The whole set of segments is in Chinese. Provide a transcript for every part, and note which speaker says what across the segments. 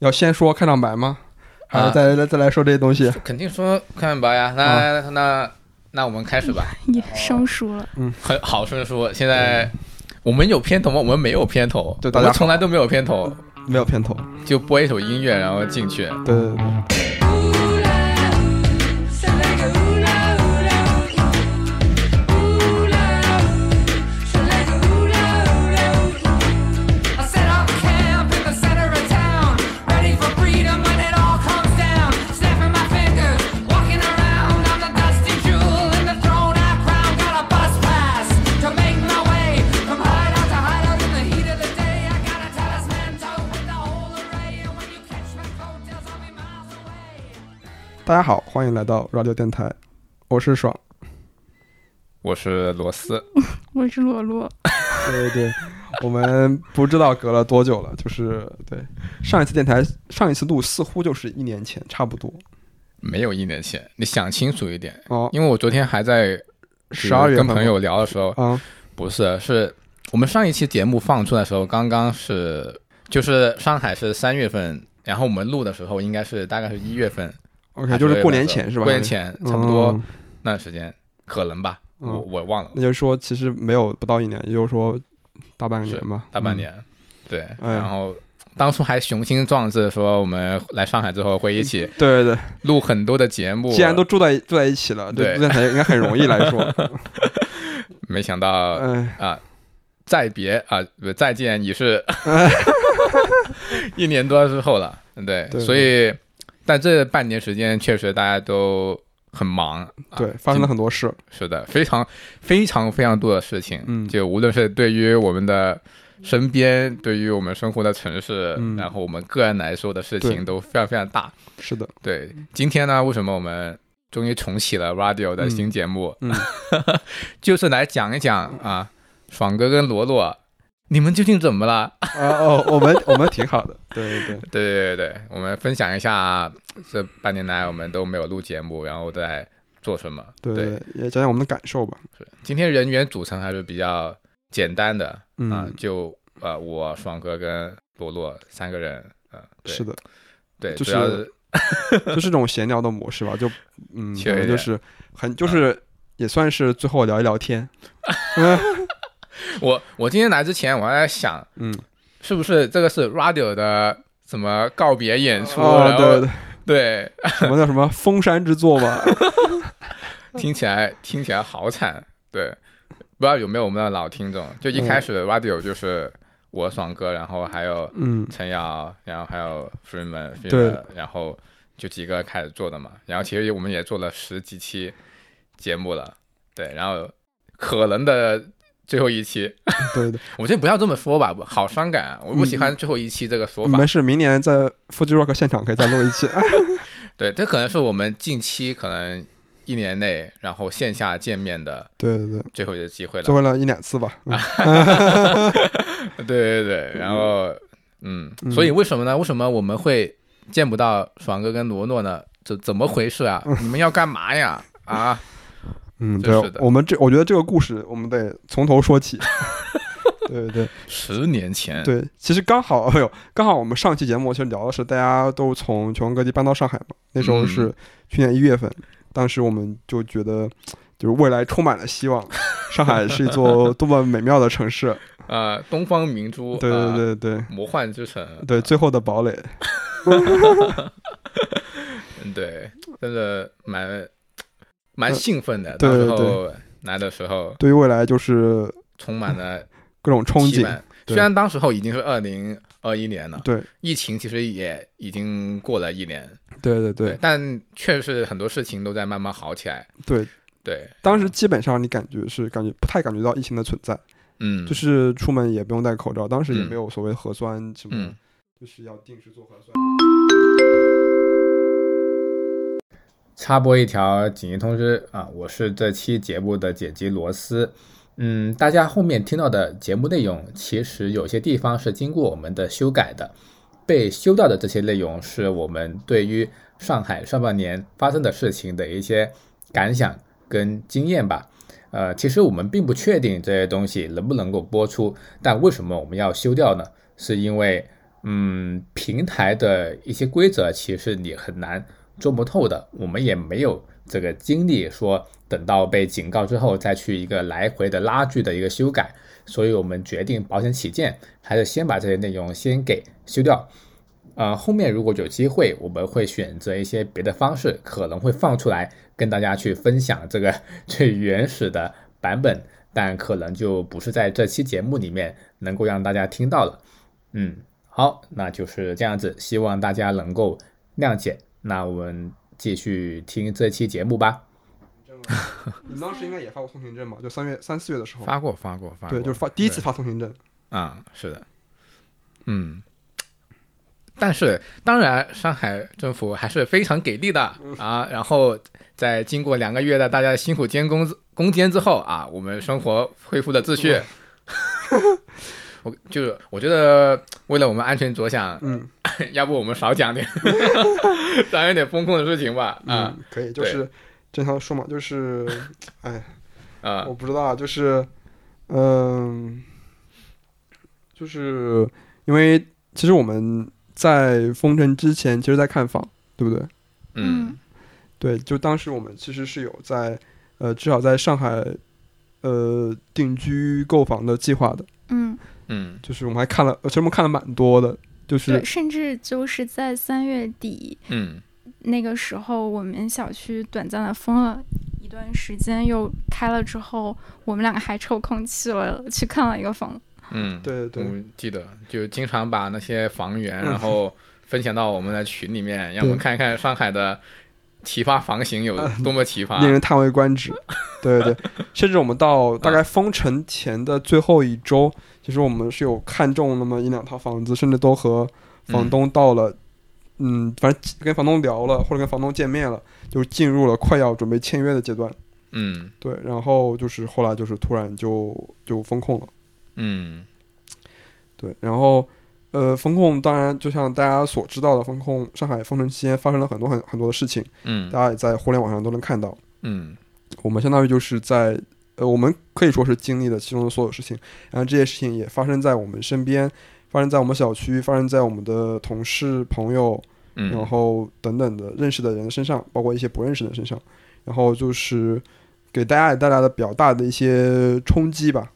Speaker 1: 要先说开场白吗？还是
Speaker 2: 啊
Speaker 1: 再、再再来说这些东西？
Speaker 2: 肯定说看吧呀，那、
Speaker 1: 啊
Speaker 2: 那那我们开始吧。
Speaker 3: 你生疏了，
Speaker 1: 嗯
Speaker 2: 很好，顺说，现在我们有片头吗？我们没有片头，
Speaker 1: 对
Speaker 2: 我
Speaker 1: 大家
Speaker 2: 们从来都没有片头，
Speaker 1: 没有片头。
Speaker 2: 就播一首音乐然后进去。
Speaker 1: 对对对，大家好，欢迎来到 radio 电台，我是爽。
Speaker 2: 我是罗斯，
Speaker 3: 我是裸露，
Speaker 1: 对对 对，我们不知道隔了多久了，就是对上一次电台上一次录似乎就是一年前，差不多
Speaker 2: 没有一年前，你想清楚一点，
Speaker 1: 哦，
Speaker 2: 因为我昨天还在
Speaker 1: 12月份
Speaker 2: 跟
Speaker 1: 吗
Speaker 2: 朋友聊的时候，
Speaker 1: 啊、
Speaker 2: 不是，是我们上一期节目放出来的时候，刚刚是就是上海是三月份，然后我们录的时候应该是大概是一月份，
Speaker 1: o k 就是过年前是吧？
Speaker 2: 过年前差不多
Speaker 1: 嗯
Speaker 2: 那段时间，可能吧，
Speaker 1: 嗯
Speaker 2: 我我忘了
Speaker 1: 那就是说其实没有不到一年，也就是说大半个
Speaker 2: 是
Speaker 1: 年吧，
Speaker 2: 大半
Speaker 1: 嗯
Speaker 2: 年，对，
Speaker 1: 哎
Speaker 2: 然后。当初还雄心壮志说我们来上海之后会 一起
Speaker 1: 嗯对对
Speaker 2: 录很多的节目，
Speaker 1: 对，既然都住在住在一起了，
Speaker 2: 对
Speaker 1: 对，电台应该很容易 来说。
Speaker 2: 没想到
Speaker 1: 哎，
Speaker 2: 啊，再别啊，不再见已 是一年多之后了。对，
Speaker 1: 对
Speaker 2: 所以但这半年时间，确实大家都很忙。啊、
Speaker 1: 对，发生了很多事。
Speaker 2: 是的，非常非常非常多的事情。
Speaker 1: 嗯
Speaker 2: 就无论是对于我们的。身边对于我们生活的城市，
Speaker 1: 嗯
Speaker 2: 然后我们个人来说的事
Speaker 1: 对
Speaker 2: 情都非常非常大。
Speaker 1: 是的，
Speaker 2: 对，今天呢，为什么我们终于重启了 Radio 的新节目？
Speaker 1: 嗯
Speaker 2: 就是来讲一讲啊，爽哥跟罗罗，你们究竟怎么了？
Speaker 1: 啊哦，我们我们挺好的， 对对对，
Speaker 2: 对对对对，我们分享一下啊这半年来我们都没有录节目，然后在做什么？
Speaker 1: 对对，对也讲讲我们的感受吧。
Speaker 2: 是今天人员组成还是比较简单的
Speaker 1: 嗯，
Speaker 2: 啊，就呃我爽哥跟罗罗三个人，嗯、对
Speaker 1: 是的，
Speaker 2: 对，
Speaker 1: 就是
Speaker 2: 主要是
Speaker 1: 就是这种闲聊的模式吧，就嗯，
Speaker 2: 确
Speaker 1: 可能就
Speaker 2: 实啊
Speaker 1: 是很就是也算是最后聊一聊 天。
Speaker 2: 我我今天来之前我还在想，
Speaker 1: 嗯，
Speaker 2: 是不是这个是 Radio 的什么告别演出？
Speaker 1: 哦，
Speaker 2: 然
Speaker 1: 对
Speaker 2: 后
Speaker 1: 对，
Speaker 2: 对，
Speaker 1: 什么叫什么封山之作 吧？
Speaker 2: 听起来听起来好惨，对，不知道有没有我们的老听众，就一
Speaker 1: 嗯
Speaker 2: 开始 Radio 就是我爽哥，然后还有
Speaker 1: 嗯，
Speaker 2: 陈瑶，然后还有 Freeman，
Speaker 1: 对
Speaker 2: Freeman，然后就几个开始做的嘛，然后其实我们也做了十几期节目了，对，然后可能的最后一期，
Speaker 1: 对对，
Speaker 2: 我先不要这么说吧，好伤感啊，我不喜欢最后一期这个说法
Speaker 1: 没，事，明年在 Fuji Rock 现场可以再录一期。啊
Speaker 2: 对，这可能是我们近期可能一年内然后线下见面的
Speaker 1: 对对对，
Speaker 2: 最后一个机会了
Speaker 1: 做。了一两次吧。嗯
Speaker 2: 啊 对对对，然后嗯
Speaker 1: 嗯，
Speaker 2: 所以为什么呢？为什么我们会见不到爽哥跟罗诺呢？怎怎么回事啊？你们要干 嘛呀？啊，
Speaker 1: 嗯，
Speaker 2: 这
Speaker 1: 对
Speaker 2: 是，的
Speaker 1: 我们这我觉得这个故事我们得从头说 起。 对对
Speaker 2: 十年前，
Speaker 1: 对，其实刚好， 哎呦，刚好我们上期节目其实聊的是大家都从全国各地搬到上海嘛，那时候
Speaker 2: 嗯
Speaker 1: 是去年一月份，当时我们就觉得就是未来充满了希望，上海是一座多么美妙的城 市。
Speaker 2: 呃，东方明珠，
Speaker 1: 对
Speaker 2: 呃
Speaker 1: 对对对
Speaker 2: 魔幻之城，
Speaker 1: 对，最后的堡垒。
Speaker 2: 嗯对，真的蛮蛮兴奋的。
Speaker 1: 对
Speaker 2: 到
Speaker 1: 对
Speaker 2: 时候来的时候
Speaker 1: 对于未来就是
Speaker 2: 充满了
Speaker 1: 各种 憧
Speaker 2: 期
Speaker 1: 憬。
Speaker 2: 盼。
Speaker 1: 对
Speaker 2: 虽然当时候已经是二零二一年了，
Speaker 1: 对
Speaker 2: 疫情其实也已经过了一年，
Speaker 1: 对对对
Speaker 2: 但确实很多事情都在慢慢好起来。
Speaker 1: 对，
Speaker 2: 对，
Speaker 1: 当时基本上你感觉是感觉不太感觉到疫情的存在，
Speaker 2: 嗯，
Speaker 1: 就是出门也不用戴口罩，当时也
Speaker 2: 嗯
Speaker 1: 没有所谓核酸什么
Speaker 2: 嗯
Speaker 1: 的，，就是要定时做核酸。
Speaker 2: 插播一条紧急通知啊，我是这期节目的剪辑罗斯。嗯，大家后面听到的节目内容，其实有些地方是经过我们的修改的。被修掉的这些内容，是我们对于上海上半年发生的事情的一些感想跟经验吧。呃，其实我们并不确定这些东西能不能够播出，但为什么我们要修掉呢？是因为嗯，平台的一些规则，其实你很难琢磨透的。我们也没有这个精力说等到被警告之后再去一个来回的拉锯的一个修改，所以我们决定保险起见，还是先把这些内容先给修掉。呃，后面如果有机会，我们会选择一些别的方式，可能会放出来跟大家去分享这个最原始的版本，但可能就不是在这期节目里面能够让大家听到了。嗯，好，那就是这样子，希望大家能够谅解。那我们继续听这期节目吧。
Speaker 1: 嗯 你当时应该也发过通行证吧？就三月、三四月的时候，
Speaker 2: 发过，发过，发过。
Speaker 1: 对，就是发第一次发通行证。
Speaker 2: 啊、是的，嗯。但是，当然，上海政府还是非常给力的
Speaker 1: 嗯
Speaker 2: 啊。然后，在经过两个月的大家辛苦监工攻坚之后啊，我们生活恢复了秩序。
Speaker 1: 嗯
Speaker 2: 我就是我觉得，为了我们安全着想，
Speaker 1: 嗯
Speaker 2: 要不我们少讲 点，少讲点风控的事情吧。啊
Speaker 1: 嗯，可以，就
Speaker 2: 对
Speaker 1: 是正常说嘛，就是，哎，
Speaker 2: 啊
Speaker 1: 我不知道，就是，嗯、就是因为其实我们在封城之前，其实在看房，对不对？
Speaker 2: 嗯
Speaker 1: 对，就当时我们其实是有在，呃，至少在上海，呃，定居购房的计划的，
Speaker 3: 嗯，
Speaker 2: 嗯
Speaker 1: 就是我们还看了，呃其实我们看了蛮多的，就是
Speaker 3: 对，甚至就是在三月底
Speaker 2: 嗯
Speaker 3: 那个时候，我们小区短暂的封了一段时间，又开了之后，我们两个还抽空去了去看了一个房。
Speaker 2: 嗯，
Speaker 1: 对对
Speaker 2: 我记得就经常把那些房源，
Speaker 1: 嗯
Speaker 2: 然后分享到我们的群里面，让我们看一看上海的奇葩房型有
Speaker 1: 嗯
Speaker 2: 多么奇葩。
Speaker 1: 令人叹为观止。对对，甚至我们到大概封城前的最后一周，其实我们是有看中那么一两套房子，甚至都和房东到了，嗯反正跟房东聊了，或者跟房东见面了，就进入了快要准备签约的阶段。
Speaker 2: 嗯
Speaker 1: 对，然后就是后来就是突然就就封控了。
Speaker 2: 嗯
Speaker 1: 对，然后呃，风控当然就像大家所知道的，风控上海封城期间发生了很多很很多的事情，
Speaker 2: 嗯
Speaker 1: 大家也在互联网上都能看到。
Speaker 2: 嗯
Speaker 1: 我们相当于就是在呃，我们可以说是经历了其中的所有事情，然后这些事情也发生在我们身边，发生在我们小区，发生在我们的同事、朋友，
Speaker 2: 嗯，
Speaker 1: 然后等等的认识的人身上，包括一些不认识的人身上，然后就是给大家也带来了比较大的一些冲击吧，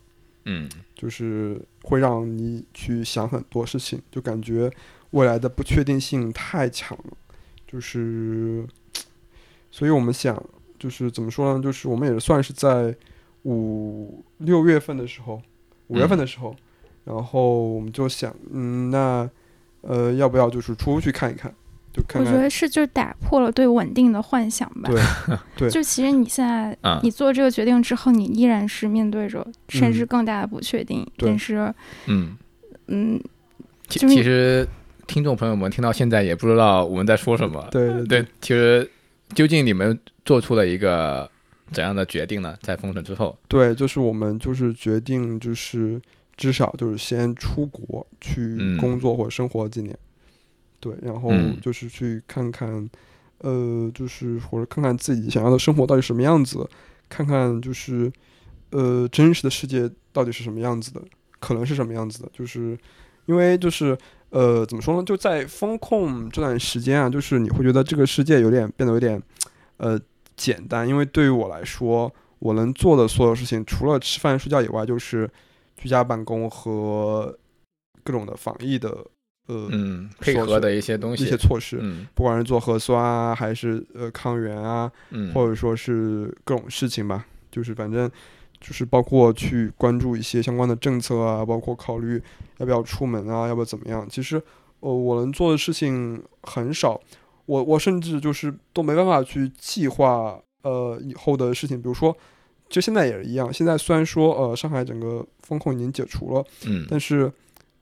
Speaker 2: 嗯
Speaker 1: 就是会让你去想很多事情，就感觉未来的不确定性太强了，就是，所以我们想，就是怎么说呢？就是我们也算是在五六月份的时候，五月份的时候，然后我们就想，嗯，那呃，要不要就是出去看一看？就看
Speaker 3: 我觉
Speaker 1: 看，
Speaker 3: 得是就打破了对稳定的幻想吧。
Speaker 1: 对对
Speaker 3: 就其实你现在
Speaker 2: 啊
Speaker 3: 你做这个决定之后，你依然是面对着甚至
Speaker 1: 嗯
Speaker 3: 更大的不确定，
Speaker 1: 对
Speaker 3: 但是
Speaker 2: 嗯，
Speaker 3: 嗯，
Speaker 2: 其
Speaker 3: 就是
Speaker 2: 其实听众朋友们听到现在也不知道我们在说什么。
Speaker 1: 对对
Speaker 2: 对，其实究竟你们做出了一个怎样的决定呢？在封城之后，
Speaker 1: 对，就是我们就是决定就是至少就是先出国去
Speaker 2: 嗯
Speaker 1: 工作或者生活几年，对，然后
Speaker 2: 嗯
Speaker 1: 就是去看看，呃，就是或者看看自己想要的生活到底什么样子，看看就是呃真实的世界到底是什么样子的，可能是什么样子的，就是因为就是。呃，怎么说呢？就在风控这段时间啊，就是你会觉得这个世界有点变得有点，呃，简单。因为对于我来说，我能做的所有事情，除了吃饭睡觉以外，就是居家办公和各种的防疫的呃、
Speaker 2: 嗯，配
Speaker 1: 说
Speaker 2: 合
Speaker 1: 是
Speaker 2: 的一些东
Speaker 1: 一
Speaker 2: 西
Speaker 1: 些，措施，
Speaker 2: 嗯
Speaker 1: 不管是做核酸啊，还是呃抗原啊，
Speaker 2: 嗯，
Speaker 1: 或者说是各种事情吧，就是反正就是包括去关注一些相关的政策啊，包括考虑要不要出门啊，要不要怎么样。其实，呃，我能做的事情很少，我我甚至就是都没办法去计划呃以后的事情，比如说。就现在也是一样，现在虽然说呃上海整个风控已经解除了，
Speaker 2: 嗯
Speaker 1: 但是，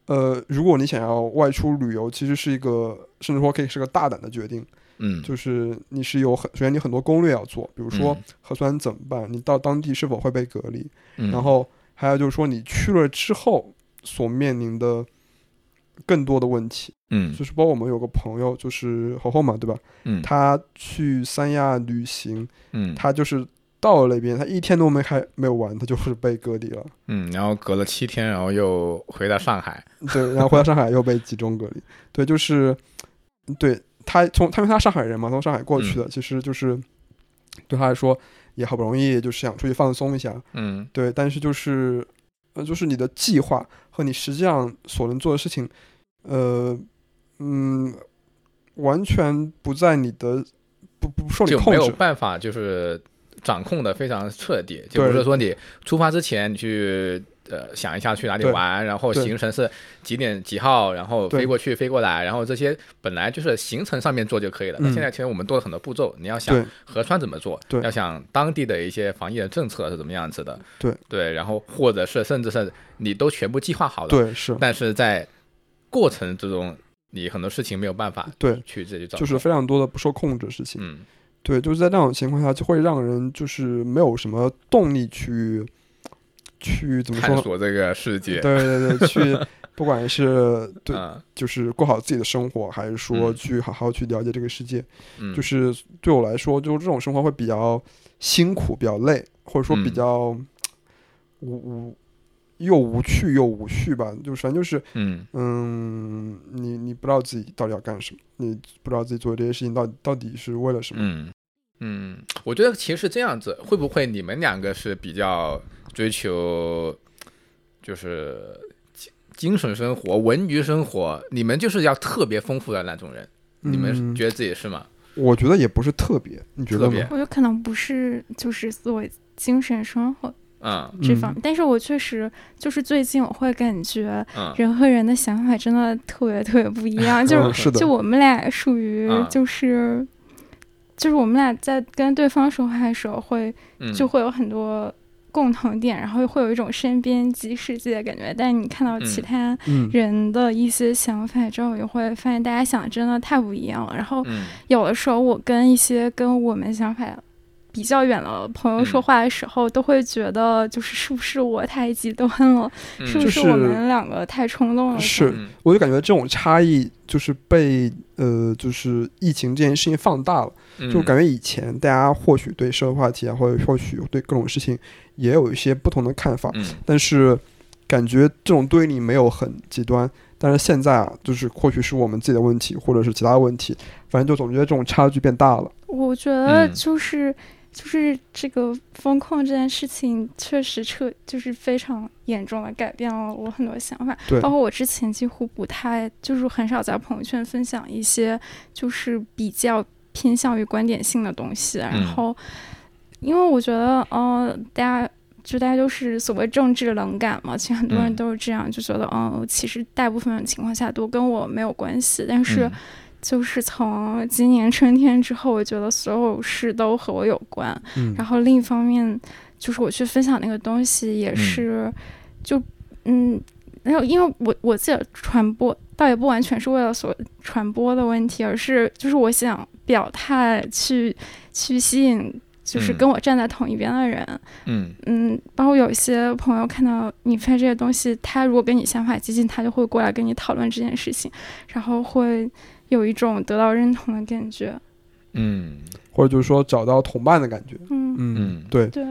Speaker 1: 呃，如果你想要外出旅游，其实是一个甚至说可以是个大胆的决定，
Speaker 2: 嗯，
Speaker 1: 就是你是有很首先你很多攻略要做，比如说核酸怎么办，你到当地是否会被隔离，
Speaker 2: 嗯，
Speaker 1: 然后还有就是说你去了之后所面临的更多的问题，
Speaker 2: 嗯
Speaker 1: 就是包括我们有个朋友就是侯侯嘛，对吧？
Speaker 2: 嗯
Speaker 1: 他去三亚旅行，
Speaker 2: 嗯
Speaker 1: 他就是到了那边，他一天都没开没有玩，他就是被隔离了。
Speaker 2: 嗯，然后隔了七天，然后又回到上海。
Speaker 1: 对，然后回到上海又被集中隔离。对，就是对他从他因为他上海人嘛，从上海过去
Speaker 2: 嗯
Speaker 1: 的，其实就是对他来说也好不容易就是想出去放松一下。
Speaker 2: 嗯
Speaker 1: 对，但是就是呃，就是你的计划和你实际上所能做的事情，呃，嗯，完全不在你的不不受你
Speaker 2: 就
Speaker 1: 控
Speaker 2: 没有
Speaker 1: 制。
Speaker 2: 办法就是掌控的非常彻底，就
Speaker 1: 对
Speaker 2: 不是说你出发之前你去呃想一下去哪里
Speaker 1: 对
Speaker 2: 玩，然后
Speaker 1: 对
Speaker 2: 行程是几点几号，然后
Speaker 1: 对
Speaker 2: 飞过去飞过来，然后这些本来就是行程上面做就可以了。那
Speaker 1: 嗯
Speaker 2: 现在其实我们多了很多步骤，你要
Speaker 1: 对
Speaker 2: 想合川怎么做，
Speaker 1: 对
Speaker 2: 要想当地的一些防疫的政策是怎么样子的，
Speaker 1: 对
Speaker 2: 对，然后或者是甚至是你都全部计划好了，
Speaker 1: 对，是，
Speaker 2: 但是在过程之中你很多事情没有办法
Speaker 1: 对，
Speaker 2: 去自己找，
Speaker 1: 就是非常多的不受控制的事情。
Speaker 2: 嗯
Speaker 1: 对，就是在那种情况下，就会让人就是没有什么动力去去怎么说
Speaker 2: 探
Speaker 1: 呢？
Speaker 2: 索这个世
Speaker 1: 对
Speaker 2: 界。
Speaker 1: 对对，去不管是对，
Speaker 2: 嗯
Speaker 1: 就是过好自己的生活，还是说
Speaker 2: 嗯
Speaker 1: 去好好去了解这个世界。
Speaker 2: 嗯，
Speaker 1: 就是对我来说，就是这种生活会比较辛苦，比较累，或者说比
Speaker 2: 嗯
Speaker 1: 较无无又无趣又无序吧。就是反正就是，
Speaker 2: 嗯
Speaker 1: 嗯，你你不知道自己到底要干什么，你不知道自己做这些事情到底到底是为了什么。
Speaker 2: 嗯嗯，我觉得其实是这样子，会不会你们两个是比较追求就是精精神生活、文娱生活，你们就是要特别丰富的那种人？你们
Speaker 1: 嗯
Speaker 2: 觉得自己是吗？
Speaker 1: 我觉得也不是特别，你觉
Speaker 2: 特
Speaker 1: 得
Speaker 2: 别
Speaker 1: 呢？
Speaker 3: 我有可能不是就是我精神生活
Speaker 2: 嗯
Speaker 3: 这方面，但是我确实就是最近我会感觉
Speaker 2: 嗯
Speaker 3: 人和人的想法真的特别特别不一样，就是
Speaker 1: 嗯是的，
Speaker 3: 就我们俩属于
Speaker 2: 啊
Speaker 3: 就是、就是我们俩在跟对方说话的时候会，
Speaker 2: 嗯，
Speaker 3: 就会有很多共同点，然后会有一种身边即世界的感觉。但你看到其
Speaker 2: 嗯
Speaker 3: 他
Speaker 1: 嗯，
Speaker 3: 人的一些想法之后，你会发现大家想的真的太不一样了。然后
Speaker 2: 嗯
Speaker 3: 有的时候我跟一些跟我们想法。比较远的朋友说
Speaker 2: 嗯
Speaker 3: 话的时候，都会觉得就是是不是我太极端了，
Speaker 2: 嗯
Speaker 3: 是不
Speaker 1: 就是是
Speaker 3: 我们两个太冲动了？
Speaker 1: 是
Speaker 2: 嗯
Speaker 1: 我就感觉这种差异就是被呃，就是疫情这件事情放大了。
Speaker 2: 嗯
Speaker 1: 就感觉以前大家或许对社会话题啊，或者或许对各种事情也有一些不同的看法，
Speaker 2: 嗯
Speaker 1: 但是感觉这种对立没有很极端。但是现在啊，就是或许是我们自己的问题，或者是其他问题，反正就总觉得这种差距变大了。
Speaker 3: 我觉得
Speaker 2: 嗯
Speaker 3: 就是、就是这个风控这件事情，确实彻就是非常严重的改变了我很多想法，
Speaker 1: 对
Speaker 3: 包括我之前几乎不太就是很少在朋友圈分享一些就是比较偏向于观点性的东
Speaker 2: 嗯
Speaker 3: 西，然后因为我觉得呃大家。就大家就是所谓政治冷感嘛，其实很多人
Speaker 2: 嗯
Speaker 3: 都是这样，就觉得，嗯，其实大部分情况下都跟我没有关系，但是，
Speaker 2: 嗯
Speaker 3: 就是从今年春天之后，我觉得所有事都和我有关。
Speaker 1: 嗯
Speaker 3: 然后另一方面，就是我去分享那个东西也是，就嗯，然后因为我我自己传播倒也不完全是为了所传播的问题，而是就是我想表态去去吸引。就是
Speaker 2: 嗯
Speaker 3: 跟我站在同一边的人，
Speaker 2: 嗯
Speaker 3: 嗯，包括有些朋友看到你发这些东西，他如果跟你想法接近，他就会过来跟你讨论这件事情，然后会有一种得到认同的感觉。
Speaker 2: 嗯
Speaker 1: 或者就是说找到同伴的感觉。
Speaker 3: 嗯，
Speaker 1: 嗯，
Speaker 2: 嗯
Speaker 1: 对
Speaker 3: 对，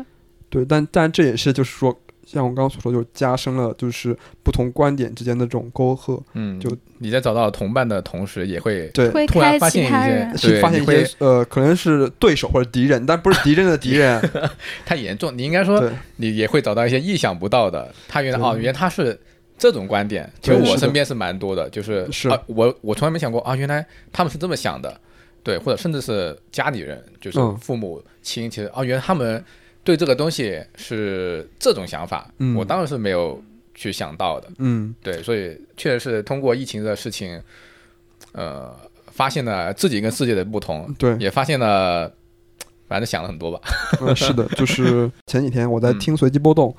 Speaker 1: 对，但但这也是就是说，像我刚刚所说，就是加深了就是不同观点之间的这种沟壑。
Speaker 2: 嗯，
Speaker 1: 就
Speaker 2: 你在找到同伴的同时，也会
Speaker 1: 对，
Speaker 3: 推
Speaker 2: 突然
Speaker 3: 开
Speaker 2: 发
Speaker 3: 其
Speaker 2: 现一
Speaker 3: 他
Speaker 2: 些
Speaker 3: 人，
Speaker 1: 是
Speaker 2: 对
Speaker 1: 发现一
Speaker 2: 你会
Speaker 1: 些呃，可能是对手或者敌人，但不是敌人的敌人。
Speaker 2: 太严重，你应该说
Speaker 1: 对，
Speaker 2: 你也会找到一些意想不到的。他原来
Speaker 1: 对
Speaker 2: 哦，原来他是这种观点，其
Speaker 1: 对
Speaker 2: 实我
Speaker 1: 是的
Speaker 2: 身边是蛮多的，就是
Speaker 1: 是
Speaker 2: 啊，我我从来没想过啊，原来他们是这么想的，对，或者甚至是家里人，就是
Speaker 1: 嗯
Speaker 2: 父母亲，其实啊，原来他们对这个东西是这种想法，
Speaker 1: 嗯
Speaker 2: 我当然是没有去想到的，
Speaker 1: 嗯，
Speaker 2: 对，所以确实是通过疫情的事情，呃，发现了自己跟世界的不同，
Speaker 1: 对，
Speaker 2: 也发现了，反正想了很多吧，
Speaker 1: 嗯，是的，就是前几天我在
Speaker 2: 嗯
Speaker 1: 听随机波动，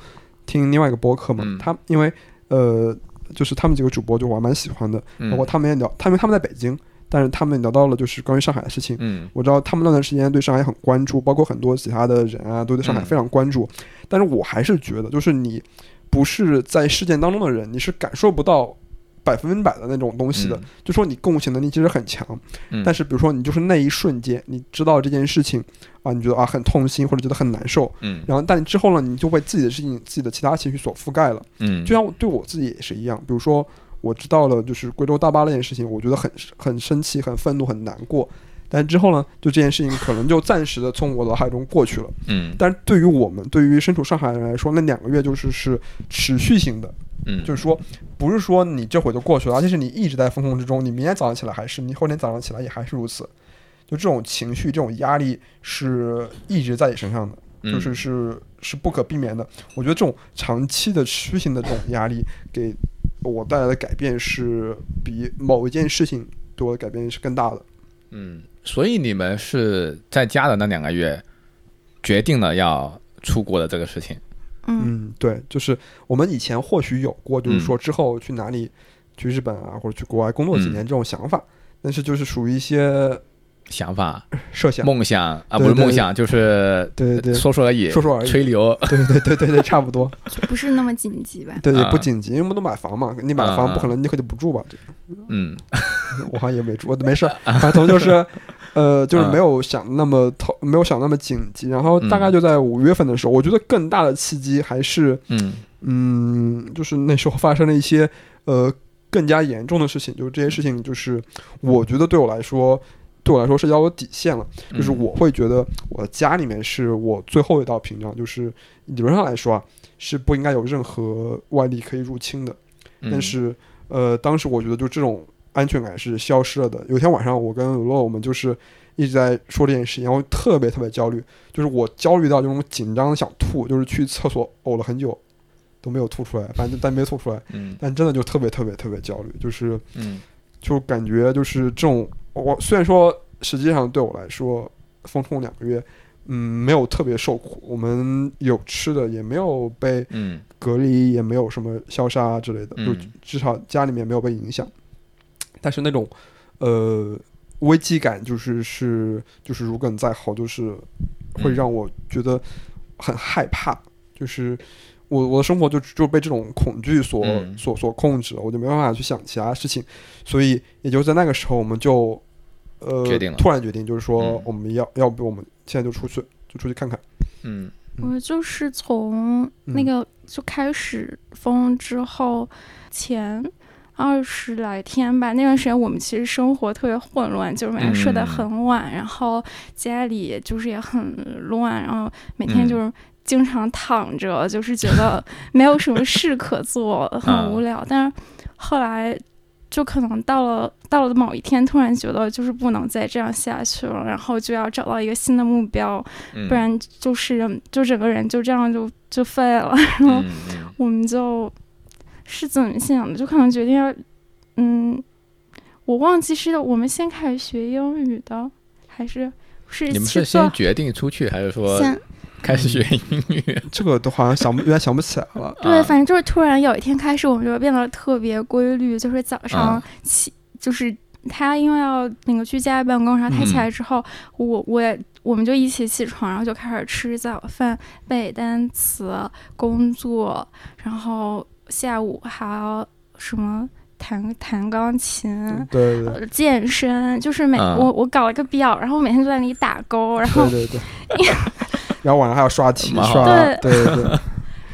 Speaker 1: 听另外一个播客嘛，
Speaker 2: 嗯
Speaker 1: 他因为呃，就是他们几个主播就我还蛮喜欢的，
Speaker 2: 嗯
Speaker 1: 包括他们也聊，他们他们在北京，但是他们聊到了就是关于上海的事情。
Speaker 2: 嗯
Speaker 1: 我知道他们那段时间对上海很关注，包括很多其他的人啊，都对上海
Speaker 2: 嗯
Speaker 1: 非常关注。但是我还是觉得，就是你不是在事件当中的人，你是感受不到百分之百的那种东西的，
Speaker 2: 嗯
Speaker 1: 就说你共情能力其实很强，
Speaker 2: 嗯
Speaker 1: 但是比如说你就是那一瞬间，你知道这件事情啊，你觉得啊很痛心或者觉得很难受，
Speaker 2: 嗯
Speaker 1: 然后但之后呢，你就被自己的事情、自己的其他情绪所覆盖了。
Speaker 2: 嗯，
Speaker 1: 就像我对我自己也是一样，比如说我知道了就是贵州大巴那件事情，我觉得很很生气、很愤怒、很难过，但之后呢，就这件事情可能就暂时的从我脑海中过去了。
Speaker 2: 嗯
Speaker 1: 但是对于我们，对于身处上海人来说，那两个月就是是持续性的，
Speaker 2: 嗯
Speaker 1: 就是说不是说你这会就过去了，而且是你一直在风控之中，你明天早上起来还是，你后天早上起来也还是如此。就这种情绪、这种压力是一直在你身上的，
Speaker 2: 嗯
Speaker 1: 就是是是不可避免的。我觉得这种长期的持续性的这种压力给我带来的改变是比某一件事情对我的改变是更大的。
Speaker 2: 嗯，所以你们是在家的那两个月决定了要出国的这个事情。
Speaker 3: 嗯
Speaker 1: 嗯，对，就是我们以前或许有过，就是
Speaker 2: 嗯
Speaker 1: 说之后去哪里，去日本啊，或者去国外工作几年这种想法，但是就是属于一些
Speaker 2: 想法、
Speaker 1: 设想，
Speaker 2: 梦想啊，
Speaker 1: 对
Speaker 2: 不是
Speaker 1: 对
Speaker 2: 梦想，就是
Speaker 1: 对对对
Speaker 2: 说说而已，
Speaker 1: 说说而已
Speaker 2: 吹牛。
Speaker 1: 对对对对对，差不多，
Speaker 3: 就不是那么紧急吧？
Speaker 1: 对对，
Speaker 2: 啊
Speaker 1: 不紧急，因为我们都买房嘛，你买
Speaker 2: 啊
Speaker 1: 房不可能立刻就不住吧？这个
Speaker 2: 嗯
Speaker 1: 我好像也没住，没事儿，反正就是，呃，就是没有想那么头，没有想那么紧急，然后大概就在五月份的时候，我觉得更大的契机还是，
Speaker 2: 嗯
Speaker 1: 嗯，就是那时候发生了一些，呃，更加严重的事情，就是这些事情，就是我觉得对我来说，对我来说是要有底线了，
Speaker 2: 嗯
Speaker 1: 就是我会觉得我家里面是我最后一道屏障，就是理论上来说啊，是不应该有任何外力可以入侵的。
Speaker 2: 嗯
Speaker 1: 但是呃，当时我觉得就这种安全感是消失了的。有一天晚上，我跟鲁洛我们就是一直在说这件事情，然后特别特别焦虑，就是我焦虑到这种紧张的想吐，就是去厕所呕了很久都没有吐出来，反正但没吐出来，
Speaker 2: 嗯
Speaker 1: 但真的就特别特别特别焦虑，就是
Speaker 2: 嗯
Speaker 1: 就感觉就是这种我虽然说实际上对我来说封控两个月。嗯，没有特别受苦，我们有吃的，也没有被
Speaker 2: 嗯
Speaker 1: 隔离也没有什么消杀啊之类的，
Speaker 2: 嗯
Speaker 1: 就至少家里面没有被影响。但是那种呃危机感就是是就是如鲠在喉，就是会
Speaker 2: 嗯
Speaker 1: 让我觉得很害怕，就是我我的生活就就被这种恐惧所、
Speaker 2: 嗯
Speaker 1: 所所控制了，我就没办法去想其他事情，所以也就在那个时候，我们就呃
Speaker 2: 决定了
Speaker 1: 突然决定，就是说
Speaker 2: 嗯
Speaker 1: 我们要、要不我们现在就出去就出去看看，
Speaker 2: 嗯
Speaker 1: 嗯
Speaker 3: 我就是从那
Speaker 1: 嗯
Speaker 3: 个就开始封之后前二十来天吧，那段时间我们其实生活特别混乱，就是每天睡得
Speaker 2: 嗯
Speaker 3: 很晚，然后家里就是也很乱，然后每天
Speaker 2: 嗯
Speaker 3: 就是经常躺着，就是觉得没有什么事可做，很无聊。但是后来。就可能到了到了某一天，突然觉得就是不能再这样下去了，然后就要找到一个新的目标，
Speaker 2: 嗯，
Speaker 3: 不然就是就整个人就这样就就废了。 然后
Speaker 2: 嗯嗯
Speaker 3: 我们就是怎么想的，就可能决定要，嗯，我忘记是我们先开始学英语的，还是是
Speaker 2: 你们
Speaker 3: 去
Speaker 2: 是
Speaker 3: 做
Speaker 2: 先决定出去，还是说
Speaker 3: 先
Speaker 2: 开始学
Speaker 1: 嗯
Speaker 2: 英语？
Speaker 1: 这个都好像想不有点想不起来了。
Speaker 3: 对，
Speaker 2: 啊
Speaker 3: 反正就是突然有一天开始，我们就变得特别规律，就是早上
Speaker 2: 啊
Speaker 3: 起，就是他因为要那个居家办公，然后他起
Speaker 2: 嗯
Speaker 3: 来之后，我我也我们就一起起床，然后就开始吃早饭、背单词、工作，然后下午还要什么弹弹钢琴。
Speaker 1: 对对对。
Speaker 3: 呃健身就是每、
Speaker 2: 啊
Speaker 3: 我我搞了个表，然后每天都在那里打勾，然后
Speaker 1: 对对对。 然后晚上还要刷题，
Speaker 2: 蛮好
Speaker 1: 刷
Speaker 3: 的
Speaker 1: 对对 对，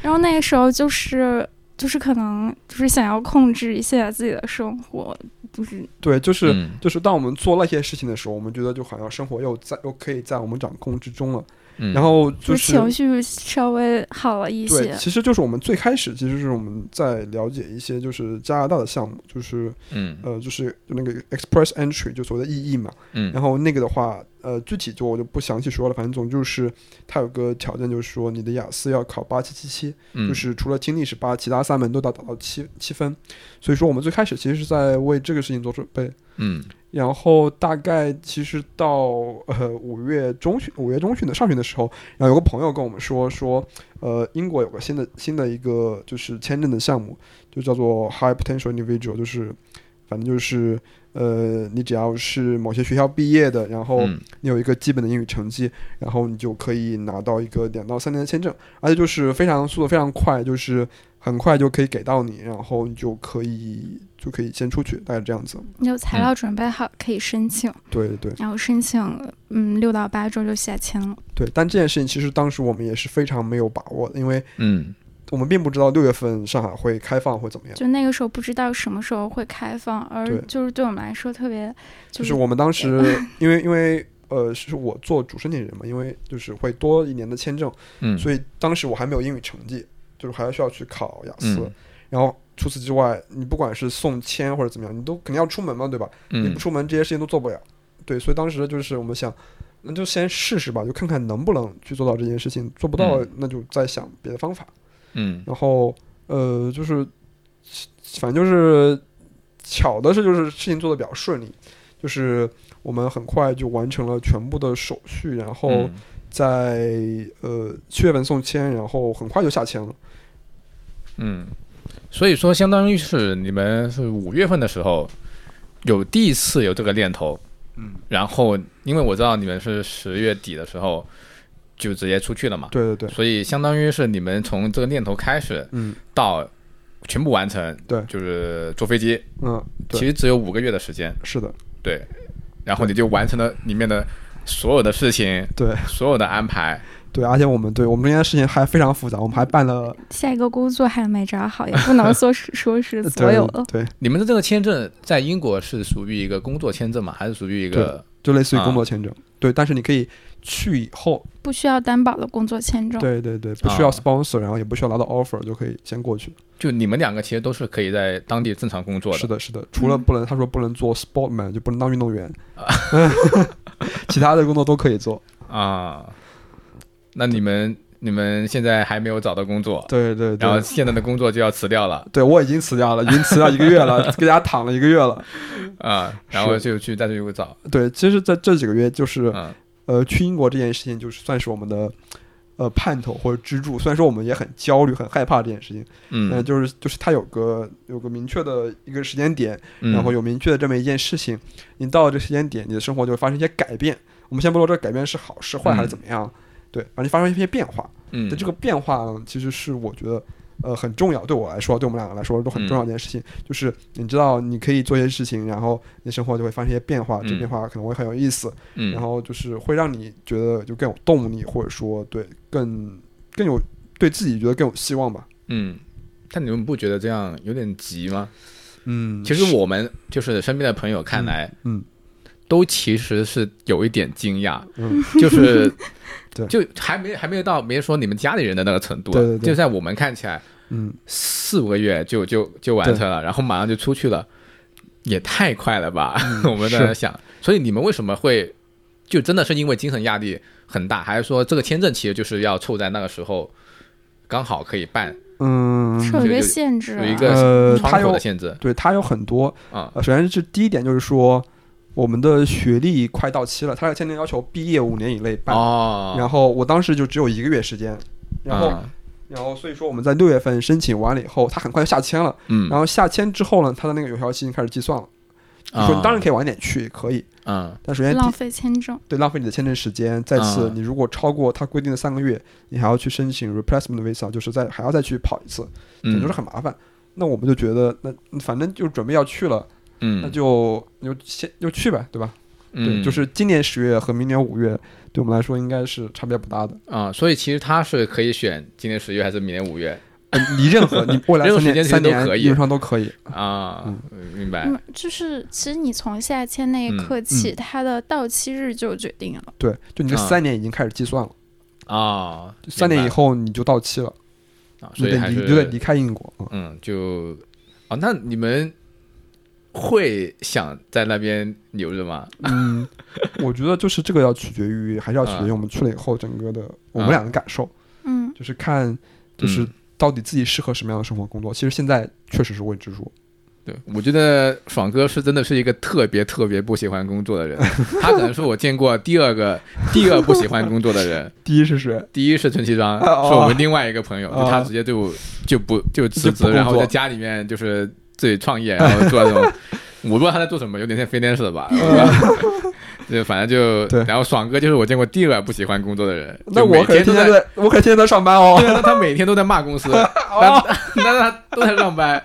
Speaker 3: 然后那个时候就是就是可能就是想要控制一下自己的生活，就是
Speaker 1: 对，就是、
Speaker 2: 嗯
Speaker 1: 就是当我们做那些事情的时候，我们觉得就好像生活又在又可以在我们掌控之中了。
Speaker 2: 嗯
Speaker 1: 然后
Speaker 3: 就
Speaker 1: 就是是
Speaker 3: 情绪稍微好了一
Speaker 1: 对，
Speaker 3: 些。
Speaker 1: 其实就是我们最开始其实是我们在了解一些就是加拿大的项目，就是
Speaker 2: 嗯
Speaker 1: 呃就是那个 express entry 就所谓的 EE 嘛。
Speaker 2: 嗯
Speaker 1: 然后那个的话，呃具体就我就不详细说了，反正总就是它有个条件，就是说你的雅思要考八七七七。
Speaker 2: 嗯
Speaker 1: 就是除了听力是八，其他三门都达达到七七分，所以说我们最开始其实是在为这个事情做准备，
Speaker 2: 嗯
Speaker 1: 然后大概其实到呃五月中旬、五月中旬的上旬的时候，然后有个朋友跟我们说说，呃，英国有个新的新的一个就是签证的项目，就叫做 High Potential Individual，就是反正就是呃，你只要是某些学校毕业的，然后
Speaker 2: 嗯
Speaker 1: 你有一个基本的英语成绩，然后你就可以拿到一个两到三年的签证，而且就是非常速度非常快，就是很快就可以给到你，然后你就可以就可以先出去，大概这样子。
Speaker 3: 你有材料准备好可以申请，
Speaker 1: 对对
Speaker 3: 然后申请，嗯，六到八周就下签了。
Speaker 1: 对，但这件事情其实当时我们也是非常没有把握的，因为
Speaker 2: 嗯
Speaker 1: 我们并不知道六月份上海会开放会怎么样。
Speaker 3: 就那个时候不知道什么时候会开放，而
Speaker 1: 对
Speaker 3: 就是对我们来说特别，
Speaker 1: 就
Speaker 3: 就是
Speaker 1: 我们当时因为因为呃是我做主申请人嘛，因为就是会多一年的签证，
Speaker 2: 嗯，
Speaker 1: 所以当时我还没有英语成绩，就是还需要去考雅思。
Speaker 2: 嗯
Speaker 1: 然后除此之外，你不管是送签或者怎么样，你都肯定要出门嘛，对吧？你
Speaker 2: 嗯
Speaker 1: 不出门，这些事情都做不了。对，所以当时就是我们想，那就先试试吧，就看看能不能去做到这件事情。做不到，那就再想别的方法。
Speaker 2: 嗯
Speaker 1: 然后呃，就是反正就是巧的是，就是事情做的比较顺利，就是我们很快就完成了全部的手续，然后
Speaker 2: 嗯
Speaker 1: 在、呃七月份送签，然后很快就下签了。
Speaker 2: 嗯，所以说相当于是你们是五月份的时候有第一次有这个念头，
Speaker 1: 嗯，
Speaker 2: 然后因为我知道你们是十月底的时候就直接出去了嘛，
Speaker 1: 对对对，
Speaker 2: 所以相当于是你们从这个念头开始
Speaker 1: 嗯
Speaker 2: 到全部完成，
Speaker 1: 对
Speaker 2: 就是坐飞机，
Speaker 1: 嗯，对
Speaker 2: 其实只有五个月的时间，
Speaker 1: 是的，
Speaker 2: 对，然后你就完成了里面的所有的事情，
Speaker 1: 对
Speaker 2: 所有的安排，
Speaker 1: 对，而且我们对我们这件事情还非常复杂，我们还办了
Speaker 3: 下一个工作还没找好，也不能说是说是所
Speaker 1: 呃对
Speaker 3: 有呃了。
Speaker 1: 对，
Speaker 2: 你们的这个签证在英国是属于一个工作签证吗？还是属于一个？
Speaker 1: 就类似于工
Speaker 2: 啊
Speaker 1: 作签证。对，但是你可以去以后，
Speaker 3: 不需要担保的工作签证，
Speaker 1: 对对对，不需要
Speaker 2: 啊
Speaker 1: sponsor，、然后也不需要拿到 offer 就可以先过去。
Speaker 2: 就你们两个其实都是可以在当地正常工作
Speaker 1: 是
Speaker 2: 的。
Speaker 1: 的，是的，除了
Speaker 3: 嗯
Speaker 1: 不能，他说不能做 sportman，就不能当运动员， 其他的工作都可以做。
Speaker 2: 啊，那你们你们现在还没有找到工作，
Speaker 1: 对对
Speaker 2: 啊然后
Speaker 1: 对，
Speaker 2: 现在的工作就要辞掉了
Speaker 1: 对我已经辞掉了，已经辞掉一个月 了，在家躺了一个月了。
Speaker 2: 啊，然后就去再去找，
Speaker 1: 对，其实在这几个月，就是
Speaker 2: 嗯
Speaker 1: 呃，去英国这件事情，就是算是我们的呃盼头或者支柱。虽然说我们也很焦虑、很害怕这件事情，但
Speaker 2: 嗯，
Speaker 1: 呃就是就是它有个有个明确的一个时间点，
Speaker 2: 嗯
Speaker 1: 然后有明确的这么一件事情，你到了这时间点，你的生活就会发生一些改变。我们先不说这个改变是好是坏还是怎么样，对，而你发生一些变化。
Speaker 2: 嗯
Speaker 1: 对这个变化呢，其实是我觉得呃很重要，对我来说，对我们两个来说都很重要的
Speaker 2: 嗯
Speaker 1: 一件事情。就是你知道你可以做一些事情，然后你生活就会发生一些变化，这
Speaker 2: 嗯
Speaker 1: 变化可能会很有意思，
Speaker 2: 嗯
Speaker 1: 然后就是会让你觉得就更有动力，或者说对更更有对自己觉得更有希望吧。
Speaker 2: 嗯，但你们不觉得这样有点急吗？
Speaker 1: 嗯
Speaker 2: 其实我们就是身边的朋友看来，
Speaker 1: 嗯
Speaker 2: 都其实是有一点惊 讶，
Speaker 1: 嗯
Speaker 2: 就是
Speaker 1: 对
Speaker 2: 就还没还没有到别说你们家里人的那个程度，啊
Speaker 1: 对对对
Speaker 2: 就在我们看起来
Speaker 1: 嗯，
Speaker 2: 四五个月就就就完成了，然后马上就出去了，也太快了吧？ 我们在
Speaker 1: 嗯是
Speaker 2: 想，所以你们为什么会就真的是因为精神压力很大，还是说这个签证其实就是要凑在那个时候刚好可以办
Speaker 1: 嗯，
Speaker 3: 是有一
Speaker 2: 有
Speaker 3: 个
Speaker 2: 有
Speaker 3: 限制
Speaker 2: 有
Speaker 3: 啊，
Speaker 2: 一
Speaker 1: 呃
Speaker 2: 个窗
Speaker 1: 它
Speaker 2: 口
Speaker 1: 有
Speaker 2: 的限制
Speaker 1: 对，它有很多。
Speaker 2: 啊？
Speaker 1: 呃，首先是第一点就是说，我们的学历快到期了，它的签证要求毕业五年以内办。
Speaker 2: 哦，
Speaker 1: 然后我当时就只有一个月时间，然后、
Speaker 2: 啊
Speaker 1: 然后所以说我们在六月份申请完了以后，它很快就下签了。
Speaker 2: 嗯，
Speaker 1: 然后下签之后呢，它的那个有效期已经开始计算了。你
Speaker 2: 啊
Speaker 1: 说你当然可以晚点去，也可以，
Speaker 2: 嗯
Speaker 1: 但首先
Speaker 3: 浪
Speaker 1: 第
Speaker 3: 费签证。
Speaker 1: 对浪费你的签证时间。再次
Speaker 2: 啊，
Speaker 1: 你如果超过它规定的三个月，你还要去申请 replacement visa，就是再还要再去跑一次，
Speaker 2: 嗯，
Speaker 1: 总之是很麻烦。那我们就觉得，那反正就准备要去了，
Speaker 2: 嗯，
Speaker 1: 那就你就先就去呗，对吧？对，
Speaker 2: 嗯
Speaker 1: 就是今年十月和明年五月，对我们来说应该是差别不 大的。
Speaker 2: 啊，所以其实他是可以选今年十月还是明年五月
Speaker 1: 呃你任何你未来
Speaker 2: 任何
Speaker 1: 三
Speaker 2: 时
Speaker 1: 年
Speaker 2: 间其实
Speaker 1: 三
Speaker 2: 都
Speaker 1: 年
Speaker 2: 可以
Speaker 1: 基本上都可以。
Speaker 2: 啊，明白
Speaker 3: 嗯，就是其实你从下签那
Speaker 2: 嗯
Speaker 3: 一刻起，它的到期日就决定了。
Speaker 1: 对，就你这
Speaker 2: 啊
Speaker 1: 三年已经开始计算了，
Speaker 2: 啊，
Speaker 1: 三年以
Speaker 2: 后，
Speaker 1: 后你就到期了，
Speaker 2: 啊
Speaker 1: 你
Speaker 2: 所以
Speaker 1: 得
Speaker 2: 还
Speaker 1: 离
Speaker 2: 是
Speaker 1: 你就得离开英国啊。
Speaker 2: 嗯，就哦，那你们会想在那边留着吗？
Speaker 1: 嗯，我觉得就是这个要取决于，还是要取
Speaker 2: 啊
Speaker 1: 决于我们去了以后整个的我们俩的感受，
Speaker 3: 嗯，
Speaker 1: 就是看就是
Speaker 2: 嗯
Speaker 1: 到底自己适合什么样的生活工作。其实现在确实是未知数，
Speaker 2: 对，我觉得爽哥是真的是一个特别特别不喜欢工作 的人，他可能是我见过第二个第二不喜欢工作的人。
Speaker 1: 第一是谁？
Speaker 2: 第一是陈其章，
Speaker 1: 哦
Speaker 2: 是我们另外一个朋友，
Speaker 1: 哦
Speaker 2: 就他直接就就不就
Speaker 1: 就
Speaker 2: 辞
Speaker 1: 不工作
Speaker 2: 职，然后在家里面就是自己 创业，然后做那种，我不知道他在做什么，有点像飞天式的吧， 就反正就
Speaker 1: 对
Speaker 2: 然后爽哥就是我见过第二不喜欢工作的人，
Speaker 1: 那
Speaker 2: 就每
Speaker 1: 我可是
Speaker 2: 天都
Speaker 1: 天
Speaker 2: 在
Speaker 1: 天在，我可是 天天在上班哦。 哦
Speaker 2: 哦对啊，那他每天都在骂公司，那那他都在上班，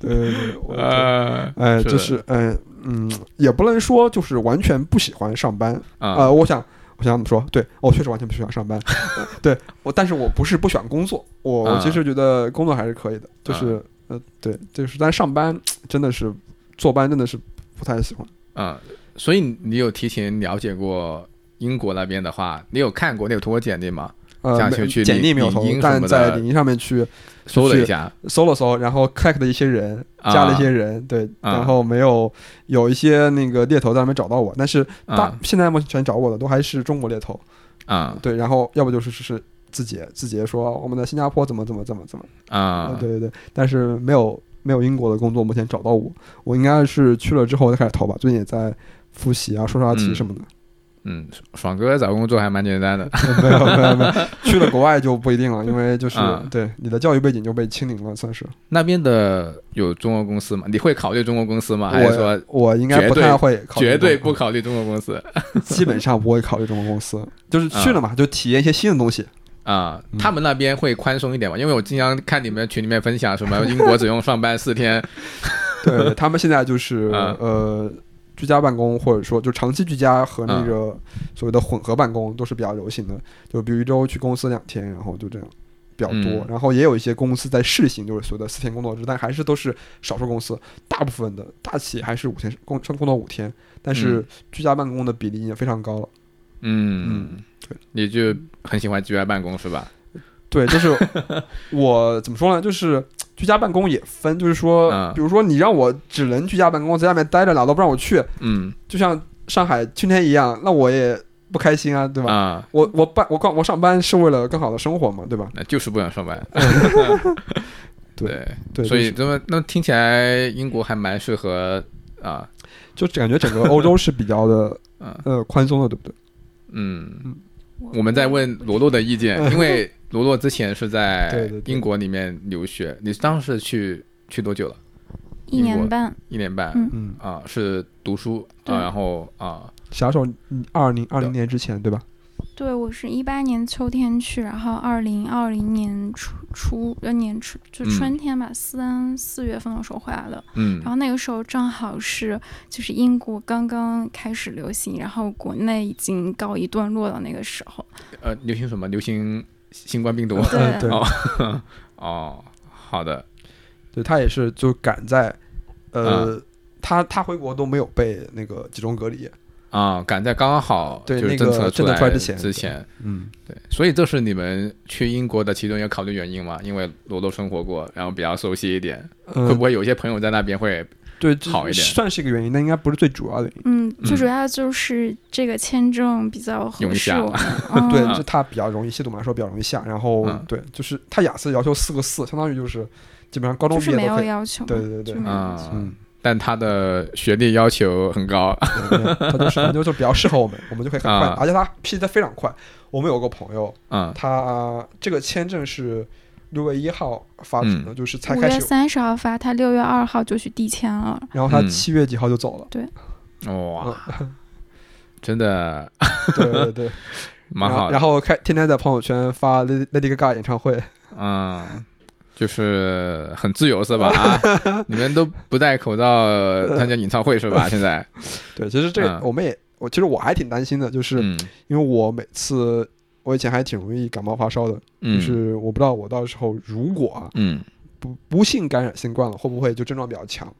Speaker 1: 对对， 我
Speaker 2: 呃，
Speaker 1: 哎，
Speaker 2: 是
Speaker 1: 就
Speaker 2: 的
Speaker 1: 是哎，嗯，也不能说就是完全不喜欢上班啊、
Speaker 2: 啊，
Speaker 1: 我想，我想怎么说？对我确实完全不喜欢上 班，呃对我，但是我不是不喜欢工作，我我
Speaker 2: 啊
Speaker 1: 其实觉得工作还是可以的，就是、呃，对，就是但上班真的是坐班真的是不太喜欢。
Speaker 2: 嗯，所以你有提前了解过英国那边的话，你有看过，你有投过简历吗？
Speaker 1: 呃，
Speaker 2: 像
Speaker 1: 没
Speaker 2: 去去
Speaker 1: 简历
Speaker 2: 领
Speaker 1: 没有
Speaker 2: 领
Speaker 1: 投
Speaker 2: 英，什
Speaker 1: 但
Speaker 2: 么
Speaker 1: 在
Speaker 2: 的
Speaker 1: 领英上面去
Speaker 2: 搜了
Speaker 1: 是
Speaker 2: 一下，
Speaker 1: 搜了搜，然后 click 的一些人，
Speaker 2: 啊
Speaker 1: 加了一些人，对，
Speaker 2: 啊
Speaker 1: 然后没有有一些那个猎头在那边找到我，但是大、
Speaker 2: 啊
Speaker 1: 现在目前找我的都还是中国猎头，
Speaker 2: 啊
Speaker 1: 对，然后要不就是是字节，字节说我们在新加坡怎么怎么怎么怎么，
Speaker 2: 啊，
Speaker 1: 对对对，但是没有没有英国的工作目前找到我，我应该是去了之后再开始投吧，最近也在复习啊，刷刷题
Speaker 2: 嗯
Speaker 1: 什么的，
Speaker 2: 嗯，爽哥找工作还蛮简单的，
Speaker 1: 没有没有没有，去了国外就不一定了，因为就是、
Speaker 2: 啊
Speaker 1: 对你的教育背景就被清零了，算是，
Speaker 2: 那边的有中国公司吗？你会考虑中国公司吗？啊还是说
Speaker 1: 我我应该不太会考虑
Speaker 2: 绝对
Speaker 1: 这种
Speaker 2: 不考虑中国公司
Speaker 1: 基本上不会考虑中国公
Speaker 2: 嗯
Speaker 1: 司，就是去了嘛，就体验一些新的东 西。
Speaker 2: 啊？
Speaker 1: 嗯
Speaker 2: 他们那边会宽松一点吗？因为我经常看你们群里面分享什么英国只用上班四天
Speaker 1: 对他们现在就是
Speaker 2: 嗯
Speaker 1: 呃居家办公，或者说就长期居家和
Speaker 2: 嗯
Speaker 1: 那个所谓的混合办公都是比较流行的，就比如一周去公司两天，然后就这样。比较多
Speaker 2: 嗯，
Speaker 1: 然后也有一些公司在试行，就是所谓的四天工作制，但还是都是少数公司，大部分的大企业还是五天工上工作五天，但是
Speaker 2: 嗯
Speaker 1: 居家办公的比例已经非常高了。
Speaker 2: 嗯，你就很喜欢居家办公是吧？
Speaker 1: 对，就是我怎么说呢？就是居家办公也分，就是说
Speaker 2: 嗯，
Speaker 1: 比如说你让我只能居家办公，在家里面待着，哪都不让我去，
Speaker 2: 嗯
Speaker 1: 就像上海今天一样，那我也不开心啊，对吧？
Speaker 2: 啊，
Speaker 1: 我我办我干我上班是为了更好的生活嘛，对吧？
Speaker 2: 那就是不想上班。
Speaker 1: 对对，
Speaker 2: 所以
Speaker 1: 就是
Speaker 2: 这么那听起来英国还蛮适合啊，
Speaker 1: 就感觉整个欧洲是比较的
Speaker 2: 嗯
Speaker 1: 呃宽松的，对不对？
Speaker 2: 嗯
Speaker 1: 嗯，
Speaker 2: 我们在问罗罗的 意见，因为罗罗之前是在
Speaker 1: 对对对
Speaker 2: 英国里面留学，你当时去去多久了？
Speaker 3: 一年半，
Speaker 2: 一年半
Speaker 3: 嗯
Speaker 1: 嗯，
Speaker 2: 啊，是读书
Speaker 3: 对
Speaker 2: 啊，然后啊
Speaker 1: 啥时候？二零二零年之前，对吧？
Speaker 3: 对我是一八年秋天去，然后二零二零年初初呃年初就
Speaker 2: 嗯
Speaker 3: 春天吧，三四月份的时候回来了。
Speaker 2: 嗯
Speaker 3: 然后那个时候正好是就是英国刚刚开始流行，然后国内已经告一段落的那个时 候。
Speaker 2: 呃，流行什么？流行新冠病毒
Speaker 3: 对
Speaker 1: 嗯对
Speaker 2: 哦哦，好的，
Speaker 1: 对，他也是就赶在
Speaker 2: 嗯
Speaker 1: 呃，他他回国都没有被那个集中隔离，
Speaker 2: 啊，赶在刚刚好
Speaker 1: 对
Speaker 2: 就是
Speaker 1: 那个
Speaker 2: 政策
Speaker 1: 政策出来
Speaker 2: 之
Speaker 1: 之前
Speaker 2: 之
Speaker 1: 对
Speaker 2: 前，
Speaker 1: 嗯，
Speaker 2: 对，所以这是你们去英国的其中一个考虑原因嘛？因为罗罗生活过，然后比较熟悉一点，
Speaker 1: 呃
Speaker 2: 会不会有一些朋友在那边会
Speaker 1: 对，这
Speaker 2: 好一点
Speaker 1: 算是一个原因，但应该不是最主要的原因。
Speaker 3: 嗯，最
Speaker 2: 嗯
Speaker 3: 主要就是这个签证比较合
Speaker 2: 容易
Speaker 3: 适
Speaker 2: 下啊
Speaker 3: 我们。 嗯、
Speaker 1: 对，就它比较容易，系统来说比较容易下。然后、
Speaker 2: 嗯
Speaker 1: 对，就是它雅思要求四个四，相当于就是基本上高中毕
Speaker 3: 就是
Speaker 1: 业
Speaker 3: 没
Speaker 1: 都
Speaker 3: 有
Speaker 1: 可以。
Speaker 3: 要求嘛，
Speaker 1: 对对对
Speaker 3: 就没有要求
Speaker 2: 啊、
Speaker 1: 嗯，
Speaker 2: 但他的学历要求很高
Speaker 1: 对对对它就是它就就比较适合我们，我们就可以很快，
Speaker 2: 啊
Speaker 1: 而且它批的非常快。我们有个朋友，
Speaker 2: 啊
Speaker 1: 他、这个签证是六月一号发的，
Speaker 2: 嗯
Speaker 1: 就是才
Speaker 3: 五
Speaker 1: 开
Speaker 3: 月
Speaker 1: 始，
Speaker 3: 三十号发，他六月二号就去递签了。
Speaker 1: 然后他
Speaker 2: 嗯
Speaker 1: 七月几号就走了。哦
Speaker 2: 哇，真的
Speaker 1: 对对对，
Speaker 2: 蛮
Speaker 1: 然后
Speaker 2: 好的
Speaker 1: 然，后开天天在朋友圈发 Lady Lady Gaga 演唱会，
Speaker 2: 嗯，就是很自由是吧？啊，你们都不戴口罩
Speaker 1: 呃
Speaker 2: 参加演唱会是吧？现在，
Speaker 1: 对，其实这个
Speaker 2: 嗯
Speaker 1: 我们也，我其实我还挺担心的，就是
Speaker 2: 嗯
Speaker 1: 因为我每次我以前还挺容易感冒发烧的，就
Speaker 2: 嗯
Speaker 1: 是我不知道我到时候如果啊
Speaker 2: 嗯
Speaker 1: 不不幸感染新冠了，会不会就症状比较强，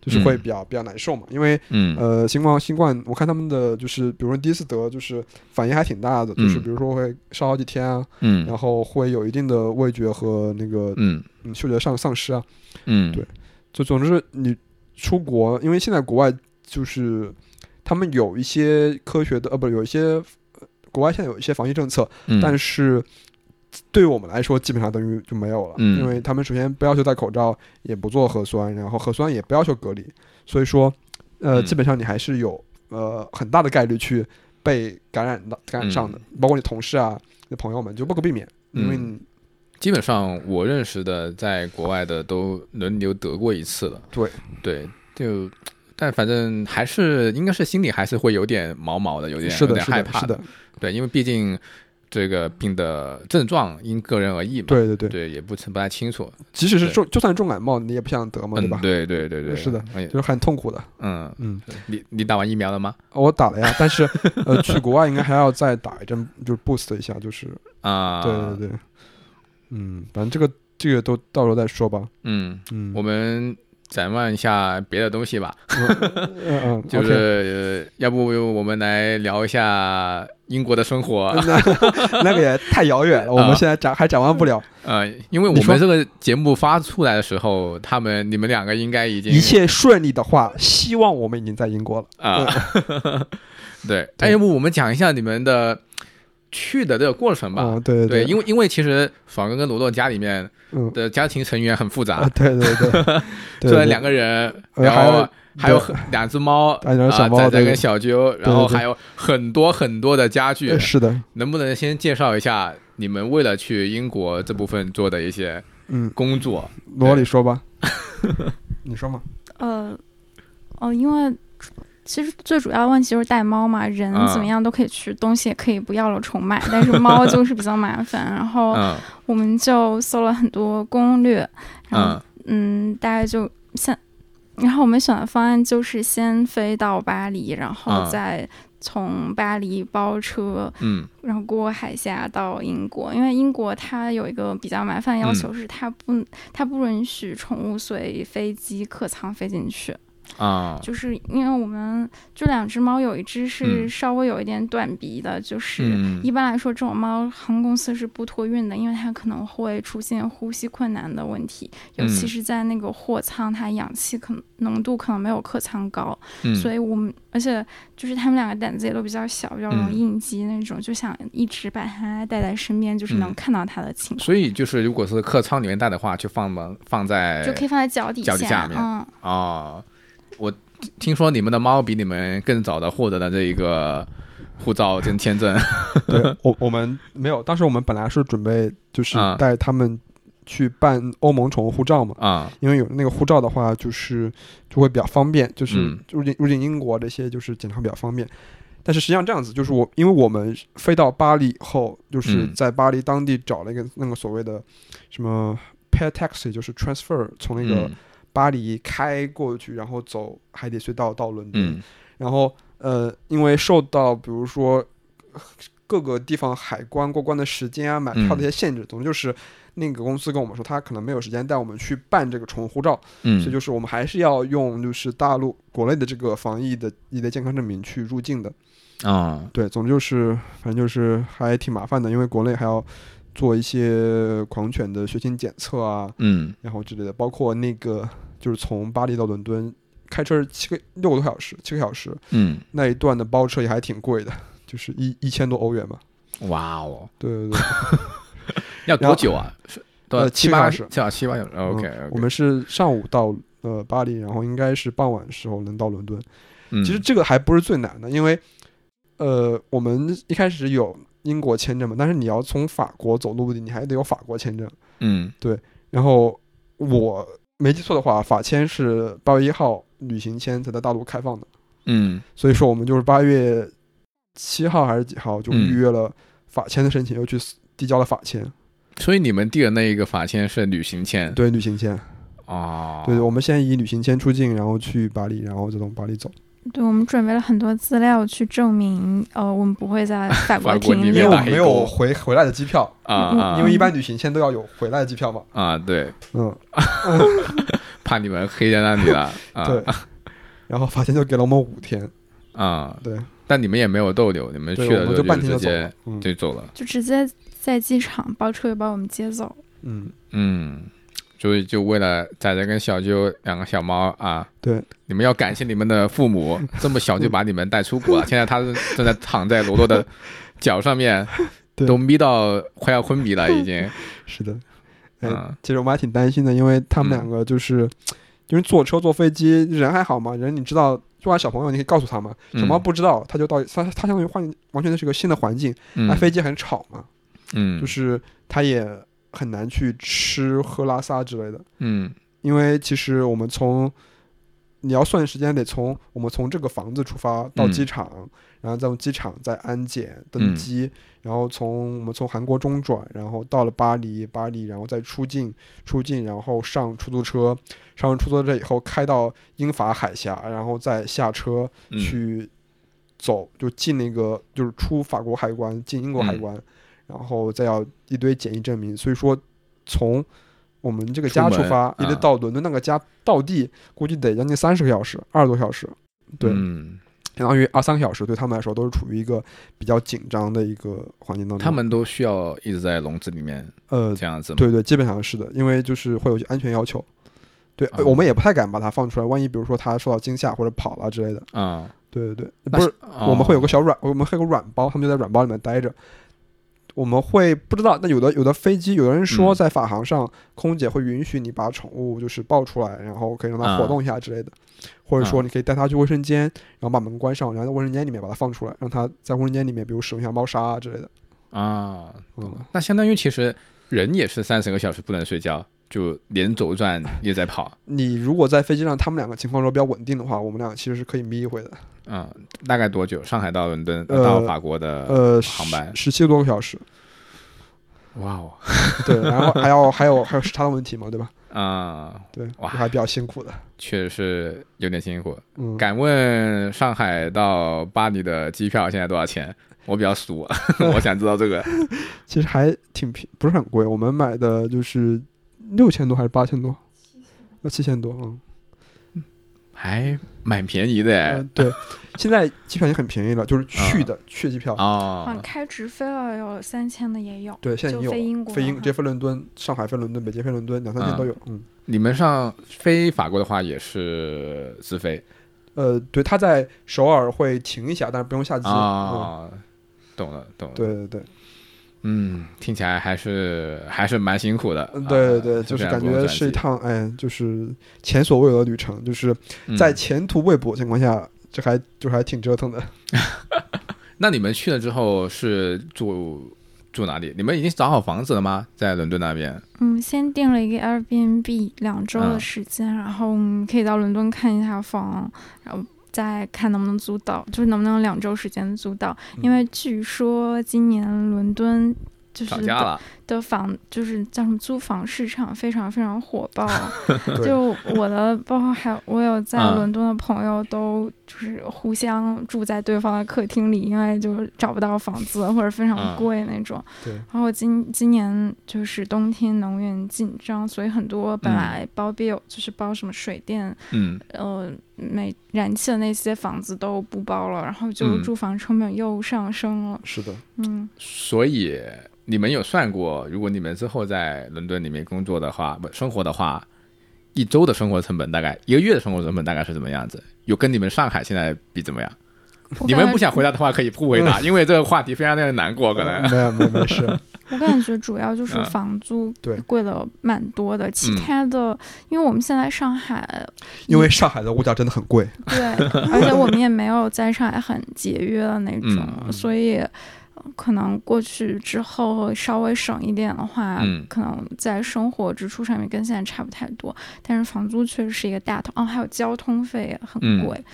Speaker 1: 就是会比较、比较难受嘛？因为
Speaker 2: 嗯
Speaker 1: 呃，新冠新冠，我看他们的就是，比如说第一次得，就是反应还挺大的，就是
Speaker 2: 嗯
Speaker 1: 比如说会烧好几天啊，
Speaker 2: 嗯
Speaker 1: 然后会有一定的味觉和那个
Speaker 2: 嗯
Speaker 1: 嗯嗅觉上丧失啊。
Speaker 2: 嗯，
Speaker 1: 对就总之你出国，因为现在国外就是他们有一些科学的呃，不是有一些呃国外现在有一些防疫政策，
Speaker 2: 嗯
Speaker 1: 但是对我们来说，基本上等于就没有了，
Speaker 2: 嗯
Speaker 1: 因为他们首先不要求戴口罩，也不做核酸，然后核酸也不要求隔离，所以说，呃，
Speaker 2: 嗯
Speaker 1: 基本上你还是有呃很大的概率去被感染到感染上的，包括你同事啊、你的朋友们，就不可避免，因为
Speaker 2: 嗯
Speaker 1: 你
Speaker 2: 基本上我认识的在国外的都轮流得过一次了。
Speaker 1: 对
Speaker 2: 对，就但反正还是应该是心里还是会有点毛毛的，有点
Speaker 1: 是
Speaker 2: 有
Speaker 1: 的，
Speaker 2: 点
Speaker 1: 是
Speaker 2: 害
Speaker 1: 的，
Speaker 2: 怕
Speaker 1: 是的，
Speaker 2: 对，因为毕竟这个病的症状因个人而异嘛。
Speaker 1: 对对对，
Speaker 2: 对，也不不太清楚。
Speaker 1: 即使是
Speaker 2: 对
Speaker 1: 重，就算是重感冒，你也不想得嘛，对
Speaker 2: 嗯
Speaker 1: 吧，？
Speaker 2: 对对对对，
Speaker 1: 是的
Speaker 2: 哎呀，
Speaker 1: 就是很痛苦的。
Speaker 2: 嗯，
Speaker 1: 嗯，
Speaker 2: 你你打完疫苗了吗？
Speaker 1: 我打了呀，但是呃，去国外应该还要再打一针，就是 boost 一下，就是
Speaker 2: 啊，
Speaker 1: 对对对，嗯，反正这个这个都到时候再说吧。
Speaker 2: 嗯，
Speaker 1: 嗯，
Speaker 2: 我们展望一下别的东西吧，
Speaker 1: 嗯嗯，
Speaker 2: 就
Speaker 1: OK
Speaker 2: 是呃要不我们来聊一下英国的生活，
Speaker 1: 那 那个也太遥远了，我
Speaker 2: 啊
Speaker 1: 们现在展还展望不了，
Speaker 2: 呃，因为我
Speaker 1: 你说
Speaker 2: 们这个节目发出来的时候，他们你们两个应该已经
Speaker 1: 一切顺利的话，希望我们已经在英国了。
Speaker 2: 啊，
Speaker 1: 嗯
Speaker 2: 对，哎，要不我们讲一下你们的去的这个过程吧。
Speaker 1: 嗯，对对，
Speaker 2: 对，因为因为其实爽哥跟罗洛家里面
Speaker 1: 嗯
Speaker 2: 的家庭成员很复杂
Speaker 1: 啊，，对对 对，对
Speaker 2: 就
Speaker 1: 对
Speaker 2: 那两个人，
Speaker 1: 呃
Speaker 2: 然
Speaker 1: 还有
Speaker 2: 后还有
Speaker 1: 对
Speaker 2: 两只猫啊，
Speaker 1: 还有两只小猫
Speaker 2: 仔仔
Speaker 1: 对
Speaker 2: 跟小啾，然后
Speaker 1: 对对
Speaker 2: 还有很多很多的家具
Speaker 1: 呃，是的，
Speaker 2: 能不能先介绍一下你们为了去英国这部分做的一些
Speaker 1: 嗯，
Speaker 2: 工作？
Speaker 1: 罗里说 吧，你说嘛，
Speaker 3: 呃，哦，因为其实最主要的问题就是带猫嘛，人
Speaker 2: 啊
Speaker 3: 怎么样都可以去，东西也可以不要了重买，但是 猫就是比较麻烦。然后
Speaker 2: 嗯
Speaker 3: 我们就搜了很多攻略，然后
Speaker 2: 嗯
Speaker 3: 嗯大概就现，然后我们选的方案就是先飞到巴黎，然后
Speaker 2: 啊
Speaker 3: 再从巴黎包车，
Speaker 2: 嗯
Speaker 3: 然后过海峡到英国，因为英国它有一个比较麻烦的要
Speaker 2: 嗯
Speaker 3: 求是，它不、它不允许宠物随飞机客舱飞进去，
Speaker 2: 啊
Speaker 3: 就是因为我们这两只猫有一只是
Speaker 2: 嗯
Speaker 3: 稍微有一点短鼻的，就是。
Speaker 2: 嗯
Speaker 3: 一般来说，这种猫航空公司是不托运的，因为它可能会出现呼吸困难的问题，尤其
Speaker 2: 嗯
Speaker 3: 是在那个货舱，它氧气可能浓度可能没有客舱高，
Speaker 2: 嗯
Speaker 3: 所以我们而且就是他们两个胆子也都比较小，比较容
Speaker 2: 嗯
Speaker 3: 易应激那种，就想一直把它带在身边，就是能
Speaker 2: 嗯
Speaker 3: 看到它的情况，
Speaker 2: 所以就是，如果是客舱里面带的话，就放门放在
Speaker 3: 就可以放在脚底
Speaker 2: 哎脚底下面
Speaker 3: 嗯，
Speaker 2: 哦。我听说你们的猫比你们更早的获得了这一个护照跟签证
Speaker 1: 对我我们没有，当时我们本来是准备就是
Speaker 2: 啊
Speaker 1: 带他们去办欧盟宠物护照嘛，
Speaker 2: 啊，
Speaker 1: 因为有那个护照的话，就是就会比较方便，就是
Speaker 2: 嗯
Speaker 1: 入境入境英国这些就是检查比较方便。但是实际上这样子，就是我因为我们飞到巴黎以后，就是
Speaker 2: 嗯
Speaker 1: 在巴黎当地找了一个那个所谓的什么 pair taxi，就是 transfer 从那个
Speaker 2: 嗯
Speaker 1: 巴黎开过去，然后走海底隧道到伦敦。
Speaker 2: 嗯
Speaker 1: 然后呃，因为受到比如说各个地方海关过关的时间啊、买票
Speaker 2: 嗯
Speaker 1: 的一些限制，总之就是那个公司跟我们说，他可能没有时间带我们去办这个宠物护照，
Speaker 2: 嗯，
Speaker 1: 所以就是我们还是要用就是大陆国内的这个防疫的一类健康证明去入境的。
Speaker 2: 啊
Speaker 1: 对，总之就是反正就是还挺麻烦的，因为国内还要做一些狂犬的血清检测啊，
Speaker 2: 嗯
Speaker 1: 然后之类的，包括那个就是从巴黎到伦敦。开车七个六个多小时，七个小时，
Speaker 2: 嗯，
Speaker 1: 那一段的包车也还挺贵的， 就是一一千多欧元吧。
Speaker 2: 哇哦，
Speaker 1: 对对对，
Speaker 2: 要多久啊？是多少
Speaker 1: 呃
Speaker 2: 七
Speaker 1: 七个
Speaker 2: 八
Speaker 1: 小时
Speaker 2: 七八七八小时
Speaker 1: 嗯
Speaker 2: ？OK，
Speaker 1: 我们是上午到呃巴黎，然后应该是傍晚时候能到伦敦。
Speaker 2: 其
Speaker 1: 其实这个还不是最难的，因为呃我们一开始有英国签证嘛，但是你要从法国走陆地，你还得有法国签证。
Speaker 2: 嗯
Speaker 1: 然后我没记错的话，法签是八月一号旅行签才在大陆开放的，
Speaker 2: 嗯
Speaker 1: 所以说我们就是八月七号还是几号就
Speaker 2: 嗯
Speaker 1: 预约了法签的申请，又去递交了法签。
Speaker 2: 所以你们递的那一个法签是旅行签
Speaker 1: 对，旅行签。
Speaker 2: 哦，
Speaker 1: 对，我们先以旅行签出境，然后去巴黎，然后再从巴黎走。
Speaker 3: 对，我们准备了很多资料去证明，呃，我们不会 在法
Speaker 2: 法
Speaker 3: 国
Speaker 2: 国
Speaker 3: 停
Speaker 2: 里
Speaker 1: 因为
Speaker 2: 面
Speaker 3: 留
Speaker 1: 我
Speaker 2: 打
Speaker 1: 们
Speaker 2: 黑
Speaker 1: 没
Speaker 2: 工
Speaker 1: 有回回来的机票，
Speaker 2: 啊啊
Speaker 1: 因为一般旅行签都要有回来的机票嘛。
Speaker 2: 啊对，
Speaker 1: 嗯，
Speaker 2: 怕你们黑在那里 了啊
Speaker 1: 对。然后法签就给了我们五天，
Speaker 2: 啊，
Speaker 1: 对，
Speaker 2: 但你们也没有逗留，你们去
Speaker 1: 对，
Speaker 2: 了
Speaker 1: 我们就半
Speaker 2: 就
Speaker 1: 天就
Speaker 2: 直
Speaker 1: 走
Speaker 2: 接
Speaker 1: 了。嗯
Speaker 2: 就走了。
Speaker 3: 就直接在机场包车就把我们接走。
Speaker 1: 嗯，
Speaker 2: 嗯，所以就为了仔仔跟小啾两个小猫啊，
Speaker 1: 对，
Speaker 2: 你们要感谢你们的 父母，这么小就把你们带出国了。现在他正在躺在罗罗的脚上面，
Speaker 1: 对
Speaker 2: 都眯到快要昏迷了，已经。
Speaker 1: 是的。哎
Speaker 2: 嗯
Speaker 1: 其实我们还挺担心的，因为他们
Speaker 2: 嗯
Speaker 1: 两个就是，因为坐车坐飞机人还好嘛，人你知道，就按小朋友你可以告诉他嘛，小猫
Speaker 2: 嗯
Speaker 1: 不知道，他就到他他相当于换完全的是个新的环境，那
Speaker 2: 嗯，
Speaker 1: 飞机很吵嘛，
Speaker 2: 嗯，
Speaker 1: 就是他也很难去吃喝拉撒之类的。
Speaker 2: 嗯
Speaker 1: 因为其实我们从你要算时间，得从我们从这个房子出发到机场，然后再从机场再安检登
Speaker 2: 嗯
Speaker 1: 机，然后从我们从韩国中转，然后到了巴黎，巴黎然后再出境，出境然后上出租车，上完出租车以后开到英法海峡，然后再下车
Speaker 2: 嗯
Speaker 1: 去走，就进那个就是出法国海关进
Speaker 2: 嗯
Speaker 1: 英国海关，然后再要一堆检疫证明，所以说从。我们这个
Speaker 2: 出
Speaker 1: 家出
Speaker 2: 门
Speaker 1: 发，一直
Speaker 2: 啊
Speaker 1: 到伦敦那个家到地，估计得将近三十个小时，二十多小时，对
Speaker 2: 嗯
Speaker 1: 相当于二三个小时，对他们来说都是处于一个比较紧张的一个环境当中。
Speaker 2: 他们都需要一直在笼子里面
Speaker 1: 呃，
Speaker 2: 这样子吗？
Speaker 1: 对对，基本上是的，因为就是会有一些安全要求。对，
Speaker 2: 啊
Speaker 1: 呃我们也不太敢把它放出来，万一比如说它受到惊吓或者跑了之类的。
Speaker 2: 啊，
Speaker 1: 对对对，
Speaker 2: 那
Speaker 1: 不是，
Speaker 2: 哦
Speaker 1: 我们会有个小软，我们会有个软包，他们就在软包里面待着。我们会不知道，那有的有的飞机，有的人说
Speaker 2: 嗯
Speaker 1: 在法航上，空姐会允许你把宠物就是抱出来，然后可以让它活动一下之类的，或者说
Speaker 2: 啊
Speaker 1: 你可以带它去卫生间，然后把门关上，然后在卫生间里面把它放出来，让它在卫生间里面，比如使用一下猫砂啊之类的。
Speaker 2: 啊，
Speaker 1: 嗯，
Speaker 2: 那相当于其实人也是三十个小时不能睡觉，就连轴转也在跑。
Speaker 1: 你如果在飞机上他们两个情况都比较稳定的话，我们俩其实是可以眯一回的。
Speaker 2: 嗯，大概多久？上海到伦敦、
Speaker 1: 呃
Speaker 2: 到法国的、
Speaker 1: 呃，
Speaker 2: 航班
Speaker 1: 十七多个小时，
Speaker 2: 哇哦
Speaker 1: 对，然后还要还有还有时差的问题嘛，对吧？
Speaker 2: 啊、
Speaker 1: 对，
Speaker 2: 哇
Speaker 1: 还比较辛苦的。
Speaker 2: 确实是有点辛苦。
Speaker 1: 嗯，
Speaker 2: 敢问上海到巴黎的机票现在多少钱？我比较俗， 我想知道这个。
Speaker 1: 其实还挺平，不是很贵。我们买的就是六千多还是八千多？呃，七千多，嗯，
Speaker 2: 还蛮便宜的哎啊
Speaker 1: 呃。对，现在机票已经很便宜了，就是去的、去机票，
Speaker 2: 哦，
Speaker 3: 好像啊开直飞了有三千的也有，
Speaker 1: 对，现在已经有
Speaker 3: 就飞英国
Speaker 1: 飞
Speaker 3: 的
Speaker 1: 英
Speaker 3: 话
Speaker 1: 直接飞伦敦、上海飞伦敦、北京飞伦敦，两三
Speaker 2: 嗯
Speaker 1: 天都有，嗯，
Speaker 2: 你们上飞法国的话也是直飞
Speaker 1: 呃，对，它在首尔会停一下，但是不用下机，
Speaker 2: 啊、
Speaker 1: 嗯，
Speaker 2: 懂了懂了。
Speaker 1: 对对对，
Speaker 2: 嗯，听起来还是还是蛮辛苦的。
Speaker 1: 嗯，
Speaker 2: 啊
Speaker 1: 对对对，就是
Speaker 2: 虽然
Speaker 1: 感
Speaker 2: 不用
Speaker 1: 觉
Speaker 2: 转
Speaker 1: 是一
Speaker 2: 机
Speaker 1: 趟，哎，就是前所未有的旅程，就是在
Speaker 2: 嗯
Speaker 1: 前途未卜的情况下，这还就还挺折腾的。
Speaker 2: 那你们去了之后是住住哪里？你们已经找好房子了吗？在伦敦那边？
Speaker 3: 嗯，先订了一个 Airbnb 两周
Speaker 2: 嗯
Speaker 3: 的时间，然后我们可以到伦敦看一下房，然后再看能不能租到，就是能不能两周时间租到。
Speaker 2: 嗯
Speaker 3: 因为据说今年伦敦就是
Speaker 2: 涨价
Speaker 3: 的
Speaker 2: 了
Speaker 3: 的房，就是叫什么租房市场非常非常 火 爆。
Speaker 1: 对，
Speaker 3: 就我的，包括还有我有在
Speaker 2: 嗯
Speaker 3: 伦敦的朋友，都就是互相住在对方的客厅里，因为就是找不到房子或者非
Speaker 2: 嗯
Speaker 3: 常贵那种。
Speaker 1: 对
Speaker 3: 然后今今年就是冬天能源紧张，所以很多
Speaker 2: 嗯
Speaker 3: 本来包 bill、就是包什么水电、
Speaker 2: 嗯
Speaker 3: 呃煤燃气的那些房子都不包了，然后就
Speaker 2: 嗯
Speaker 3: 住房成本又上升了。
Speaker 1: 是的，
Speaker 3: 嗯，
Speaker 2: 所以你们有算过，如果你们之后在伦敦里面工作的话，不生活的话，一周的生活成本大概，一个月的生活成本大概是怎么样子？有跟你们上海现在比怎么样？
Speaker 3: 我
Speaker 2: 你
Speaker 3: 感
Speaker 2: 们
Speaker 3: 觉
Speaker 2: 不想回答的话可以不回
Speaker 3: 嗯
Speaker 2: 答，因为这个话题非常的难过，可能。
Speaker 1: 没有没有没事，
Speaker 3: 我感觉主要就是
Speaker 2: 嗯
Speaker 3: 房租
Speaker 1: 对
Speaker 3: 贵了蛮多的，其
Speaker 2: 嗯
Speaker 3: 他的，因为我们现在上海，
Speaker 1: 因为上海的物价真的很贵。
Speaker 3: 对，而且我们也没有在上海很节约的那种，
Speaker 2: 嗯
Speaker 1: 嗯
Speaker 3: 所以呃可能过去之后稍微省一点的话，
Speaker 2: 嗯
Speaker 3: 可能在生活支出上面跟现在差不太多，但是房租确实是一个大头，哦，还有交通费也很
Speaker 2: 嗯
Speaker 3: 贵，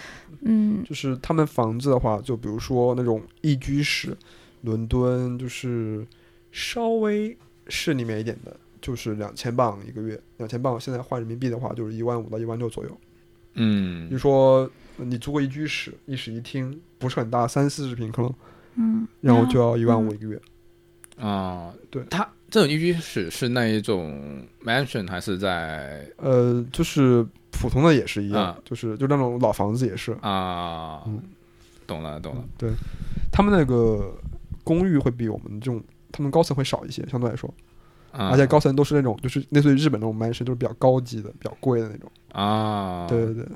Speaker 3: 嗯
Speaker 1: 就是他们房子的话，就比如说那种一居室，伦敦就是稍微市里面一点的，就是两千镑一个月，两千镑现在换人民币的话就是一万五到一万六左右。
Speaker 2: 嗯
Speaker 1: 你说你租个一居室，一室一厅，不是很大，三四十平可能，
Speaker 3: 嗯，
Speaker 1: 然后就要一万
Speaker 3: 嗯
Speaker 1: 五一个月。
Speaker 2: 啊、
Speaker 1: 对
Speaker 2: 它这种一居室是那一种 mansion 还是在
Speaker 1: 呃，就是普通的也是一样，
Speaker 2: 啊
Speaker 1: 就是就那种老房子也是，
Speaker 2: 啊、
Speaker 1: 嗯
Speaker 2: 懂了懂了，
Speaker 1: 对，他们那个公寓会比我们这种，他们高层会少一些，相对来说。
Speaker 2: 啊、
Speaker 1: 而且高层都是那种就是类似于日本那种 mansion，就是比较高级的、比较贵的那种。
Speaker 2: 啊，
Speaker 1: 对对对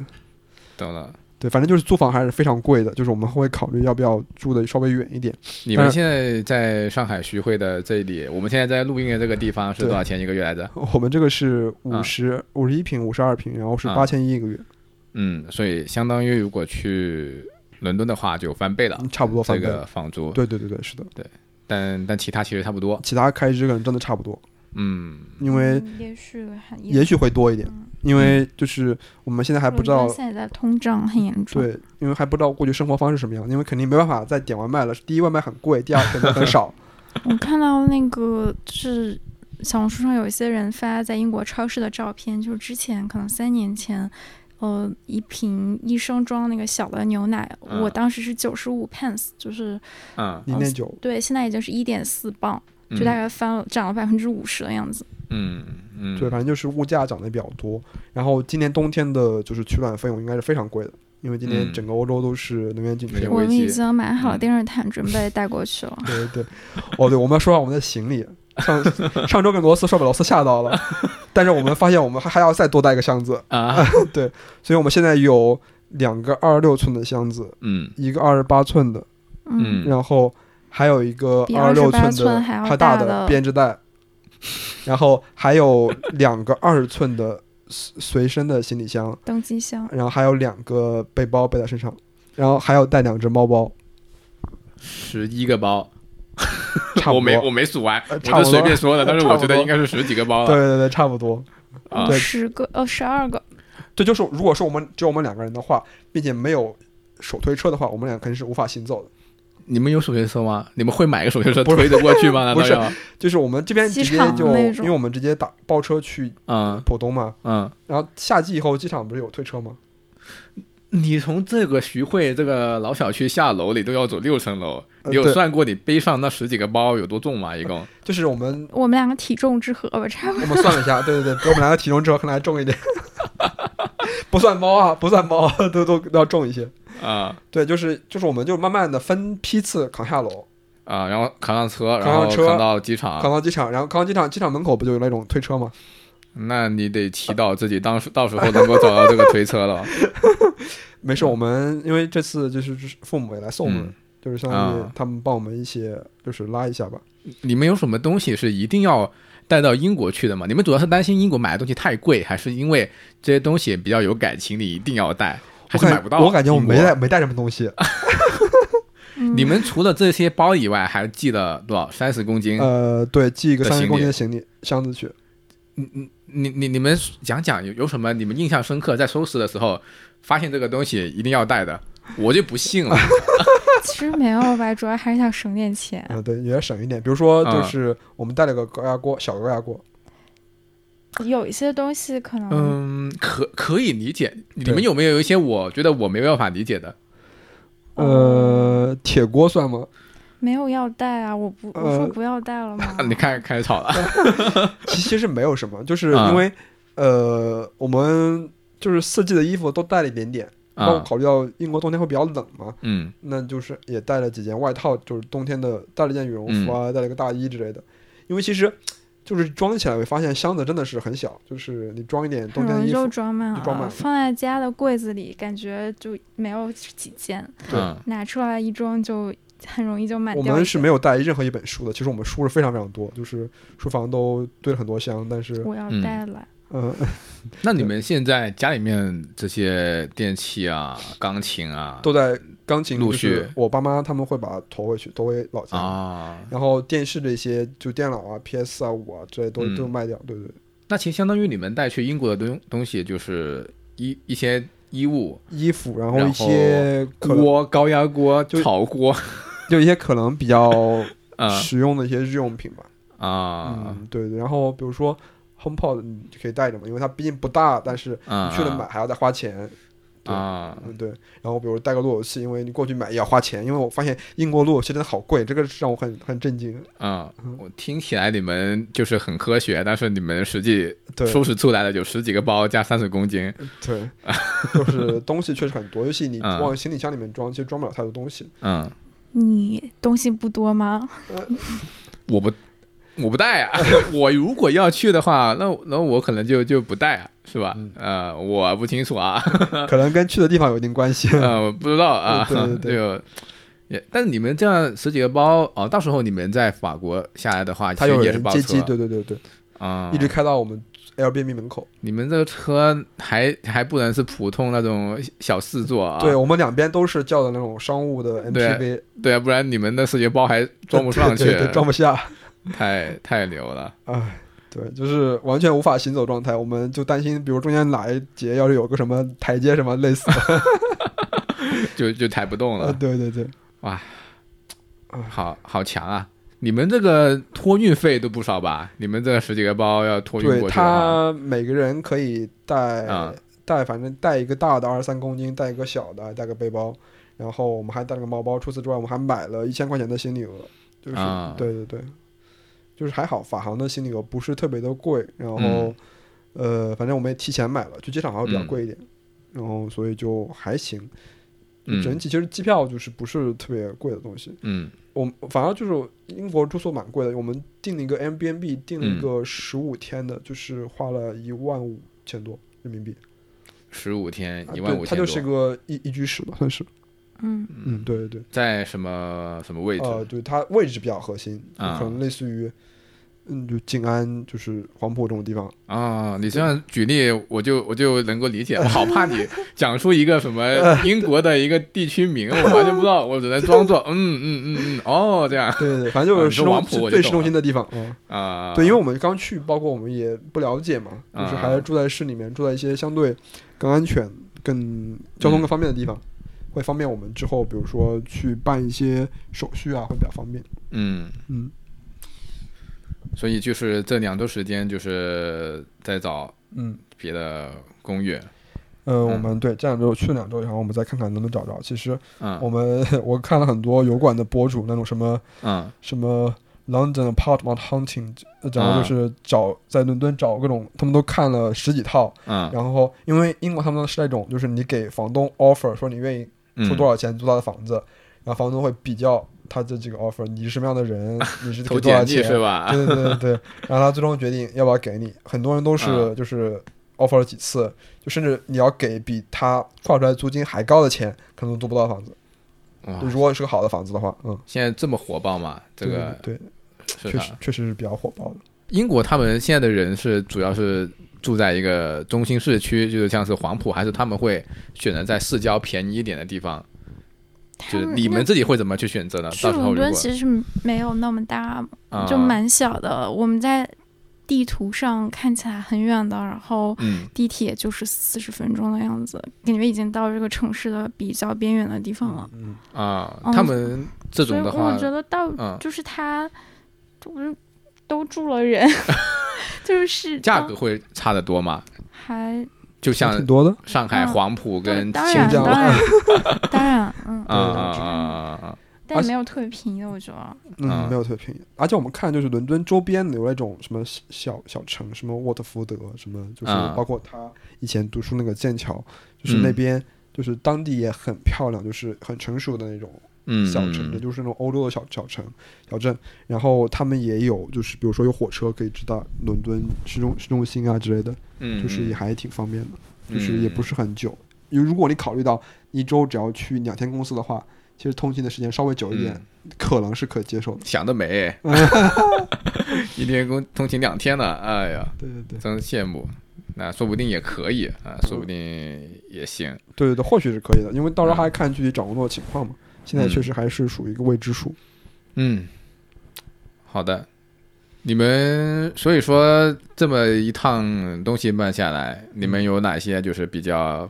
Speaker 2: 懂了。
Speaker 1: 对，反正就是租房还是非常贵的，就是我们会考虑要不要住的稍微远一点。
Speaker 2: 你
Speaker 1: 但
Speaker 2: 们
Speaker 1: 是
Speaker 2: 现在在上海徐汇的这里，我们现在在录音的这个地方是
Speaker 1: 对
Speaker 2: 多少钱一个月来着？
Speaker 1: 我们这个是
Speaker 2: 啊
Speaker 1: 五十五十一平、五十二平，然后是
Speaker 2: 啊
Speaker 1: 八千一一个月，
Speaker 2: 嗯，所以相当于如果去伦敦的话就翻倍了，
Speaker 1: 差不多翻倍
Speaker 2: 啊这个房租。
Speaker 1: 对对对对，是的，
Speaker 2: 但但其他其实差不多。
Speaker 1: 其他开支可能真的差不多。
Speaker 2: 嗯
Speaker 1: 因为
Speaker 3: 嗯也嗯许很
Speaker 1: 也许会多一点，因为就是我们现在还
Speaker 3: 还
Speaker 1: 不知道，
Speaker 3: 现在的通胀很严重，
Speaker 1: 对，因为还不知道过去生活方式什么样，因为肯定没办法再点外卖了。第一，外卖很贵；第二，选择很 少。
Speaker 3: 我看到那个就是小红书上有一些人发在英国超市的照片，就是之前可能三年前，呃，一瓶一升装那个小的牛奶，
Speaker 2: 嗯
Speaker 3: 我当时是九十五 pence，就是
Speaker 2: 啊，
Speaker 1: 零点九，
Speaker 3: 对，现在已经是一点四磅，
Speaker 2: 嗯
Speaker 3: 就大概翻了、涨了百分之五十的样子。
Speaker 2: 嗯嗯，
Speaker 1: 对，反正就是物价涨得比较多。然后今年冬天的就是取暖费用应该是非常贵的，因为今年
Speaker 2: 嗯
Speaker 1: 整个欧洲都是能源紧缺
Speaker 2: 没有
Speaker 1: 嘛。
Speaker 3: 我
Speaker 2: 危
Speaker 3: 们已
Speaker 2: 机
Speaker 3: 经买好
Speaker 2: 嗯
Speaker 3: 电热毯，准备带过去了。
Speaker 1: 对对对，哦对，我们要说下我们的行李。上上周跟罗斯说，把罗斯吓到了，但是我们发现我们还还要再多带一个箱子，
Speaker 2: 啊，
Speaker 1: 所以我们现在有两个二十六寸的箱子，
Speaker 2: 嗯
Speaker 1: 一个二十八寸的，
Speaker 3: 嗯，
Speaker 1: 然后还有一个
Speaker 3: 比
Speaker 1: 二十六
Speaker 3: 28
Speaker 1: 的
Speaker 3: 寸还要
Speaker 1: 还大
Speaker 3: 大
Speaker 1: 的
Speaker 3: 的
Speaker 1: 编织袋，然后还有两个二十寸的随随身的行李箱，
Speaker 3: 登机箱。
Speaker 1: 然后还有两个背包背在身上，然后还有带两只猫包，
Speaker 2: 十一个包，
Speaker 1: 差
Speaker 2: 我
Speaker 1: 不
Speaker 2: 没我
Speaker 1: 多。
Speaker 2: 没数完，
Speaker 1: 呃
Speaker 2: 我
Speaker 1: 差不多
Speaker 2: 就随便说的，但是
Speaker 1: 差
Speaker 2: 我
Speaker 1: 不
Speaker 2: 觉得
Speaker 1: 多
Speaker 2: 应该是十几个包
Speaker 1: 对
Speaker 2: 了
Speaker 1: 对对，差不多。
Speaker 2: 啊
Speaker 1: 对
Speaker 3: 十个呃十二个，
Speaker 1: 这就是如果说我们只有我们两个人的话，并且没有手推车的话，我们俩肯定是无法行走的。
Speaker 2: 你们有手推车吗？你们会买个手推车推得过去 吗？难
Speaker 1: 不
Speaker 2: 道
Speaker 1: 是
Speaker 2: 要？
Speaker 1: 就是我们这边
Speaker 3: 机
Speaker 1: 直接
Speaker 3: 场
Speaker 1: 就，
Speaker 3: 那
Speaker 1: 因
Speaker 3: 种
Speaker 1: 为我们直接打包车去
Speaker 2: 嗯
Speaker 1: 浦东嘛，
Speaker 2: 嗯，
Speaker 1: 然后夏季以后机场不是有推车吗？
Speaker 2: 你从这个徐汇这个老小区下楼，你都要走六层楼，
Speaker 1: 呃
Speaker 2: 你有
Speaker 1: 对
Speaker 2: 算过你背上那十几个包有多重吗？一 共？
Speaker 1: 就是我们
Speaker 3: 我们两个体重之和吧，差不
Speaker 1: 我
Speaker 3: 多。
Speaker 1: 们算了一下，对对对，比我们两个体重之后可能还重一点， 不算猫啊，不算猫 啊，都都都要重一些。
Speaker 2: 啊
Speaker 1: 对，就是就是我们就慢慢的分批次扛下楼，
Speaker 2: 啊，然后扛上车，
Speaker 1: 扛
Speaker 2: 然
Speaker 1: 上
Speaker 2: 后
Speaker 1: 车
Speaker 2: 扛到机
Speaker 1: 扛
Speaker 2: 场，
Speaker 1: 到机场，然后扛到机场，机场门口不就有那种推车吗？
Speaker 2: 那你得祈祷自己当时到时候能够找到这个推车了。
Speaker 1: 没事，我们因为这次就是就是父母也来送我们，
Speaker 2: 嗯
Speaker 1: 就是相当于
Speaker 2: 啊
Speaker 1: 他们帮我们一起就是拉一下吧。
Speaker 2: 你们有什么东西是一定要带到英国去的吗？你们主要是担心英国买的东西太贵，还是因为这些东西比较有感情，你一定要带，
Speaker 1: 我
Speaker 2: 还是
Speaker 1: 感
Speaker 2: 买不到？
Speaker 1: 我感觉我没
Speaker 2: 英国啊
Speaker 1: 带。没带什么东西，
Speaker 3: 嗯
Speaker 2: 你们除了这些包以外，还寄了多少？三十公斤？
Speaker 1: 呃，对，寄一个
Speaker 2: 嗯的
Speaker 1: 三十
Speaker 2: 行
Speaker 1: 公
Speaker 2: 李
Speaker 1: 斤的行李箱子去。
Speaker 2: 你你你你你们讲讲有有什么你们印象深刻，在收拾的时候发现这个东西一定要带的，我就不信 了。
Speaker 3: 嗯其实没有吧，主要还是想省点钱。
Speaker 1: 嗯，对，也省一点。比如说，就
Speaker 2: 啊
Speaker 1: 是我们带了个高压锅，小高压锅，
Speaker 3: 有一些东西可能，
Speaker 2: 嗯，可可以理解。你
Speaker 1: 对
Speaker 2: 们有没有一些我觉得我没办法理解的？？
Speaker 3: 哦
Speaker 1: 呃，铁锅算吗？
Speaker 3: 没有要带啊，我不我
Speaker 1: 呃
Speaker 3: 说不要带了吗
Speaker 2: 啊你看开始吵了。
Speaker 1: 其其实没有什么，就是
Speaker 2: 啊
Speaker 1: 因为、呃，我们就是四季的衣服都带了一点点，包括
Speaker 2: 啊，
Speaker 1: 考虑到英国冬天会比较冷嘛，
Speaker 2: 嗯
Speaker 1: 那就是也带了几件外套，就是冬天的带了一件羽
Speaker 2: 嗯
Speaker 1: 绒服啊，带了一个大衣之类的。因为其实就是装起来会发现箱子真的是很小，就是你装一点
Speaker 3: 很
Speaker 1: 冬天
Speaker 3: 容
Speaker 1: 的
Speaker 3: 易
Speaker 1: 衣服
Speaker 3: 嗯就，装满
Speaker 1: 就装满了
Speaker 3: 了，放在家的柜子里，感觉就没有几件，
Speaker 1: 对
Speaker 2: 嗯
Speaker 3: 拿出来一装就很容易就满
Speaker 1: 我
Speaker 3: 掉。
Speaker 1: 们是没有带任何一本书的。其实我们书是非常非常多，就是书房都堆了很多箱，但是
Speaker 3: 我要
Speaker 2: 嗯
Speaker 3: 带来，
Speaker 1: 呃，
Speaker 2: 那你们现在家里面这些电器啊、钢琴啊
Speaker 1: 都在钢琴
Speaker 2: 陆
Speaker 1: 就是
Speaker 2: 续
Speaker 1: 我爸妈他们会把它投回去，投回老家。
Speaker 2: 啊，
Speaker 1: 然后电视这些就电脑啊、PS 啊、五啊这些都、
Speaker 2: 嗯
Speaker 1: 都卖掉，对对。
Speaker 2: 那其实相当于你们带去英国的东东西就是一一些衣物。
Speaker 1: 衣服，然后
Speaker 2: 然
Speaker 1: 一些可能
Speaker 2: 锅、高压锅、
Speaker 1: 就
Speaker 2: 炒锅
Speaker 1: 就一些可能比 较
Speaker 2: 啊
Speaker 1: 实用的一些日用品吧。
Speaker 2: 啊
Speaker 1: 嗯，对对。然后比如说 HomePod 你就可以带着嘛，因为它毕竟不大，但是
Speaker 2: 啊！
Speaker 1: 你去了买还要再花钱。对
Speaker 2: 啊，
Speaker 1: 嗯，对。然后比如带个路由器，因为你过去买也要花钱，因为我发现英国路由器真的好贵，这个让我很很震惊。
Speaker 2: 嗯，我听起来你们就是很科学，但是你们实际
Speaker 1: 对
Speaker 2: 收拾出来的有十几个包加三十公斤，
Speaker 1: 对，就是东西确实很多，尤其你
Speaker 2: 嗯
Speaker 1: 往行李箱里面装，其实装不了太多东西。
Speaker 2: 嗯，
Speaker 3: 你东西不多吗？
Speaker 2: 我不我不带 啊，我如果要去的话，那那我可能就就不带啊，是吧？
Speaker 1: 嗯
Speaker 2: 呃，我不清楚 啊，
Speaker 1: 可能跟去的地方有一定关 系。
Speaker 2: 呃，我不知道啊，
Speaker 1: 嗯对对
Speaker 2: 就。也，但是你们这样十几个包哦，到时候你们在法国下来的话，
Speaker 1: 他
Speaker 2: 其实
Speaker 1: 有
Speaker 2: 也是
Speaker 1: 人
Speaker 2: 包
Speaker 1: 接
Speaker 2: 车
Speaker 1: 机，对对对对，
Speaker 2: 啊，
Speaker 1: 一直开到我们 Airbnb 门口。
Speaker 2: 你们这个车还还不能是普通那种小四座啊，
Speaker 1: 对我哦们两边都是叫的那种商务的
Speaker 2: 对
Speaker 1: MPV，
Speaker 2: 对啊，不然你们的四节包还装不上去，
Speaker 1: 对对对装不下。
Speaker 2: 太太牛了。
Speaker 1: 哎，对，就是完全无法行走状态，我们就担心，比如中间哪一节要是有个什么台阶什么，累死了。
Speaker 2: 就就抬不动了
Speaker 1: 啊，。 对对对，
Speaker 2: 哇，
Speaker 1: 啊
Speaker 2: 好好强啊！你们这个托运费都不少吧？你们这十几个包要托运
Speaker 1: 对
Speaker 2: 过去的话，
Speaker 1: 他每个人可以带、
Speaker 2: 啊
Speaker 1: 带，反正带一个大的二十三公斤，带一个小的，带个背包，然后我们还带了个猫包。除此之外，我们还买了一千块钱的行李额，就是、
Speaker 2: 啊
Speaker 1: 对对对，就是还好法航的行李额不是特别的贵，然后、
Speaker 2: 嗯
Speaker 1: 呃，反正我们也提前买了，去机场还会比较
Speaker 2: 嗯
Speaker 1: 贵一点，然后所以就还行。
Speaker 2: 嗯
Speaker 1: 整体其实机票就是不是特别贵的东西，
Speaker 2: 嗯
Speaker 1: 我们反而就是英国住宿蛮贵的，我们订了一个 Airbnb，订了一
Speaker 2: 嗯
Speaker 1: 个十五天的，就是花了一万五千多人民币，
Speaker 2: 十五天
Speaker 1: 啊
Speaker 2: 哎一万
Speaker 1: 对
Speaker 2: 五
Speaker 1: 它
Speaker 2: 千
Speaker 1: 就是一
Speaker 2: 多，
Speaker 1: 个一一居室吧，算是。
Speaker 3: 嗯
Speaker 1: 嗯，对对对，
Speaker 2: 在什么什么位置？
Speaker 1: 呃，对，它位置比较核心，就
Speaker 2: 啊
Speaker 1: 可能类似于，嗯，就静安就是黄埔这种地方，
Speaker 2: 啊、你这样举例，我就我就能够理解。我好怕 你讲出一个什么英国的一个地区名，我完全不知道，我只能装作嗯嗯嗯嗯哦这样
Speaker 1: 对对对，反正就是
Speaker 2: 啊你
Speaker 1: 市
Speaker 2: 说
Speaker 1: 中
Speaker 2: 黄埔
Speaker 1: 是
Speaker 2: 我就
Speaker 1: 最
Speaker 2: 懂
Speaker 1: 市中
Speaker 2: 了
Speaker 1: 心的地方。嗯，
Speaker 2: 啊、
Speaker 1: 对，因为我们刚去，包括我们也不了解嘛，就是
Speaker 2: 啊
Speaker 1: 还住在市里面，住在一些相对更安全、更交
Speaker 2: 嗯
Speaker 1: 通更方便的地方，会方便我们之后，比如说去办一些手续啊，会比较方便。
Speaker 2: 嗯，
Speaker 1: 嗯，
Speaker 2: 所以就是这两周时间就是在找
Speaker 1: 嗯，
Speaker 2: 别的攻略，
Speaker 1: 呃，我
Speaker 2: 嗯
Speaker 1: 们对这两周去了两周以后，我们再看看能不能找着。其实我
Speaker 2: 嗯
Speaker 1: 们 我看了很多油管的博主，那种什么
Speaker 2: 嗯
Speaker 1: 什么 London apartment hunting，呃然
Speaker 2: 啊
Speaker 1: 后就是找在伦敦找各种，他们都看了十几套。
Speaker 2: 嗯
Speaker 1: 然后因为英国他们是那种，就是你给房东 offer 说你愿意
Speaker 2: 嗯，
Speaker 1: 出多少钱租他的房子，然后房东会比较他的这个 offer，你是什么样的 人，你是
Speaker 2: 嗯投
Speaker 1: 给多少
Speaker 2: 简历
Speaker 1: 钱，
Speaker 2: 是吧？
Speaker 1: 对对对对，然后他最终决定要不要给你。很多人都是
Speaker 2: 啊
Speaker 1: 就是 offer 了几次，就甚至你要给比他跨出来租金还高的钱，可能都租不到房子。
Speaker 2: 哇
Speaker 1: 就，如果是个好的房子的话，嗯，
Speaker 2: 啊现在这么火爆嘛，这
Speaker 1: 对
Speaker 2: 个
Speaker 1: 对对，
Speaker 2: 市
Speaker 1: 确实
Speaker 2: 场，
Speaker 1: 确实是比较火爆的。
Speaker 2: 英国他们现在的人是主要是住在一个中心市区，就是像是黄埔，还是他们会选择在市郊便宜一点的地方？
Speaker 3: 他
Speaker 2: 就是
Speaker 3: 们
Speaker 2: 你
Speaker 3: 那
Speaker 2: 们自己会怎么去选择呢？
Speaker 3: 去
Speaker 2: 到时候
Speaker 3: 伦
Speaker 2: 如
Speaker 3: 敦
Speaker 2: 果
Speaker 3: 其实没有那么大，
Speaker 2: 啊，
Speaker 3: 就蛮小的。我们在地图上看起来很远的，然后
Speaker 2: 嗯
Speaker 3: 地铁就是四十分钟的样子，感觉已经到这个城市的比较边缘的地方了。
Speaker 1: 嗯，
Speaker 2: 啊，
Speaker 3: 嗯
Speaker 2: 他们这
Speaker 3: 所以
Speaker 2: 种的话
Speaker 3: 我，觉得到
Speaker 2: 嗯，
Speaker 3: 就是他都都住了人， 就是
Speaker 2: 价
Speaker 3: 当
Speaker 2: 格会差得多嘛？
Speaker 3: 还
Speaker 2: 就像
Speaker 1: 挺多的。
Speaker 2: 上海
Speaker 3: 嗯
Speaker 2: 黄埔
Speaker 3: 对
Speaker 2: 跟
Speaker 3: 当
Speaker 2: 新
Speaker 3: 然
Speaker 1: 疆
Speaker 3: 当然当然嗯，
Speaker 2: 啊啊
Speaker 1: 对
Speaker 2: 啊啊啊！
Speaker 1: 而
Speaker 3: 但
Speaker 1: 且
Speaker 3: 没有特别便宜的，我觉得。
Speaker 1: 嗯，
Speaker 2: 嗯
Speaker 1: 没有特别便宜，而且我们看就是伦敦周边有那种什么小小城，什么沃特福德，什么就是
Speaker 2: 啊
Speaker 1: 包括他以前读书那个剑桥，就是那
Speaker 2: 嗯
Speaker 1: 边就是当地也很漂亮，就是很成熟的那种
Speaker 2: 嗯，
Speaker 1: 小城，也
Speaker 2: 嗯
Speaker 1: 就是那种欧洲的小小城、小镇。然后他们也有，就是比如说有火车可以直达伦敦市中市中心啊之类的，
Speaker 2: 嗯，
Speaker 1: 就是也
Speaker 2: 嗯
Speaker 1: 还挺方便的，就是也不
Speaker 2: 嗯
Speaker 1: 是很久。因为如果你考虑到一周只要去两天公司的话，其实通勤的时间稍微久一点，
Speaker 2: 嗯
Speaker 1: 可能是可接受的。
Speaker 2: 想得美，一天工通勤两天了，哎呀，
Speaker 1: 对对对，
Speaker 2: 真羡慕。那说不定也可以啊，说不定也行。
Speaker 1: 对对对，或许是可以的，因为到时候
Speaker 2: 嗯
Speaker 1: 还看具体掌握的情况嘛。现在确实还是属于一个未知数。
Speaker 2: 嗯，好的。你们所以说这么一趟东西办下来，你们有哪些就是比较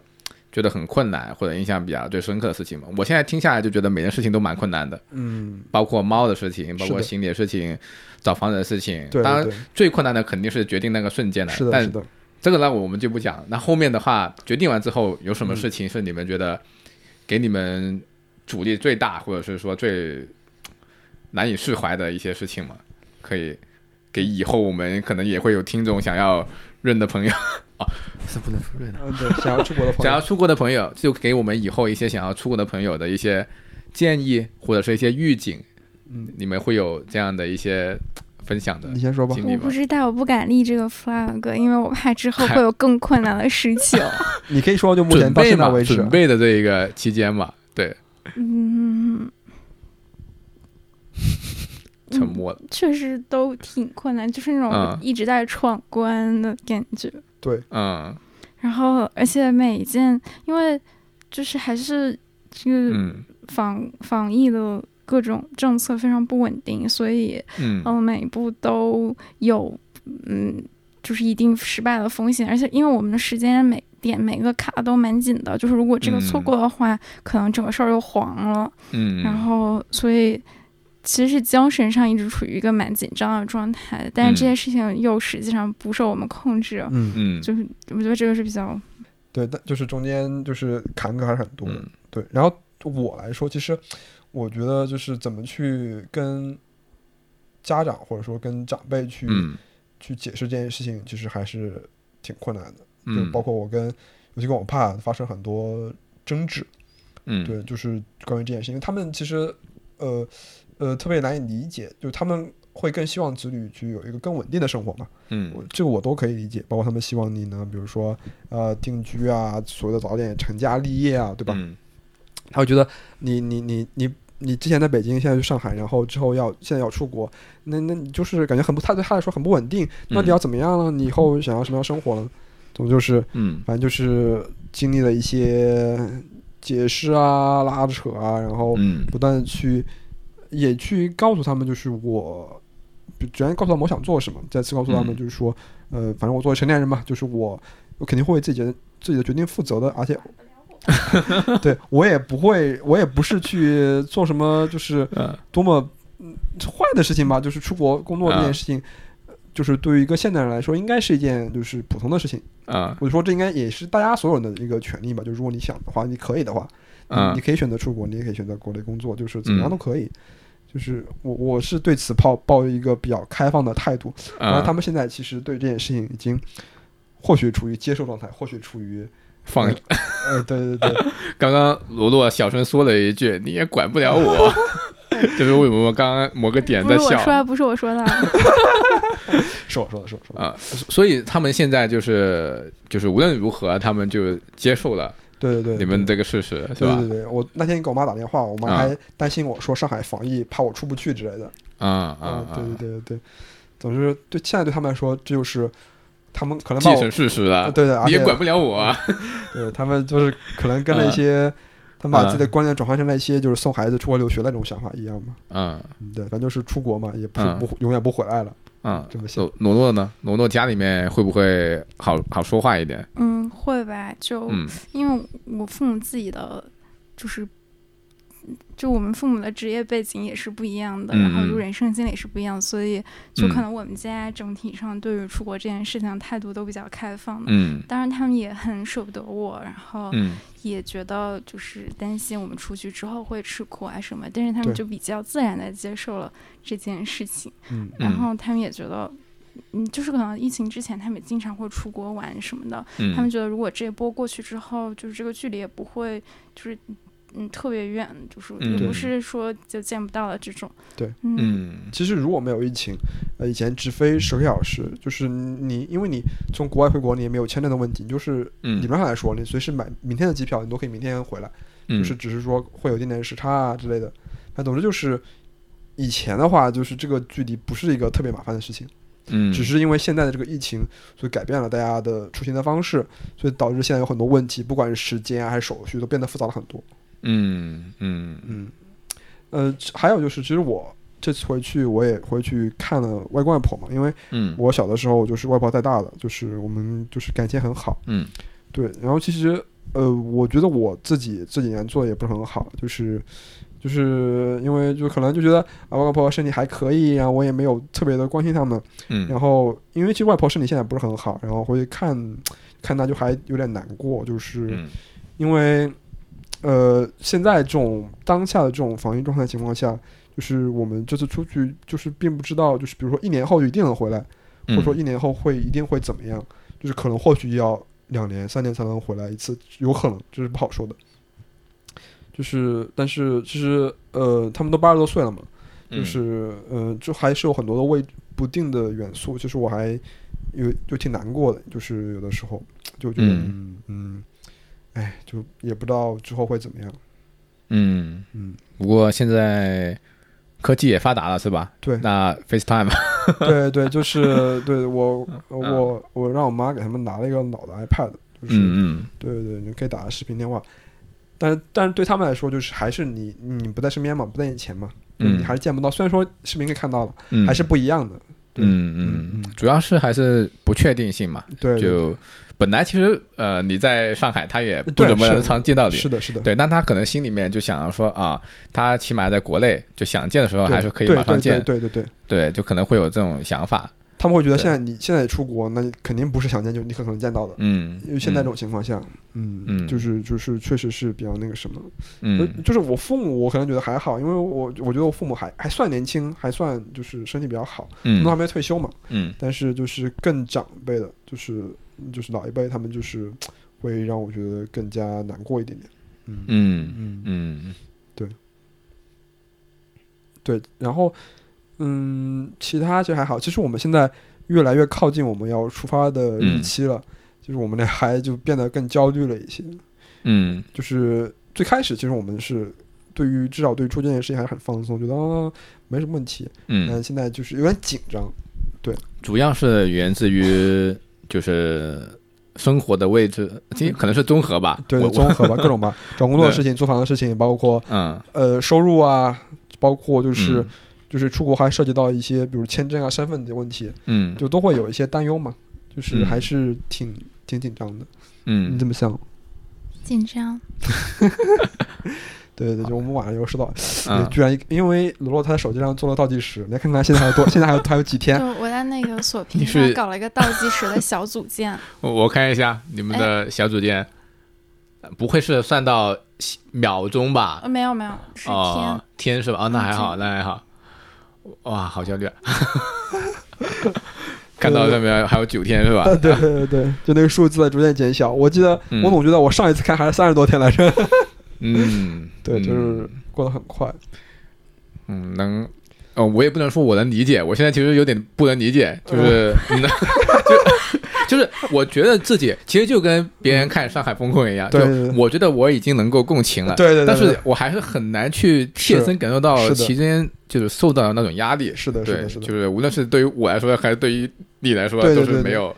Speaker 2: 觉得很困难或者印象比较最深刻的事情吗？我现在听下来就觉得每件事情都蛮困难的，
Speaker 1: 嗯，
Speaker 2: 包括猫的事情，包
Speaker 1: 是
Speaker 2: 括
Speaker 1: 的
Speaker 2: 行李的事情，找房子的事情。
Speaker 1: 对
Speaker 2: 当
Speaker 1: 对
Speaker 2: 然
Speaker 1: 对，
Speaker 2: 最困难的肯定是决定那个瞬间
Speaker 1: 是的，
Speaker 2: 但
Speaker 1: 是的。
Speaker 2: 这个呢，我们就不讲。那后面的话，决定完之后有什么事情是你们觉得给你们阻力最大，或者是说最难以释怀的一些事情吗？可以给以后我们可能也会有 听众想要认的朋友哦，是不能说认的，
Speaker 1: 嗯，对，想要出国的朋
Speaker 2: 想要
Speaker 1: 友，
Speaker 2: 出国的朋友，就给我们以后一些想要出国的朋友的一些建议，或者是一些预警。
Speaker 1: 嗯，
Speaker 2: 你们会有这样的一些分享的
Speaker 1: 你先说吧。
Speaker 2: 经历
Speaker 3: 我
Speaker 2: 吗
Speaker 3: 不？知道，我不敢立这个 flag，因为我怕之后会有更困难的事 情。
Speaker 1: 你可以说，就目前
Speaker 2: 准
Speaker 1: 到
Speaker 2: 备
Speaker 1: 现在
Speaker 2: 嘛，
Speaker 1: 为止
Speaker 2: 准，备的这一个期间嘛，对，
Speaker 3: 嗯，
Speaker 1: 嗯
Speaker 2: 沉默了，
Speaker 3: 嗯确实都挺困难，就是那
Speaker 2: 嗯
Speaker 3: 种一直在闯关的感觉。
Speaker 1: 对，
Speaker 2: 嗯
Speaker 3: 然后，而且每一件，因为就是还是这个
Speaker 2: 嗯
Speaker 3: 防、防疫的各种政策非常不稳定，所以
Speaker 2: 嗯
Speaker 3: 嗯，每一步都有嗯，就是一定失败的风险。而且因为我们的时间每点每个卡都蛮紧的，就是如果这个错过的话，可能整个事儿就黄了。
Speaker 2: 嗯，
Speaker 3: 然后所以其实是精神上一直处于一个蛮紧张的状态，但是这些事情又实际上不受我们控制，
Speaker 1: 嗯，
Speaker 2: 嗯
Speaker 3: 就是我觉得这个是比较
Speaker 1: 对，但就是中间就是坎坷还是很多的。
Speaker 2: 嗯
Speaker 1: 对，然后我来说，其实我觉得就是怎么去跟家长或者说跟长辈去、
Speaker 2: 嗯
Speaker 1: 去解释这件事情，其实还是挺困难的。就
Speaker 2: 嗯，
Speaker 1: 包括我跟，尤其跟我爸发生很多争执。
Speaker 2: 嗯
Speaker 1: 对，就是关于这件事情，因为他们其实，呃，呃，特别难以理解，就是他们会更希望子女去有一个更稳定的生活嘛，我
Speaker 2: 嗯
Speaker 1: 这个我都可以理解，包括他们希望你呢，比如说，呃，定居啊，所谓的早点成家立业啊，对吧？
Speaker 2: 嗯
Speaker 1: 他会觉得你你你你你之前在北京，现在去上海，然后之后要现在要出国，那那你就是感觉很不，他对他来说很不稳定，那你要怎么样呢？你以后想要什么样生活呢？总就是
Speaker 2: 嗯
Speaker 1: 反正就是经历了一些解释啊、拉扯啊，然后
Speaker 2: 嗯
Speaker 1: 不断地去也去告诉他们，就是我，首先告诉他们我想做什么，再次告诉他们
Speaker 2: 嗯
Speaker 1: 就是说，呃，反正我作为成年人嘛，就是我我肯定会为自己的自己的决定负责的， 而且。对我也不会，我也不是去做什么就是
Speaker 2: 嗯
Speaker 1: 多么嗯坏的事情吧，就是出国工作这
Speaker 2: 嗯
Speaker 1: 件事情，就是对于一个现代人来说，应该是一件就是普通的事情。
Speaker 2: 啊
Speaker 1: 我就说这应该也是大家所有人的一个权利吧，就如果你想的话，你可以的话，你
Speaker 2: 啊
Speaker 1: 你可以选择出国，你也可以选择国内工作，就是怎么
Speaker 2: 嗯
Speaker 1: 样都可以。就是我我是对此抱抱一个比较开放的态度，然后
Speaker 2: 啊
Speaker 1: 他们现在其实对这件事情已经或许处于接受状态，或许处于
Speaker 2: 放
Speaker 1: 呃呃对对对，
Speaker 2: 刚刚罗罗小声说了一句：“你也管不 了我。”就是为什么刚刚某个点
Speaker 3: 不
Speaker 2: 在
Speaker 3: 是我
Speaker 2: 笑
Speaker 3: 说的，不是我说的，
Speaker 1: 是我说的，是我说的，
Speaker 2: 啊，所以他们现在就是就是无论如何，他们就接受了
Speaker 1: 对对对，
Speaker 2: 你们这个事实，是
Speaker 1: 对
Speaker 2: 吧
Speaker 1: 对？对，我那天给我妈打电话，我妈
Speaker 2: 啊
Speaker 1: 还担心我说上海防疫，怕我出不去之类的。
Speaker 2: 啊啊
Speaker 1: 啊，对
Speaker 2: 啊！
Speaker 1: 对对对，总之对现在对他们来说，这就是他们可能把
Speaker 2: 既
Speaker 1: 我
Speaker 2: 成事实了，
Speaker 1: 啊对对，而
Speaker 2: 啊你也
Speaker 1: 且
Speaker 2: 管不了我。啊
Speaker 1: 对他们就是可能跟那
Speaker 2: 嗯
Speaker 1: 些、他们把自己的
Speaker 2: 嗯
Speaker 1: 观念转换成那些就是送孩子出国留学那种想法一样嘛。
Speaker 2: 嗯
Speaker 1: 嗯对，反正就是出国嘛，也不是
Speaker 2: 嗯
Speaker 1: 不、永远不回来了。
Speaker 2: 嗯
Speaker 1: 这么，想
Speaker 2: 罗罗罗呢？罗罗家里面会不会好好说话一点？
Speaker 3: 嗯，会吧，就、
Speaker 2: 嗯
Speaker 3: 因为我父母自己的就是，就我们父母的职业背景也是不一样的，
Speaker 2: 嗯
Speaker 3: 然后
Speaker 2: 嗯
Speaker 3: 就人生经历也是不一样，所以
Speaker 2: 嗯
Speaker 3: 就可能我们家整体上对于出国这件事情的态度都比较开放的。
Speaker 2: 嗯
Speaker 3: 当然，他们也很舍不得我，然后
Speaker 2: 嗯
Speaker 3: 也觉得就是担心我们出去之后会吃苦啊什么，但是他
Speaker 1: 对
Speaker 3: 们就比较自然的接受了这件事情，
Speaker 1: 嗯
Speaker 2: 嗯
Speaker 3: 然后他们也觉得，嗯，就是可能疫情之前他们也经常会出国玩什么的，
Speaker 2: 嗯，
Speaker 3: 他们觉得如果这一波过去之后，就是这个距离也不会就是嗯特别远，就是也
Speaker 2: 嗯
Speaker 3: 不是说就见不到了这种。
Speaker 1: 对，
Speaker 3: 嗯
Speaker 2: 嗯
Speaker 1: 其实如果没有疫情，呃，以前直飞十个小时，就是你因为你从国外回国，你也没有签证的问题，就是
Speaker 2: 嗯
Speaker 1: 理论上来说，你随时买明天的机票，你都可以明天回来。
Speaker 2: 嗯
Speaker 1: 就是只是说会有一点点时差啊之类的。那总之就是，以前的话就是这个距离不是一个特别麻烦的事情，
Speaker 2: 嗯，
Speaker 1: 只是因为现在的这个疫情，所以改变了大家的出行的方式，所以导致现在有很多问题，不管是时间啊还是手续，都变得复杂了很多。
Speaker 2: 嗯嗯
Speaker 1: 嗯，呃，还有就是，其实我这次回去我也回去看了外公外婆嘛，因为
Speaker 2: 嗯
Speaker 1: 我小的时候就是外婆带大的，就是我们就是感情很好。
Speaker 2: 嗯
Speaker 1: 对，然后其实呃，我觉得我自己这几年做的也不是很好，就是就是因为就可能就觉得啊，外婆身体还可以，然后我也没有特别的关心他们，
Speaker 2: 嗯
Speaker 1: 然后因为其实外婆身体现在不是很好，然后回去看看她就还有点难过，就是
Speaker 2: 嗯
Speaker 1: 因为呃，现在这种当下的这种防疫状态情况下。就是我们这次出去，就是并不知道，就是比如说一年后就一定能回来，或
Speaker 2: 嗯
Speaker 1: 者说一年后会一定会怎么样，就是可能或许要两年、三年才能回来一次，有可能，这是不好说的。就是，但是其实呃，他们都八十多岁了嘛，
Speaker 2: 嗯
Speaker 1: 就是呃，就还是有很多的未不定的元素，就是我还有就挺难过的，就是有的时候就觉得嗯嗯，哎、就也不知道之后会怎么样，
Speaker 2: 嗯
Speaker 1: 嗯，
Speaker 2: 不过现在科技也发达了，是吧？
Speaker 1: 对
Speaker 2: 那 FaceTime，
Speaker 1: 对对，就是对 我我我让我妈给他们拿了一个老的 iPad，就是、
Speaker 2: 嗯
Speaker 1: 对对对，你可以打视频电话，但是但是对他们来说，就是还是你你不在身边嘛，不在眼前嘛，
Speaker 2: 嗯
Speaker 1: 你还是见不到。虽然说视频可以看到了，
Speaker 2: 嗯，
Speaker 1: 还是不一样的。对
Speaker 2: 嗯嗯，主要是还是不确定性嘛，
Speaker 1: 对，
Speaker 2: 就本来其实呃你在上海，他也不
Speaker 1: 对
Speaker 2: 怎么
Speaker 1: 是
Speaker 2: 能常见到你，
Speaker 1: 是的，是的，
Speaker 2: 对，那他可能心里面就想说啊，他起码在国内就想见的时候
Speaker 1: 对，
Speaker 2: 还是可以
Speaker 1: 对
Speaker 2: 马上
Speaker 1: 对
Speaker 2: 见，
Speaker 1: 对对对对，
Speaker 2: 对，就可能会有这种想法，
Speaker 1: 他们会觉得
Speaker 2: 对
Speaker 1: 现在你现在出国，那你肯定不是想见就立刻可能见到的。
Speaker 2: 嗯，
Speaker 1: 因为现在这种情况下，嗯，
Speaker 2: 嗯
Speaker 1: 就是就是确实是比较那个什么，
Speaker 2: 嗯，
Speaker 1: 呃就是我父母我可能觉得还好，因为我我觉得我父母还还算年轻，还算就是身体比较好，
Speaker 2: 嗯
Speaker 1: 都还
Speaker 2: 嗯
Speaker 1: 没退休嘛。
Speaker 2: 嗯
Speaker 1: 但是就是更长辈的，就是就是老一辈，他们就是会让我觉得更加难过一点点。嗯
Speaker 2: 嗯
Speaker 1: 嗯，
Speaker 2: 嗯
Speaker 1: 对。然后嗯，其他其实还好。其实我们现在越来越靠近我们要出发的日
Speaker 2: 嗯
Speaker 1: 期了，就是我们俩还就变得更焦虑了一些。
Speaker 2: 嗯
Speaker 1: 就是最开始其实我们是对于至少对于出这件事情还是很放松，觉得啊没什么问题。
Speaker 2: 嗯，
Speaker 1: 但现在就是有点紧张。
Speaker 2: 主要是源自于就是生活的位置，其实可能是综合吧，
Speaker 1: 对
Speaker 2: 我，
Speaker 1: 综合吧，各种 吧，找工作的事情、租房的事情，包括
Speaker 2: 嗯，
Speaker 1: 呃收入啊，包括就是、
Speaker 2: 嗯
Speaker 1: 就是出国还涉及到一些比如签证啊、身份的问题，
Speaker 2: 嗯
Speaker 1: 就都会有一些担忧嘛，就是
Speaker 2: 嗯
Speaker 1: 还是挺、挺紧张的。你
Speaker 2: 嗯
Speaker 1: 怎么想？
Speaker 3: 紧张，
Speaker 1: 对对，就我们晚上有收到，
Speaker 2: 嗯
Speaker 1: 居然一因为罗罗他的手机上做了倒计时，你来看看现在还有 多，现在还有还有几天
Speaker 3: 就？我在那个锁
Speaker 2: 你
Speaker 3: 屏
Speaker 2: 是
Speaker 3: 上搞了一个倒计时的小组件，
Speaker 2: 我我看一下你们的小组件，呃不会是算到秒钟吧？
Speaker 3: 呃没有没有是天，
Speaker 2: 哦，天是吧？哦，那还好，
Speaker 3: 嗯
Speaker 2: 那还好。哇，好焦虑啊！看到上面还有九天是吧？
Speaker 1: 啊， 对对对对，就那个数字在逐渐减小。我记得，
Speaker 2: 嗯
Speaker 1: 我总觉得我上一次看还是三十多天来 着。
Speaker 2: 嗯，
Speaker 1: 对，就
Speaker 2: 嗯
Speaker 1: 是过得很快。
Speaker 2: 嗯，能，哦，我也不能说我能理解，我现在其实有点不能理解，就是， 嗯、就就是我觉得自己其实就跟别人看《上海封控》一样，
Speaker 1: 对
Speaker 2: 就
Speaker 1: 对对
Speaker 2: 我觉得我已经能够共情了，
Speaker 1: 对对对
Speaker 2: 哎但是
Speaker 1: 对
Speaker 2: 我还是很难去切
Speaker 1: 是
Speaker 2: 身感受到
Speaker 1: 是的
Speaker 2: 其间就是受到的那种压力，
Speaker 1: 是的，是
Speaker 2: 对，
Speaker 1: 的，是
Speaker 2: 就
Speaker 1: 的，
Speaker 2: 是无论是对于我来说，还是对于你来说，
Speaker 1: 对对
Speaker 2: 都是
Speaker 1: 对
Speaker 2: 没
Speaker 1: 对
Speaker 2: 有，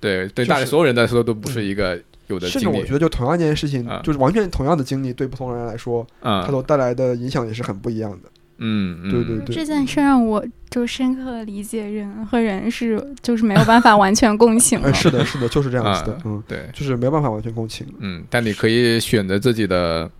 Speaker 2: 对对，
Speaker 1: 就
Speaker 2: 大家
Speaker 1: 是
Speaker 2: 所有人来说都不是一个有的
Speaker 1: 甚至
Speaker 2: 经
Speaker 1: 我
Speaker 2: 历
Speaker 1: 觉，得，就同样一件事情
Speaker 2: 啊，
Speaker 1: 就是完全同样的经历，对不同人来说，它
Speaker 2: 嗯
Speaker 1: 所带来的影响也是很不一样的。
Speaker 2: 嗯嗯，
Speaker 1: 对对对
Speaker 3: 这件事让我就深刻的理解人和人是就是没有办法完 全共情
Speaker 1: 哎，
Speaker 3: 了。
Speaker 1: 是的，是的，就是这样子的
Speaker 2: 啊。
Speaker 1: 嗯，
Speaker 2: 对，
Speaker 1: 就是没有办法完全共情。
Speaker 2: 嗯，但你可以选择自己的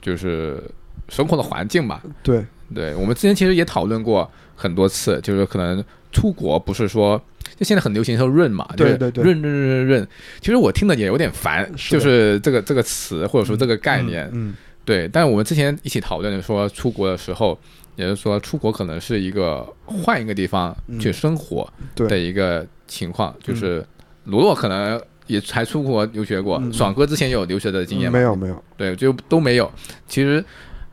Speaker 2: 就是生活的环境嘛。
Speaker 1: 对，
Speaker 2: 对我们之前其实也讨论过很多次，就是可能出国不是说就现在很流行说润嘛，
Speaker 1: 对
Speaker 2: 就是
Speaker 1: 对对
Speaker 2: 润润润润润。其实我听的也有点烦，
Speaker 1: 是
Speaker 2: 就
Speaker 1: 的
Speaker 2: 是这个这个词或者说这个概念，
Speaker 1: 嗯，
Speaker 2: 对。但我们之前一起讨论说出国的时候。也就是说，出国可能是一个换一个地方去
Speaker 1: 嗯
Speaker 2: 生活
Speaker 1: 对嗯
Speaker 2: 的一个情况，就是罗罗可能也才出国留学过，
Speaker 1: 嗯嗯
Speaker 2: 爽哥之前也有留学的经验
Speaker 1: 嗯
Speaker 2: 嘛
Speaker 1: 没，有没有，
Speaker 2: 对，就都没有。其实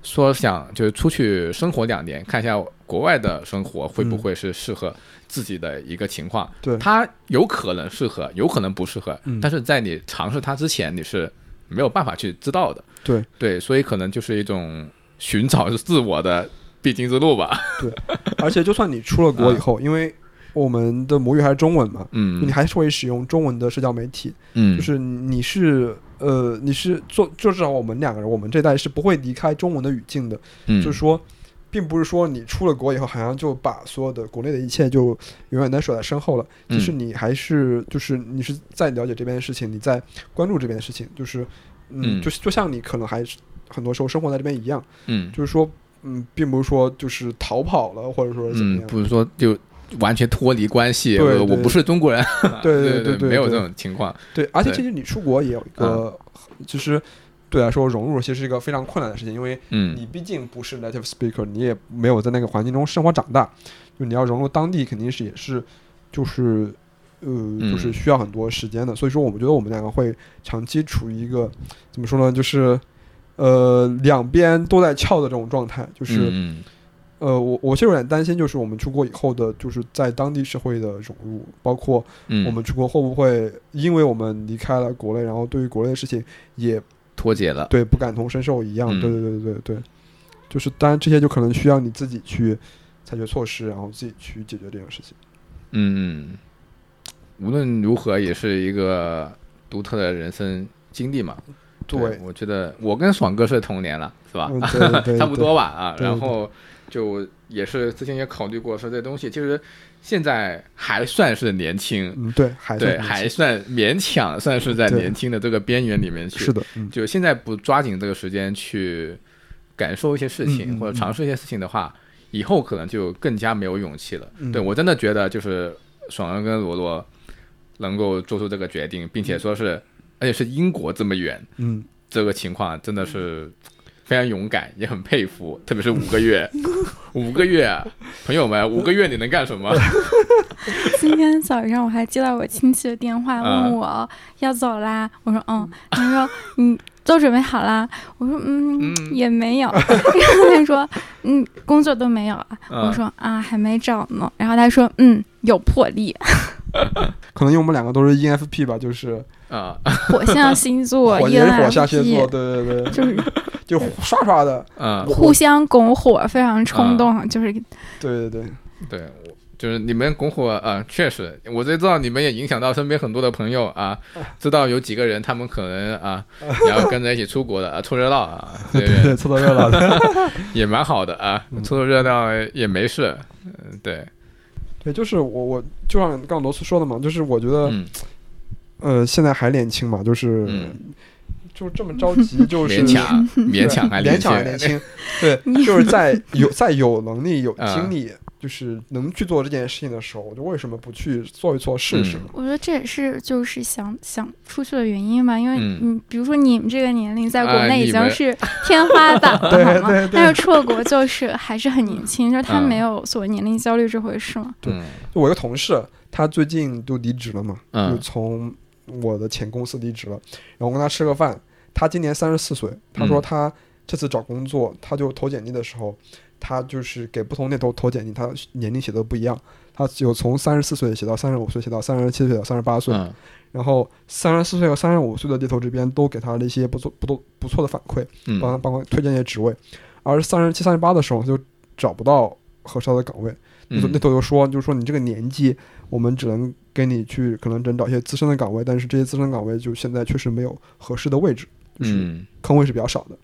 Speaker 2: 说想就是出去生活两年，看一下国外的生活会不会是适合自己的一个情况。
Speaker 1: 嗯对
Speaker 2: 它有可能适合，有可能不适合。
Speaker 1: 嗯
Speaker 2: 但是在你尝试它之前，你是没有办法去知道的。
Speaker 1: 对
Speaker 2: 对，所以可能就是一种寻找自我的必经之路吧。
Speaker 1: 而且就算你出了国以后，因为我们的母语还是中文嘛，
Speaker 2: 嗯
Speaker 1: 你还是会使用中文的社交媒体，
Speaker 2: 嗯，
Speaker 1: 就是你是呃，你是做，就至少我们两个人，我们这代是不会离开中文的语境的。
Speaker 2: 嗯
Speaker 1: 就是说，并不是说你出了国以后，好像就把所有的国内的一切就永远的甩在身后了。其实
Speaker 2: 嗯
Speaker 1: 你还是就是你是在了解这边的事情，你在关注这边的事情，就是嗯，
Speaker 2: 嗯
Speaker 1: 就就像你可能还是很多时候生活在这边一样，
Speaker 2: 嗯
Speaker 1: 就是说。嗯，并不是说就是逃跑了，或者说是怎么
Speaker 2: 嗯，
Speaker 1: 样，
Speaker 2: 不是说就。完全脱离关系，呃
Speaker 1: 对
Speaker 2: 我我
Speaker 1: 对
Speaker 2: 不是中国人，
Speaker 1: 对对
Speaker 2: 啊 对
Speaker 1: 对对
Speaker 2: 没有
Speaker 1: 对
Speaker 2: 这种情况，
Speaker 1: 对，而且
Speaker 2: 对啊
Speaker 1: 其实你出国也有一个，就是对来说融入其实是一个非常困难的事情，因为
Speaker 2: 嗯
Speaker 1: 你毕竟不是 native speaker，你也没有在那个环境中生活长大，就你要融入当地，肯定是也是就是呃，就是
Speaker 2: 嗯
Speaker 1: 需要很多时间的。所以说，我们觉得我们两个会长期处于一个怎么说呢，就是呃两边都在翘的这种状态，就是、
Speaker 2: 嗯
Speaker 1: 呃，我我是有点担心，就是我们出国以后的，就是在当地社会的融入，包括
Speaker 2: 嗯，
Speaker 1: 我们出国会不会因为我们离开了国内，然后对于国内的事情也
Speaker 2: 脱节了，
Speaker 1: 对不感同身受一样。
Speaker 2: 嗯
Speaker 1: 对对对对对对，就是当然这些就可能需要你自己去采取措施，然后自己去解决这件事情。
Speaker 2: 嗯，无论如何也是一个独特的人生经历嘛。
Speaker 1: 对，
Speaker 2: 我觉得我跟爽哥是同年了，是吧？
Speaker 1: 嗯，对对对，
Speaker 2: 差不
Speaker 1: 对
Speaker 2: 多吧啊。
Speaker 1: 对对
Speaker 2: 然后就也是之前也考虑过说这东西，其实现在还算是年轻，
Speaker 1: 嗯，对，还
Speaker 2: 对，
Speaker 1: 是
Speaker 2: 还算勉强算是在
Speaker 1: 对
Speaker 2: 年轻的这个边缘里面去。
Speaker 1: 是的，嗯，
Speaker 2: 就现在不抓紧这个时间去感受一些事
Speaker 1: 嗯
Speaker 2: 情、
Speaker 1: 嗯
Speaker 2: 或者尝试一些事情的话，以后可能就更加没有勇气了。
Speaker 1: 嗯
Speaker 2: 对我真的觉得就是爽儿跟罗罗能够做出这个决定，并且说是，而且是英国这么远，
Speaker 1: 嗯，
Speaker 2: 这个情况真的是非常勇敢，也很佩服。特别是五 个月，五个月啊，朋友们，五个月你能 干什么？
Speaker 3: 今天早上我还接到我亲戚的电话，
Speaker 2: 啊
Speaker 3: 问我要走啦。我说嗯，他说嗯都准备好啦。我说嗯
Speaker 2: 嗯
Speaker 3: 也没有。然 后他说嗯工作都没有啊。
Speaker 2: 嗯
Speaker 3: 我说啊还没找呢。然后他说嗯有魄力，
Speaker 1: 可能因为我们两个都是 ENFP 吧，就是
Speaker 2: 啊
Speaker 3: 火啊象星 座
Speaker 1: 火也是火象星座，
Speaker 3: ENFP，
Speaker 1: 对对对，
Speaker 3: 就是
Speaker 1: 就刷刷的，
Speaker 2: 啊！
Speaker 3: 互相拱火，非常
Speaker 1: 啊
Speaker 3: 冲动，就是
Speaker 1: 对对对，
Speaker 2: 对，我就是你们拱火啊、呃确实，我就知道你们也影响到身边很多的朋友 啊，知道有几个人他们可能啊，也要跟着一起出国的啊，凑热闹啊， 对
Speaker 1: 对嗯对，凑凑热闹的。
Speaker 2: 也蛮好的 啊，凑凑热闹也没事，嗯，对，
Speaker 1: 对，就是我我就像刚刚罗斯说的嘛，就是我觉得
Speaker 2: 嗯，
Speaker 1: 呃现在还年轻嘛，就是
Speaker 2: 嗯
Speaker 1: 就这么着 急，就是
Speaker 2: 勉强 勉强还
Speaker 1: 对勉
Speaker 2: 轻
Speaker 1: 强还年， 轻，对，就是在有在有能力有
Speaker 2: 啊
Speaker 1: 精力。就是能去做这件事情的时候，就为什么不去做一做试试？
Speaker 2: 嗯
Speaker 3: 我觉得这也是就是想想出去的原因吧，因为
Speaker 2: 嗯
Speaker 3: 你比如说你们这个年龄在国
Speaker 2: 啊
Speaker 3: 内
Speaker 2: 你
Speaker 3: 已经
Speaker 2: 们
Speaker 3: 是天花板了，
Speaker 1: 对
Speaker 3: 好吗？
Speaker 1: 对对
Speaker 3: 但是出了国就是还是很年轻，就是他
Speaker 2: 嗯
Speaker 3: 没有所谓年龄焦虑这回事嘛。
Speaker 2: 嗯
Speaker 1: 就我一个同事，他最近就离职了嘛，就
Speaker 2: 嗯
Speaker 1: 从我的前公司离职了。然后我跟他吃个饭，他今年三十四岁，他说
Speaker 2: 嗯
Speaker 1: 他这次找工作，他就投简历的时候，他就是给不同猎头投简历，他年龄写的不一样，他有从三十四岁写到三十五岁，写到三十七岁，到三十八岁。
Speaker 2: 嗯
Speaker 1: 然后三十四岁和三十五岁的猎头这边都给他了一些不错、不多、不错的反馈，帮他
Speaker 2: 嗯
Speaker 1: 帮他推荐一些职位。而三十七、三十八的时候，他就找不到合适他的岗位。那头那
Speaker 2: 嗯
Speaker 1: 头就说，就是说你这个年纪，我们只能给你去可能只能找一些资深的岗位，但是这些资深岗位就现在确实没有合适的位置，就是
Speaker 2: 嗯
Speaker 1: 坑位是比较少的，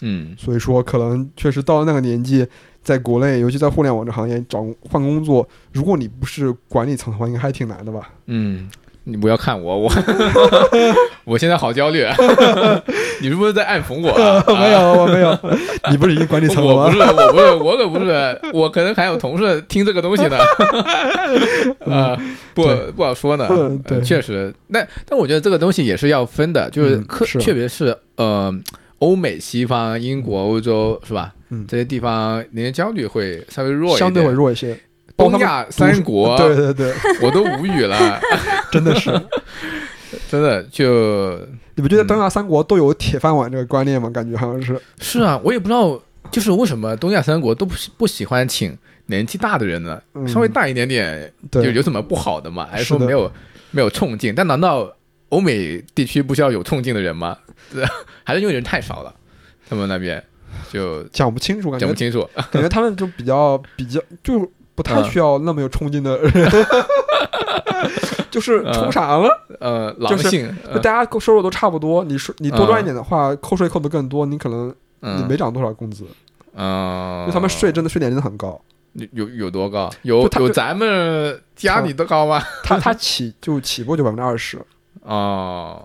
Speaker 2: 嗯
Speaker 1: 所以说可能确实到了那个年纪，在国内，尤其在互联网这行业找换工作，如果你不是管理层的话，应该还挺难的吧？
Speaker 2: 嗯，你不要看 我，我我现在好焦虑，啊！ 你是不是在暗讽我啊？
Speaker 1: 没有，我 没有，你不是已经管理层了
Speaker 2: 我不
Speaker 1: 吗？
Speaker 2: 是，我不是，我可不是，我可能还有同事听这个东西 呢。
Speaker 1: 嗯
Speaker 2: 啊，不
Speaker 1: 对
Speaker 2: 不好说呢
Speaker 1: 嗯。对
Speaker 2: 呃确实，但但我觉得这个东西也是要分的，就是
Speaker 1: 嗯
Speaker 2: 特
Speaker 1: 是
Speaker 2: 特别是呃，欧美、西方、英国、欧洲是吧？
Speaker 1: 嗯
Speaker 2: 这些地方年龄焦虑会稍微弱一点，
Speaker 1: 相对会。弱一些，包括
Speaker 2: 东
Speaker 1: 他们
Speaker 2: 亚三国，
Speaker 1: 对对对，
Speaker 2: 我都无语了，
Speaker 1: 真的 是，
Speaker 2: 真的就
Speaker 1: 你不觉得
Speaker 2: 嗯
Speaker 1: 东亚三国都有铁饭碗这个观念吗？感觉好像是，
Speaker 2: 是啊，我也不知道，就是为什么东亚三国都不喜不喜欢请年纪大的人呢？
Speaker 1: 嗯
Speaker 2: 稍微大一点点就
Speaker 1: 对，
Speaker 2: 有什么不好的嘛？还是
Speaker 1: 是
Speaker 2: 说
Speaker 1: 的
Speaker 2: 没有没有冲劲？但难道欧美地区不需要有冲劲的人吗？ 对还是因为人太少了，他们那边就
Speaker 1: 讲不清楚，感
Speaker 2: 讲
Speaker 1: 觉
Speaker 2: 不清楚。
Speaker 1: 感觉他们就比较比较就不太
Speaker 2: 嗯
Speaker 1: 需要那么有冲劲的人， 就是
Speaker 2: 嗯
Speaker 1: 冲啥了？
Speaker 2: 呃，狼
Speaker 1: 就是
Speaker 2: 性，
Speaker 1: 大家收入都差不多，你说你多赚一点的话，扣税扣的更多，你可能
Speaker 2: 嗯，
Speaker 1: 你没涨多少工资，
Speaker 2: 嗯，
Speaker 1: 因为他们税真的税点真的很高。
Speaker 2: 有有有多高？有
Speaker 1: 就他
Speaker 2: 有
Speaker 1: 就
Speaker 2: 咱们家里的高吗？
Speaker 1: 他他起就起步就百分之二十，
Speaker 2: 哦，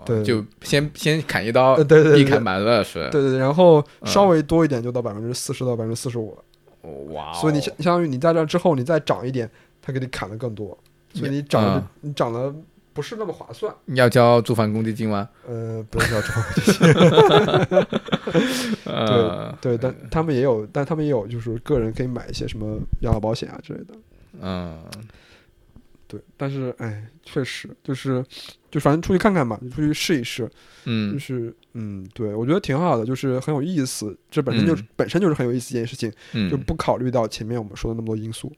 Speaker 1: 对
Speaker 2: 就先先砍一刀
Speaker 1: 呃，，对对
Speaker 2: 一
Speaker 1: 对
Speaker 2: 砍。百分之二十
Speaker 1: 对，对对，然后
Speaker 2: 嗯
Speaker 1: 稍微多一点就到百分之四十到百分之四十五了，
Speaker 2: 哇哦！
Speaker 1: 所以你相相当于你在这之后你再涨一点，他给你砍的更多，所以你涨
Speaker 2: 嗯
Speaker 1: 了你涨了不是那么划算，
Speaker 2: 你要交住房公积金吗？
Speaker 1: 呃，不用要涨。
Speaker 2: 呃，
Speaker 1: 对，但他们也有，但他们也有，就是个人可以买一些什么养老保险啊之类的。
Speaker 2: 嗯
Speaker 1: 对，但是哎，确实就是，就反正出去看看吧，你出去试一试，就
Speaker 2: 嗯
Speaker 1: 是嗯，对我觉得挺好的，就是很有意思，这本身就是、
Speaker 2: 嗯
Speaker 1: 本身就是很有意思一件事情，
Speaker 2: 嗯，
Speaker 1: 就不考虑到前面我们说的那么多因素。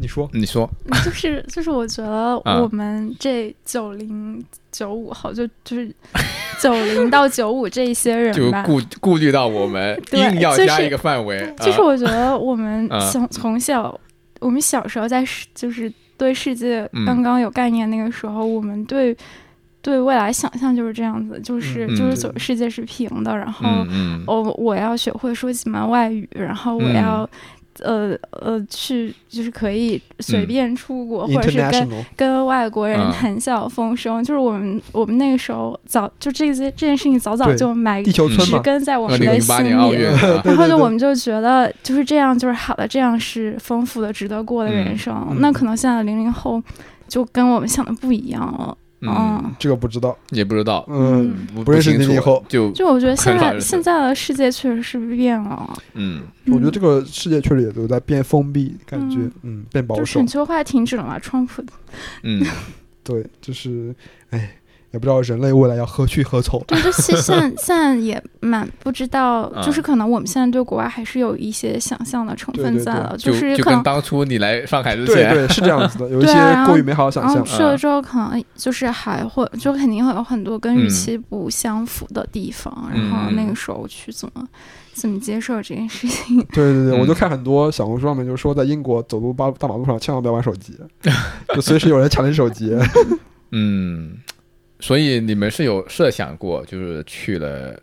Speaker 1: 你说，
Speaker 2: 你说，
Speaker 3: 嗯就是就是，我觉得
Speaker 2: 啊
Speaker 3: 我们这九零九五后就就是九零到九五这一些人
Speaker 2: 就
Speaker 3: 吧，
Speaker 2: 顾顾虑到我们，
Speaker 3: 对
Speaker 2: 硬要加
Speaker 3: 就是
Speaker 2: 一个范围，
Speaker 3: 就是
Speaker 2: 啊
Speaker 3: 我觉得我们
Speaker 2: 啊
Speaker 3: 从从小，我们小时候在世就是对世界
Speaker 2: 嗯
Speaker 3: 刚刚有概念那个时候，我们对对未来想象就是这样子，就是
Speaker 2: 嗯
Speaker 3: 就是
Speaker 1: 对
Speaker 3: 所世界是平的，然后
Speaker 2: 嗯嗯
Speaker 3: 哦，我要学会说几门外语，然后我
Speaker 2: 嗯
Speaker 3: 要、呃呃去就是可以随
Speaker 2: 嗯
Speaker 3: 便出国，或者是跟
Speaker 1: ，international，
Speaker 3: 跟外国人
Speaker 2: 嗯
Speaker 3: 谈笑风生。就是我们我们那个时候早就这些这件事情早早
Speaker 1: 对
Speaker 3: 就埋
Speaker 1: 地球村
Speaker 3: 植
Speaker 1: 嘛，
Speaker 3: 根在我
Speaker 2: 二
Speaker 3: 们
Speaker 2: 零
Speaker 3: 的
Speaker 2: 零八
Speaker 3: 心
Speaker 2: 年奥
Speaker 3: 里
Speaker 2: 运，
Speaker 3: 了。
Speaker 2: 啊
Speaker 1: 对
Speaker 3: 然后
Speaker 1: 对
Speaker 3: 就
Speaker 1: 对
Speaker 3: 我们就觉得就是这样就是好的，这样是丰富的、值得过的人
Speaker 2: 嗯
Speaker 3: 生。
Speaker 1: 嗯
Speaker 3: 那可能现在零零后就跟我们想的不一样了。哦
Speaker 2: 嗯，
Speaker 1: 这个不知道，
Speaker 2: 也不知道，
Speaker 1: 嗯，
Speaker 3: 嗯
Speaker 2: 不
Speaker 1: 不认识
Speaker 2: 清
Speaker 1: 零零
Speaker 2: 楚
Speaker 1: 后
Speaker 2: 就
Speaker 3: 就我觉得现
Speaker 2: 很少
Speaker 3: 在
Speaker 2: 人
Speaker 3: 现在的世界确实是变了，
Speaker 2: 嗯
Speaker 1: 我觉得
Speaker 3: 嗯
Speaker 1: 这个世界确实也都在变封闭，感觉
Speaker 3: 嗯
Speaker 1: 嗯变保
Speaker 3: 就
Speaker 1: 守
Speaker 3: 全，球化停止了嘛，川 普
Speaker 2: 嗯
Speaker 1: 对，就是哎，也不知道人类未来要何去何从，
Speaker 3: 对，就其实现在现在也蛮不知道，就是
Speaker 2: 嗯
Speaker 3: 可能我们现在对国外还是有一些想象的成
Speaker 1: 对
Speaker 3: 分
Speaker 1: 对
Speaker 3: 在
Speaker 1: 对
Speaker 3: 了，
Speaker 2: 就是就
Speaker 3: 可能
Speaker 2: 跟。当初你来上海之
Speaker 1: 对
Speaker 2: 前，
Speaker 1: 对是这样子的，有一
Speaker 3: 对
Speaker 1: 些
Speaker 3: 啊然后
Speaker 1: 过于美好的想
Speaker 3: 然
Speaker 1: 象
Speaker 3: 后，去了
Speaker 2: 嗯
Speaker 3: 之后，可能就是还会，就肯定会有很多跟
Speaker 2: 嗯
Speaker 3: 预期不相符的地方。然后那
Speaker 2: 嗯
Speaker 3: 个时候去怎么怎么接受这件 事情？
Speaker 1: 对对对，我就
Speaker 2: 嗯
Speaker 1: 看很多小红书上面就说，在英国走路大大马路上千万不要玩手机，就随时有人抢你手机。
Speaker 2: 嗯，所以你们是有设想过，就是去了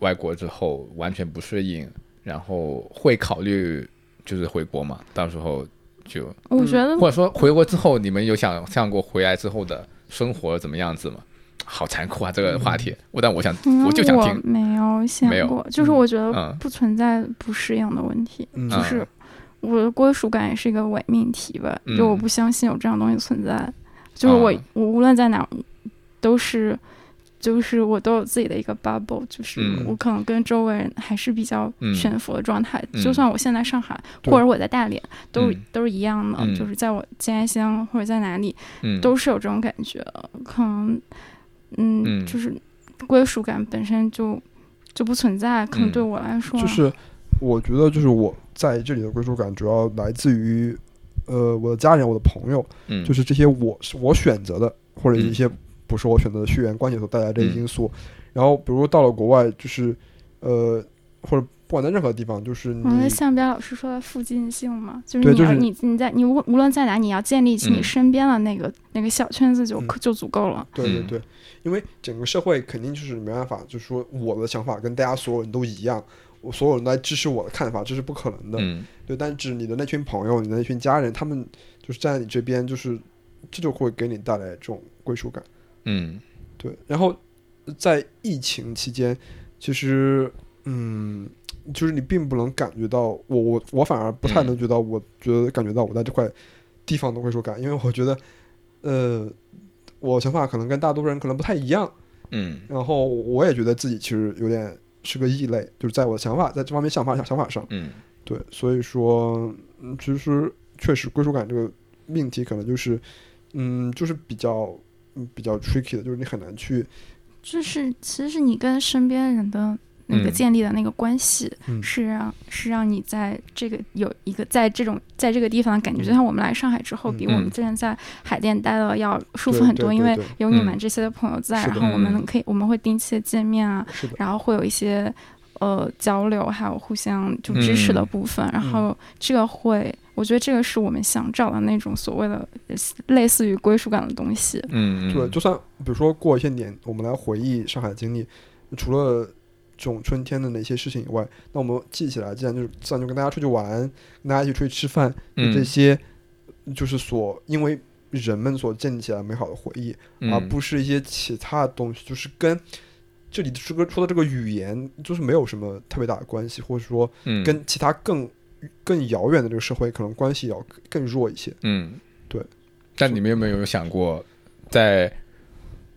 Speaker 2: 外国之后完全不适应，然后会考虑就是回国嘛？到时候就
Speaker 3: 我觉得
Speaker 2: 或者说回国之后，你们有想象过回来之后的生活怎么样子吗？好残酷啊，这个话题，我但我想
Speaker 3: 嗯
Speaker 2: 我就想听，
Speaker 3: 没有想
Speaker 2: 没有
Speaker 3: 过，就是
Speaker 1: 嗯
Speaker 3: 我觉得
Speaker 2: 嗯
Speaker 3: 不存在不适应的问题，
Speaker 1: 嗯
Speaker 3: 就
Speaker 2: 嗯
Speaker 3: 是我的归属感也是一个伪命题吧，就
Speaker 2: 嗯
Speaker 3: 我不相信有这样东西存在，就是我、
Speaker 2: 啊
Speaker 3: 我无论在哪都是。就是我都有自己的一个 bubble，就是
Speaker 2: 嗯
Speaker 3: 我可能跟周围人还是比较
Speaker 2: 嗯
Speaker 3: 悬浮的状态。
Speaker 2: 嗯
Speaker 3: 就算我现在上海，
Speaker 1: 对
Speaker 3: 或者我在大连，都、
Speaker 2: 嗯
Speaker 3: 都是一样的，
Speaker 2: 嗯
Speaker 3: 就是在我家乡或者在哪里，
Speaker 2: 嗯，
Speaker 3: 都是有这种感觉，可能，嗯，
Speaker 2: 嗯
Speaker 3: 就是归属感本身就就不存在，可能
Speaker 2: 嗯
Speaker 3: 对我来说，
Speaker 1: 就是我觉得，就是我在这里的归属感主要来自于，呃，我的家人、我的朋友，
Speaker 2: 嗯
Speaker 1: 就是这些我是我选择的，或者
Speaker 2: 嗯
Speaker 1: 一些不是我选择的血缘关系所带来的
Speaker 2: 嗯
Speaker 1: 因素。然后，比如到了国外，就是呃，或者不管在任何地方，就是你
Speaker 3: 我觉得像标老师说的附近性嘛，就是
Speaker 1: 对
Speaker 3: 你
Speaker 1: 就
Speaker 3: 要
Speaker 1: 是
Speaker 3: 你你在你无无论在哪，你要建立起你
Speaker 2: 嗯
Speaker 3: 身边的那个、那个小圈子就、
Speaker 1: 嗯
Speaker 3: 就足够了。
Speaker 1: 对对
Speaker 2: 嗯
Speaker 1: 对，因为整个社会肯定就是没办法，就是说我的想法跟大家所有人都一样，我所有人都在支持我的看法，这是不可能的。
Speaker 2: 嗯
Speaker 1: 对，但是你的那群朋友、你的那群家人，他们就是站在你这边，就是这就会给你带来这种归属感。
Speaker 2: 嗯
Speaker 1: 对，然后在疫情期间，其实嗯，就是你并不能感觉到我我我反而不太能觉到，我觉得感觉到我在这块地方的归属感，因为我觉得呃，我想法可能跟大多数人可能不太一样，
Speaker 2: 嗯
Speaker 1: 然后我也觉得自己其实有点是个异类，就是在我的想法在这方面想法想法上，
Speaker 2: 嗯
Speaker 1: 对，所以说嗯其实确实归属感这个命题可能就是嗯就是比较嗯比较 tricky 的，就是你很难去。
Speaker 3: 就是其实是你跟身边人的那个
Speaker 2: 嗯
Speaker 3: 建立的那个关系，
Speaker 1: 嗯
Speaker 3: 是让是让你在这个有一个在这种在这个地方的感觉，就像我们来上海之后，
Speaker 1: 嗯
Speaker 3: 比我们
Speaker 2: 嗯
Speaker 3: 之前在海淀待的要舒服
Speaker 1: 对
Speaker 3: 很
Speaker 1: 对
Speaker 3: 多，
Speaker 1: 对
Speaker 3: 因为
Speaker 1: 对
Speaker 3: 有你们
Speaker 2: 嗯
Speaker 3: 这些的朋友在，
Speaker 1: 是的
Speaker 3: 然后我
Speaker 2: 嗯
Speaker 3: 们能可以我们会定期的见面啊，
Speaker 1: 是的，
Speaker 3: 然后会有一些呃交流，还有互相就支持的
Speaker 2: 嗯
Speaker 3: 部分。然后这个会，我觉得这个是我们想找的那种所谓的呃类似于归属感的东西。
Speaker 2: 嗯，
Speaker 1: 对，就算比如说过一些年，我们来回忆上海的经历，除了这种春天的那些事情以外，那我们记起来，自然就是自然就跟大家出去玩，跟大家一起出去吃饭，就这
Speaker 2: 嗯
Speaker 1: 些就是所因为人们所建立起来美好的回忆，而
Speaker 2: 嗯
Speaker 1: 不是一些其他的东西，就是跟。这里这个说的这个语言，就是没有什么特别大的关系，或者说
Speaker 2: 嗯
Speaker 1: 跟其他更更遥远的这个社会可能关系要更弱一些。
Speaker 2: 嗯，
Speaker 1: 对。
Speaker 2: 但你们有没有想过，在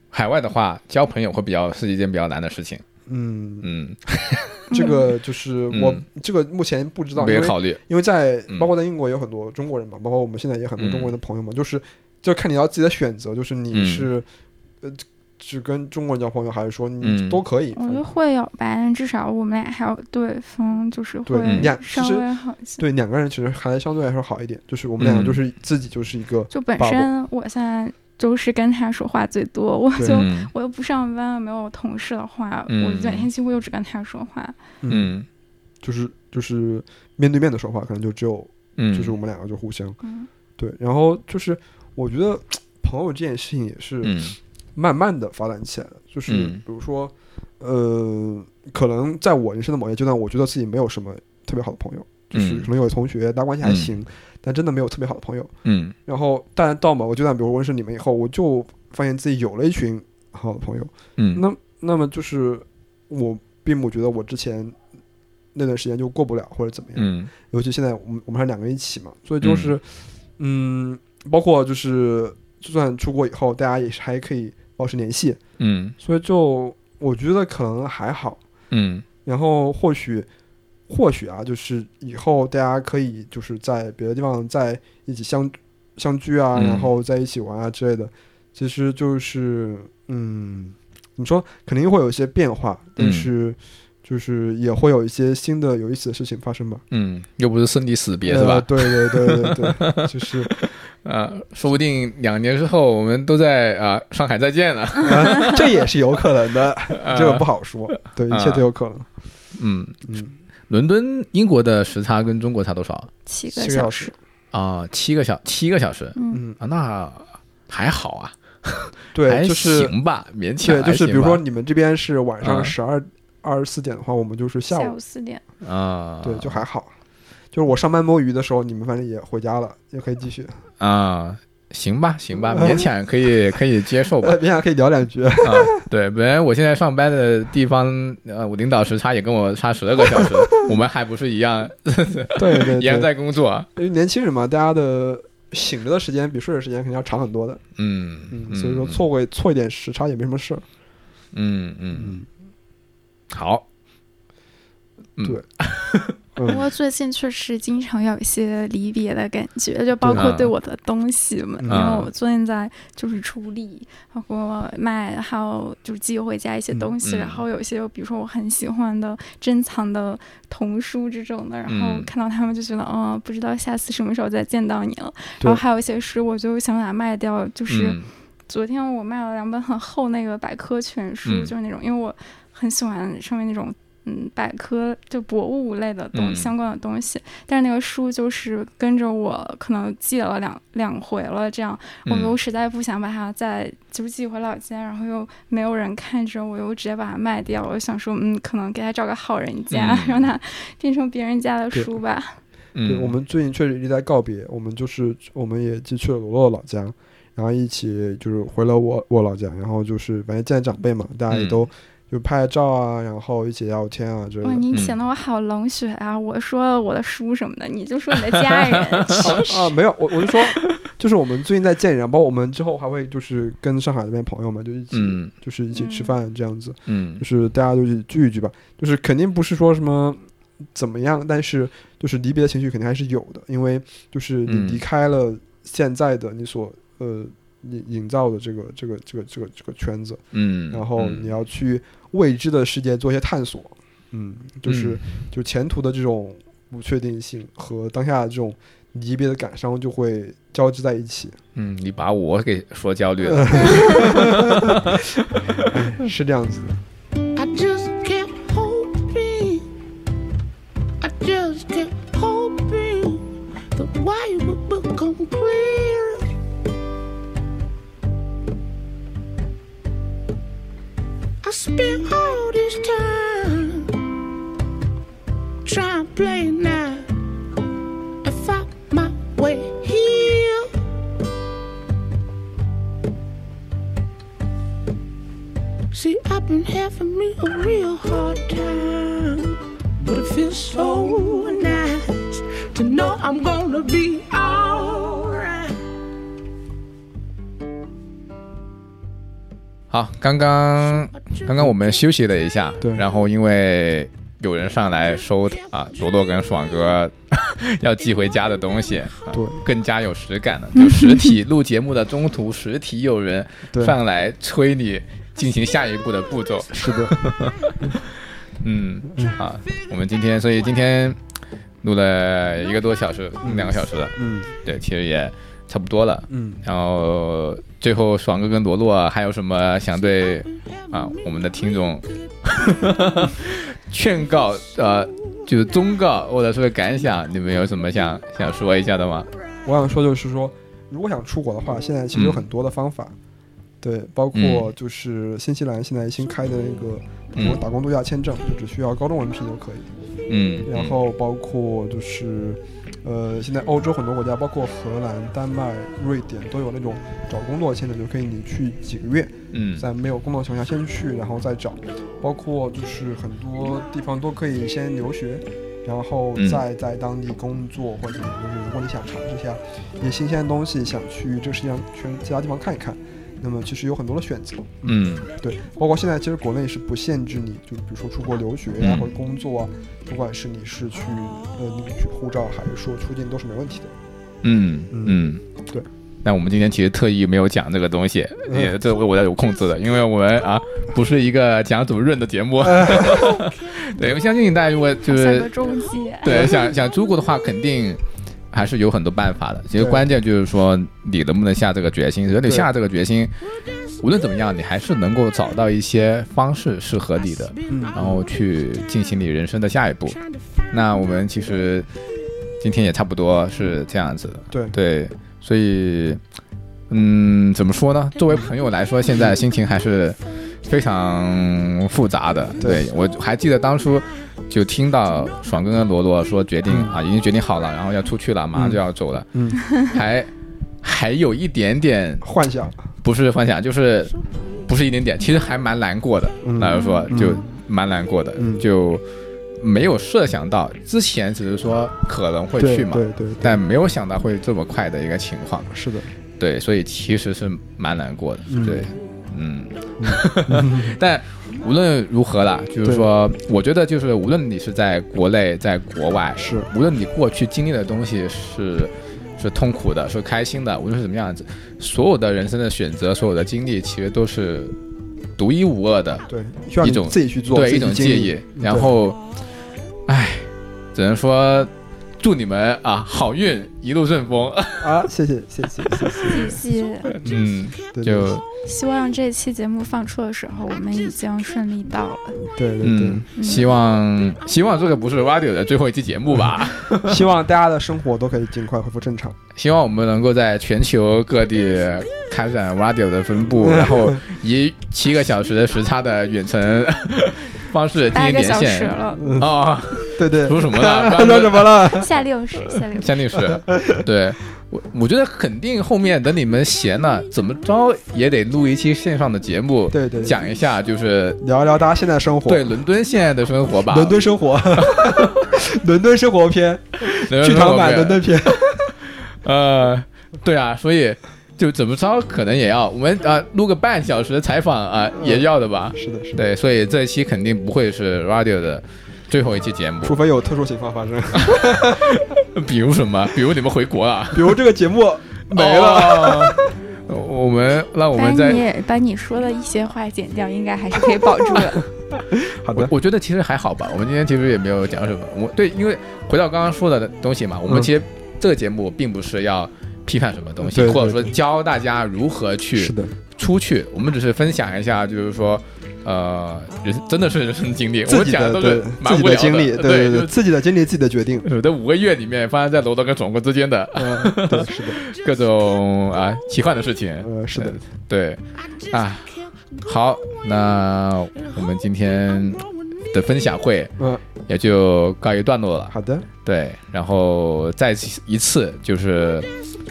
Speaker 2: 海外的话，交朋友会比较是一件比较难的事情？
Speaker 1: 嗯，
Speaker 2: 嗯，
Speaker 1: 这
Speaker 3: 嗯
Speaker 1: 个就是我、
Speaker 2: 嗯
Speaker 1: 这个目前不知道，
Speaker 2: 没
Speaker 1: 因
Speaker 2: 有
Speaker 1: 为
Speaker 2: 考虑。
Speaker 1: 因为在
Speaker 2: 嗯
Speaker 1: 包括在英国有很多中国人嘛，包括我们现在也很多中国人的朋友嘛，就是就看你要自己的选择，就是你
Speaker 2: 嗯
Speaker 1: 是、呃只跟中国人交朋友，还是说你
Speaker 2: 嗯
Speaker 1: 都可以，
Speaker 3: 我
Speaker 1: 反
Speaker 3: 觉得
Speaker 1: 正
Speaker 3: 会有吧，但至少我们俩还有对方，就是
Speaker 1: 对
Speaker 3: 会
Speaker 2: 嗯
Speaker 1: 呀其
Speaker 3: 稍
Speaker 1: 实
Speaker 3: 微好一些。
Speaker 1: 对两个人其实还相对来说好一点，就是我们两个
Speaker 2: 嗯
Speaker 1: 就是自己就是一个
Speaker 3: 就本
Speaker 1: 把握
Speaker 3: 身我现在就是跟他说话最多，我
Speaker 1: 对
Speaker 3: 就
Speaker 2: 嗯
Speaker 3: 我又不上班，没有同事的话，我
Speaker 2: 嗯
Speaker 3: 每天几乎就只跟他说话。
Speaker 2: 嗯
Speaker 1: 就是就是面对面的说话，可能就只有
Speaker 2: 嗯，
Speaker 1: 就是我们两个就互相
Speaker 3: 嗯，
Speaker 1: 对，然后就是我觉得朋友这件事情也是。
Speaker 2: 嗯
Speaker 1: 慢慢的发展起来的。就是
Speaker 2: 嗯
Speaker 1: 比如说，呃，可能在我人生的某些阶段，我觉得自己没有什么特别好的朋友，就是
Speaker 2: 嗯
Speaker 1: 可能有同学，大家关系还
Speaker 2: 嗯
Speaker 1: 行，但真的没有特别好的朋友。
Speaker 2: 嗯
Speaker 1: 然后，但到某个阶段，比如说认识你们以后，我就发现自己有了一群好的朋友。
Speaker 2: 嗯
Speaker 1: 那那么就是我并不觉得我之前那段时间就过不了或者怎么样。
Speaker 2: 嗯
Speaker 1: 尤其现在我们我们还两个人一起嘛，所以就是，嗯，包括就是就算出国以后，大家也是还可以保持联系，
Speaker 2: 嗯
Speaker 1: 所以就我觉得可能还好。
Speaker 2: 嗯
Speaker 1: 然后或许或许啊，就是以后大家可以就是在别的地方再一起相相聚啊，
Speaker 2: 嗯
Speaker 1: 然后在一起玩啊之类的，其实就是嗯，你说肯定会有一些变化，但
Speaker 2: 嗯
Speaker 1: 是就是也会有一些新的有意思的事情发生吧。
Speaker 2: 嗯，又不是生离死别是
Speaker 1: 呃
Speaker 2: 吧？
Speaker 1: 对对对对 对，就是
Speaker 2: 啊，说不定两年之后我们都在啊上海再见了。
Speaker 1: 啊这也是有可能的，这个不
Speaker 2: 好。
Speaker 1: 好说，对，一切都有可能。
Speaker 2: 嗯，
Speaker 1: 嗯，
Speaker 2: 伦敦英国的时差跟中国差多少
Speaker 3: 七
Speaker 1: 七
Speaker 3: 个
Speaker 1: 个小
Speaker 3: 小
Speaker 1: 时
Speaker 3: 时，，
Speaker 2: 啊？七个小七个小时
Speaker 3: 嗯，
Speaker 1: 嗯，
Speaker 2: 啊，那还好啊，还
Speaker 1: 对，就是
Speaker 2: 行吧，勉强
Speaker 1: 对，
Speaker 2: 还
Speaker 1: 就是
Speaker 2: 行吧。
Speaker 1: 比如说你们这边是晚上
Speaker 2: 嗯
Speaker 1: 十二二十四点的话，我们就是下
Speaker 3: 下
Speaker 1: 午
Speaker 3: 午，四点，
Speaker 2: 啊，
Speaker 1: 对，就还好。就是我上班摸鱼的时候，你们反正也回家了，也可以继 续。
Speaker 2: 啊。行吧，行吧，勉强可以 可以接受吧
Speaker 1: 呃呃，。别想可以聊两 句，
Speaker 2: 啊，对，本来我现在上班的地方，呃，我领导时差也跟我差十二个小 时，我们还不是一样，
Speaker 1: 对对
Speaker 2: 一样
Speaker 1: 对，
Speaker 2: 在工作。
Speaker 1: 因为年轻人嘛，大家的醒着的时间比睡的时间肯定要长很多的，
Speaker 2: 嗯
Speaker 1: 嗯，所以说错过错一点时差也没什么事儿。
Speaker 2: 嗯嗯，好，嗯
Speaker 1: 对，
Speaker 3: 不
Speaker 1: 嗯
Speaker 3: 过最近确实经常有一些离别的感觉，就包括
Speaker 2: 对啊
Speaker 3: 对我的东西们，
Speaker 1: 嗯
Speaker 3: 因为我最近在就是处理，包括卖，还有就是寄回家一些东西，
Speaker 2: 嗯嗯
Speaker 3: 然后有一些比如说我很喜欢的珍藏的童书这种的，然后
Speaker 2: 嗯
Speaker 3: 看到他们就觉得，嗯、不知道下次什么时候再见到你了。
Speaker 1: 对
Speaker 3: 然后还有一些书，我就想把它卖掉，就是。
Speaker 2: 嗯
Speaker 3: 昨天我卖了两本很厚那个百科全书，
Speaker 2: 嗯
Speaker 3: 就是那种，因为我很喜欢上面那种嗯百科就博物类的东、
Speaker 2: 嗯
Speaker 3: 相关的东西，但是那个书就是跟着我可能寄了两两回了，这样我
Speaker 2: 嗯
Speaker 3: 又实在不想把它再就是寄回老家，然后又没有人看着我，又直接把它卖掉，我就想说嗯，可能给他找个好人家，
Speaker 2: 嗯
Speaker 3: 让他变成别人家的
Speaker 1: 对
Speaker 3: 书吧，
Speaker 1: 对，
Speaker 2: 嗯，
Speaker 1: 我们最近确实一直在告别，我们就是我们也寄去了罗罗老家，然后一起就是回了我我老家，然后就是反正见长辈嘛，大家也
Speaker 2: 嗯
Speaker 1: 都就拍照啊，然后一起聊天啊之类
Speaker 3: 哇，
Speaker 1: 的。
Speaker 3: 你
Speaker 2: 嗯
Speaker 3: 显得我好冷血啊！我说我的书什么的，你就说你的 家人，真是
Speaker 1: 啊，没有，我我就说，就是我们最近在见人，包括我们之后还会就是跟上海那边朋友们就一起，
Speaker 2: 嗯
Speaker 1: 就是一起吃
Speaker 3: 嗯
Speaker 1: 饭这样子，
Speaker 2: 嗯
Speaker 1: 就是大家就一起聚一聚吧，就是肯定不是说什么怎么样，但是就是离别的情绪肯定还是有的，因为就是你
Speaker 2: 嗯
Speaker 1: 离开了现在的你所呃你营造的这个这个这个这个这个圈子，
Speaker 2: 嗯，
Speaker 1: 然后
Speaker 2: 嗯
Speaker 1: 你要去未知的世界做一些探索，嗯，就是
Speaker 2: 嗯
Speaker 1: 就前途的这种不确定性和当下的这种离别的感伤就会交织在一起，
Speaker 2: 嗯，你把我给说 焦虑了。
Speaker 1: 是这样子的。
Speaker 4: I just kept hoping, I just kept hoping the way would become clear. I spent all this time trying to play now. If I my way here. See, I've been having me a real hard time. But it feels so nice to know I'm gonna be alright.
Speaker 2: 好，刚刚刚刚我们休息了一下，
Speaker 1: 对
Speaker 2: 然后因为有人上来收啊，罗罗跟爽哥 要寄回家的东西，啊
Speaker 1: 对
Speaker 2: 更加有 实感了。就实体录节目的中途，实体有人
Speaker 1: 对
Speaker 2: 上来催你进行下一步的步骤。
Speaker 1: 是的，
Speaker 2: 嗯，啊，我们今天所以今天录了一个多小时，两个小时了，
Speaker 1: 嗯
Speaker 2: 对，其实也差不多了。
Speaker 1: 嗯，
Speaker 2: 然后最后，爽哥跟罗罗还有什么想对
Speaker 4: Having
Speaker 2: 啊
Speaker 4: me
Speaker 2: 我们的听众劝告呃，就是忠告或者说感想，你们有什么想想说一下的吗？嗯
Speaker 1: 我想说就是说，如果想出国的话，现在其实有很多的方法，对，包括就是新西兰现在新开的那个打工
Speaker 2: 嗯
Speaker 1: 打工度假签证，就只需要高中文凭就可以。
Speaker 2: 嗯，
Speaker 1: 然后包括就是，呃，现在欧洲很多国家，包括荷兰、丹麦、瑞典，都有那种找工作签证，就可以你去几个月，
Speaker 2: 嗯
Speaker 1: 在没有工作的情况下先去，然后再找。包括就是很多地方都可以先留学，然后
Speaker 2: 嗯
Speaker 1: 再在当地工作，或者就是如果你想尝试一下一些新鲜的东西，想去这个世界上去其他地方看一看。那么其实有很多的选择，
Speaker 2: 嗯
Speaker 1: 对，包括现在其实国内是不限制你，就比如说出国留学呀、
Speaker 2: 嗯
Speaker 1: 或者工作啊，不管是你是去呃你去护照还是说出境都是没问题的。
Speaker 2: 嗯嗯
Speaker 1: 嗯，对。
Speaker 2: 那我们今天其实特意没有讲这个东西，
Speaker 1: 嗯
Speaker 2: 也这我在有控制的，因为我们啊不是一个讲主任的 节目。对，我相信大家如果就
Speaker 3: 像
Speaker 2: 是
Speaker 3: 个中介。
Speaker 2: 对想想出国的话，肯定还是有很多办法的。其实
Speaker 1: 对
Speaker 2: 关键就是说你能不能下这个决心。如果你
Speaker 1: 对
Speaker 2: 下这个决心，无论怎么样，你还是能够找到一些方式是合理的，
Speaker 1: 嗯
Speaker 2: 然后去进行你人生的下一步。那我们其实今天也差不多是这样子的。
Speaker 1: 对
Speaker 2: 对，所以，嗯，怎么说呢？作为朋友来说，现在心情还是非常复杂的。
Speaker 1: 对
Speaker 2: 对我还记得当初就听到爽哥跟罗罗说决定、啊，已经决定好了，然后要出去了，马上就要走了，
Speaker 1: 嗯，
Speaker 2: 还还有一点点
Speaker 1: 幻想，
Speaker 2: 不是幻想，就是不是一点点，其实还蛮难过的。
Speaker 1: 嗯
Speaker 2: 老实说，
Speaker 1: 嗯
Speaker 2: 就蛮难过的，
Speaker 1: 嗯
Speaker 2: 就没有设想到，之前只是说可能会
Speaker 1: 对
Speaker 2: 去嘛，
Speaker 1: 对对，对
Speaker 2: 但没有想到会这么快的一个情况。
Speaker 1: 是 的，
Speaker 2: 对，所以其实是蛮难过的。
Speaker 1: 嗯
Speaker 2: 对，嗯，但无论如何啦，就是说，我觉得就是无论你是在国内，在国外，
Speaker 1: 是
Speaker 2: 无论你过去经历的东西是是痛苦的，是开心的，无论是什么样子，所有的人生的选择，所有的经历，其实都是独一无二的，
Speaker 1: 对，需要你
Speaker 2: 一种
Speaker 1: 自己去做，
Speaker 2: 对
Speaker 1: 自
Speaker 2: 一
Speaker 1: 己
Speaker 2: 种
Speaker 1: 经
Speaker 2: 介
Speaker 1: 历
Speaker 2: 意。然后，唉，只能说祝你们啊好运，一路顺风。
Speaker 1: 啊，谢谢谢谢谢谢，
Speaker 3: 谢谢。
Speaker 2: 嗯，
Speaker 1: 对对
Speaker 2: 就
Speaker 3: 希望这期节目放出的时候，我们已经顺利到了。
Speaker 1: 对对对
Speaker 2: 嗯，希望希望这个不是 Radio 的最后一期节目吧？
Speaker 1: 对，希望大家的生活都可以尽快恢复正常。
Speaker 2: 希望我们能够在全球各地开展 Radio 的分布，然后以七个小时的时差的远程 方式进
Speaker 3: 八
Speaker 2: 行
Speaker 3: 个
Speaker 2: 连
Speaker 3: 小时
Speaker 2: 线。
Speaker 3: 了，
Speaker 2: 哦，
Speaker 1: 对对，
Speaker 2: 说什么呢？
Speaker 1: 看到什么了？
Speaker 3: 下六十，下六十。
Speaker 2: 夏 律师，对我我觉得肯定后面等你们闲了，怎么着也得录一期线上的节目，
Speaker 1: 对对，对
Speaker 2: 讲一下就是
Speaker 1: 聊一聊大家现在生活，
Speaker 2: 对伦敦现在的生活吧，
Speaker 1: 伦敦生 活，伦敦生活篇，
Speaker 2: 伦敦
Speaker 1: 剧
Speaker 2: 生
Speaker 1: 场
Speaker 2: 活
Speaker 1: 版
Speaker 2: 对
Speaker 1: 伦敦篇，
Speaker 2: 呃，对啊，所以就怎么着可能也要我们啊、呃录个半小时的采访啊、也要的吧？
Speaker 1: 是的，是的，
Speaker 2: 对，所以这一期肯定不会是 radio 的最后一期节目，
Speaker 1: 除非有特殊情况发生，
Speaker 2: 比如什么？比如你们回国啊，
Speaker 1: 比如这个节 目没了。
Speaker 2: 哦了。哦我们那我
Speaker 3: 把
Speaker 2: 们在
Speaker 3: 你把你说的一些话剪掉，应该还是可以保住 的。
Speaker 1: 好
Speaker 2: 我
Speaker 1: 的，
Speaker 2: 我觉得其实还好吧，我们今天其实也没有讲什么。我对，因为回到刚刚说的东西嘛，我们
Speaker 1: 嗯
Speaker 2: 其实这个节目并不是要批判什么东西，
Speaker 1: 对对
Speaker 2: 或者说
Speaker 1: 对
Speaker 2: 教大家如何去
Speaker 1: 是的，
Speaker 2: 出去，我们只是分享一下，就是说，呃，人真的是人生经历，我
Speaker 1: 自
Speaker 2: 们
Speaker 1: 己
Speaker 2: 讲
Speaker 1: 的
Speaker 2: 都
Speaker 1: 对
Speaker 2: 是
Speaker 1: 自
Speaker 2: 蛮
Speaker 1: 己
Speaker 2: 无
Speaker 1: 的
Speaker 2: 聊
Speaker 1: 经历，
Speaker 2: 对
Speaker 1: 对对，
Speaker 2: 就是
Speaker 1: 自己的经历自己的决定，
Speaker 2: 我这五个月里面，发生在罗德跟爽哥之间的
Speaker 1: 嗯，对，是的，
Speaker 2: 各种啊奇幻的事情，
Speaker 1: 呃，是的，
Speaker 2: 对，啊，好，嗯那我们今天的分享会
Speaker 1: 嗯，
Speaker 2: 也就告一段落了，
Speaker 1: 好的，
Speaker 2: 对，然后再一次就是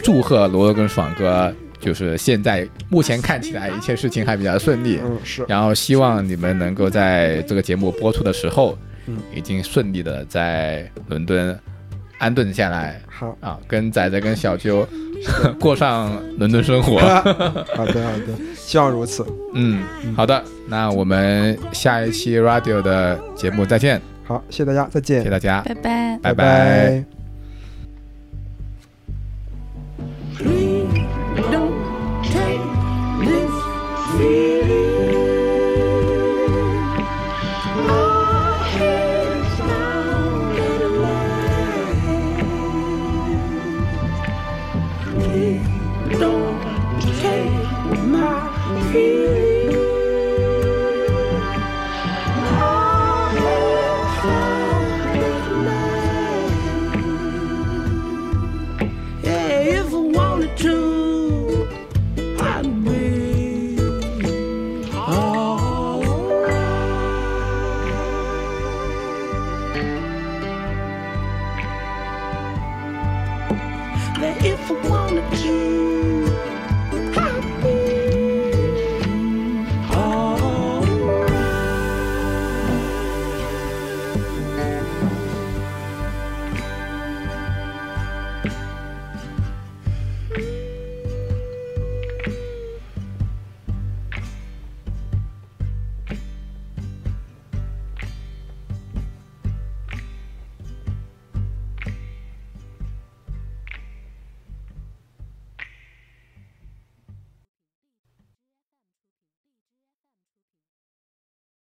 Speaker 2: 祝贺罗德跟爽哥，就是现在目前看起来一切事情还比较顺利，
Speaker 1: 嗯，是，
Speaker 2: 然后希望你们能够在这个节目播出的时候，
Speaker 1: 嗯
Speaker 2: 已经顺利的在伦敦安顿下来
Speaker 1: 好，
Speaker 2: 啊，跟仔仔跟小啾 过上伦敦生活。
Speaker 1: 好的，好的，希望如此。
Speaker 2: 嗯，好的，那我们下一期 Radio 的节目再见，
Speaker 1: 好，谢谢大家，再
Speaker 2: 谢
Speaker 1: 见
Speaker 2: 谢，大家，
Speaker 3: 拜拜。
Speaker 2: 拜拜
Speaker 1: 拜。
Speaker 4: Please don't take this feeling. Our heads down and alive. Please don't take my feeling. Our heads down and alive. there if I wanted to.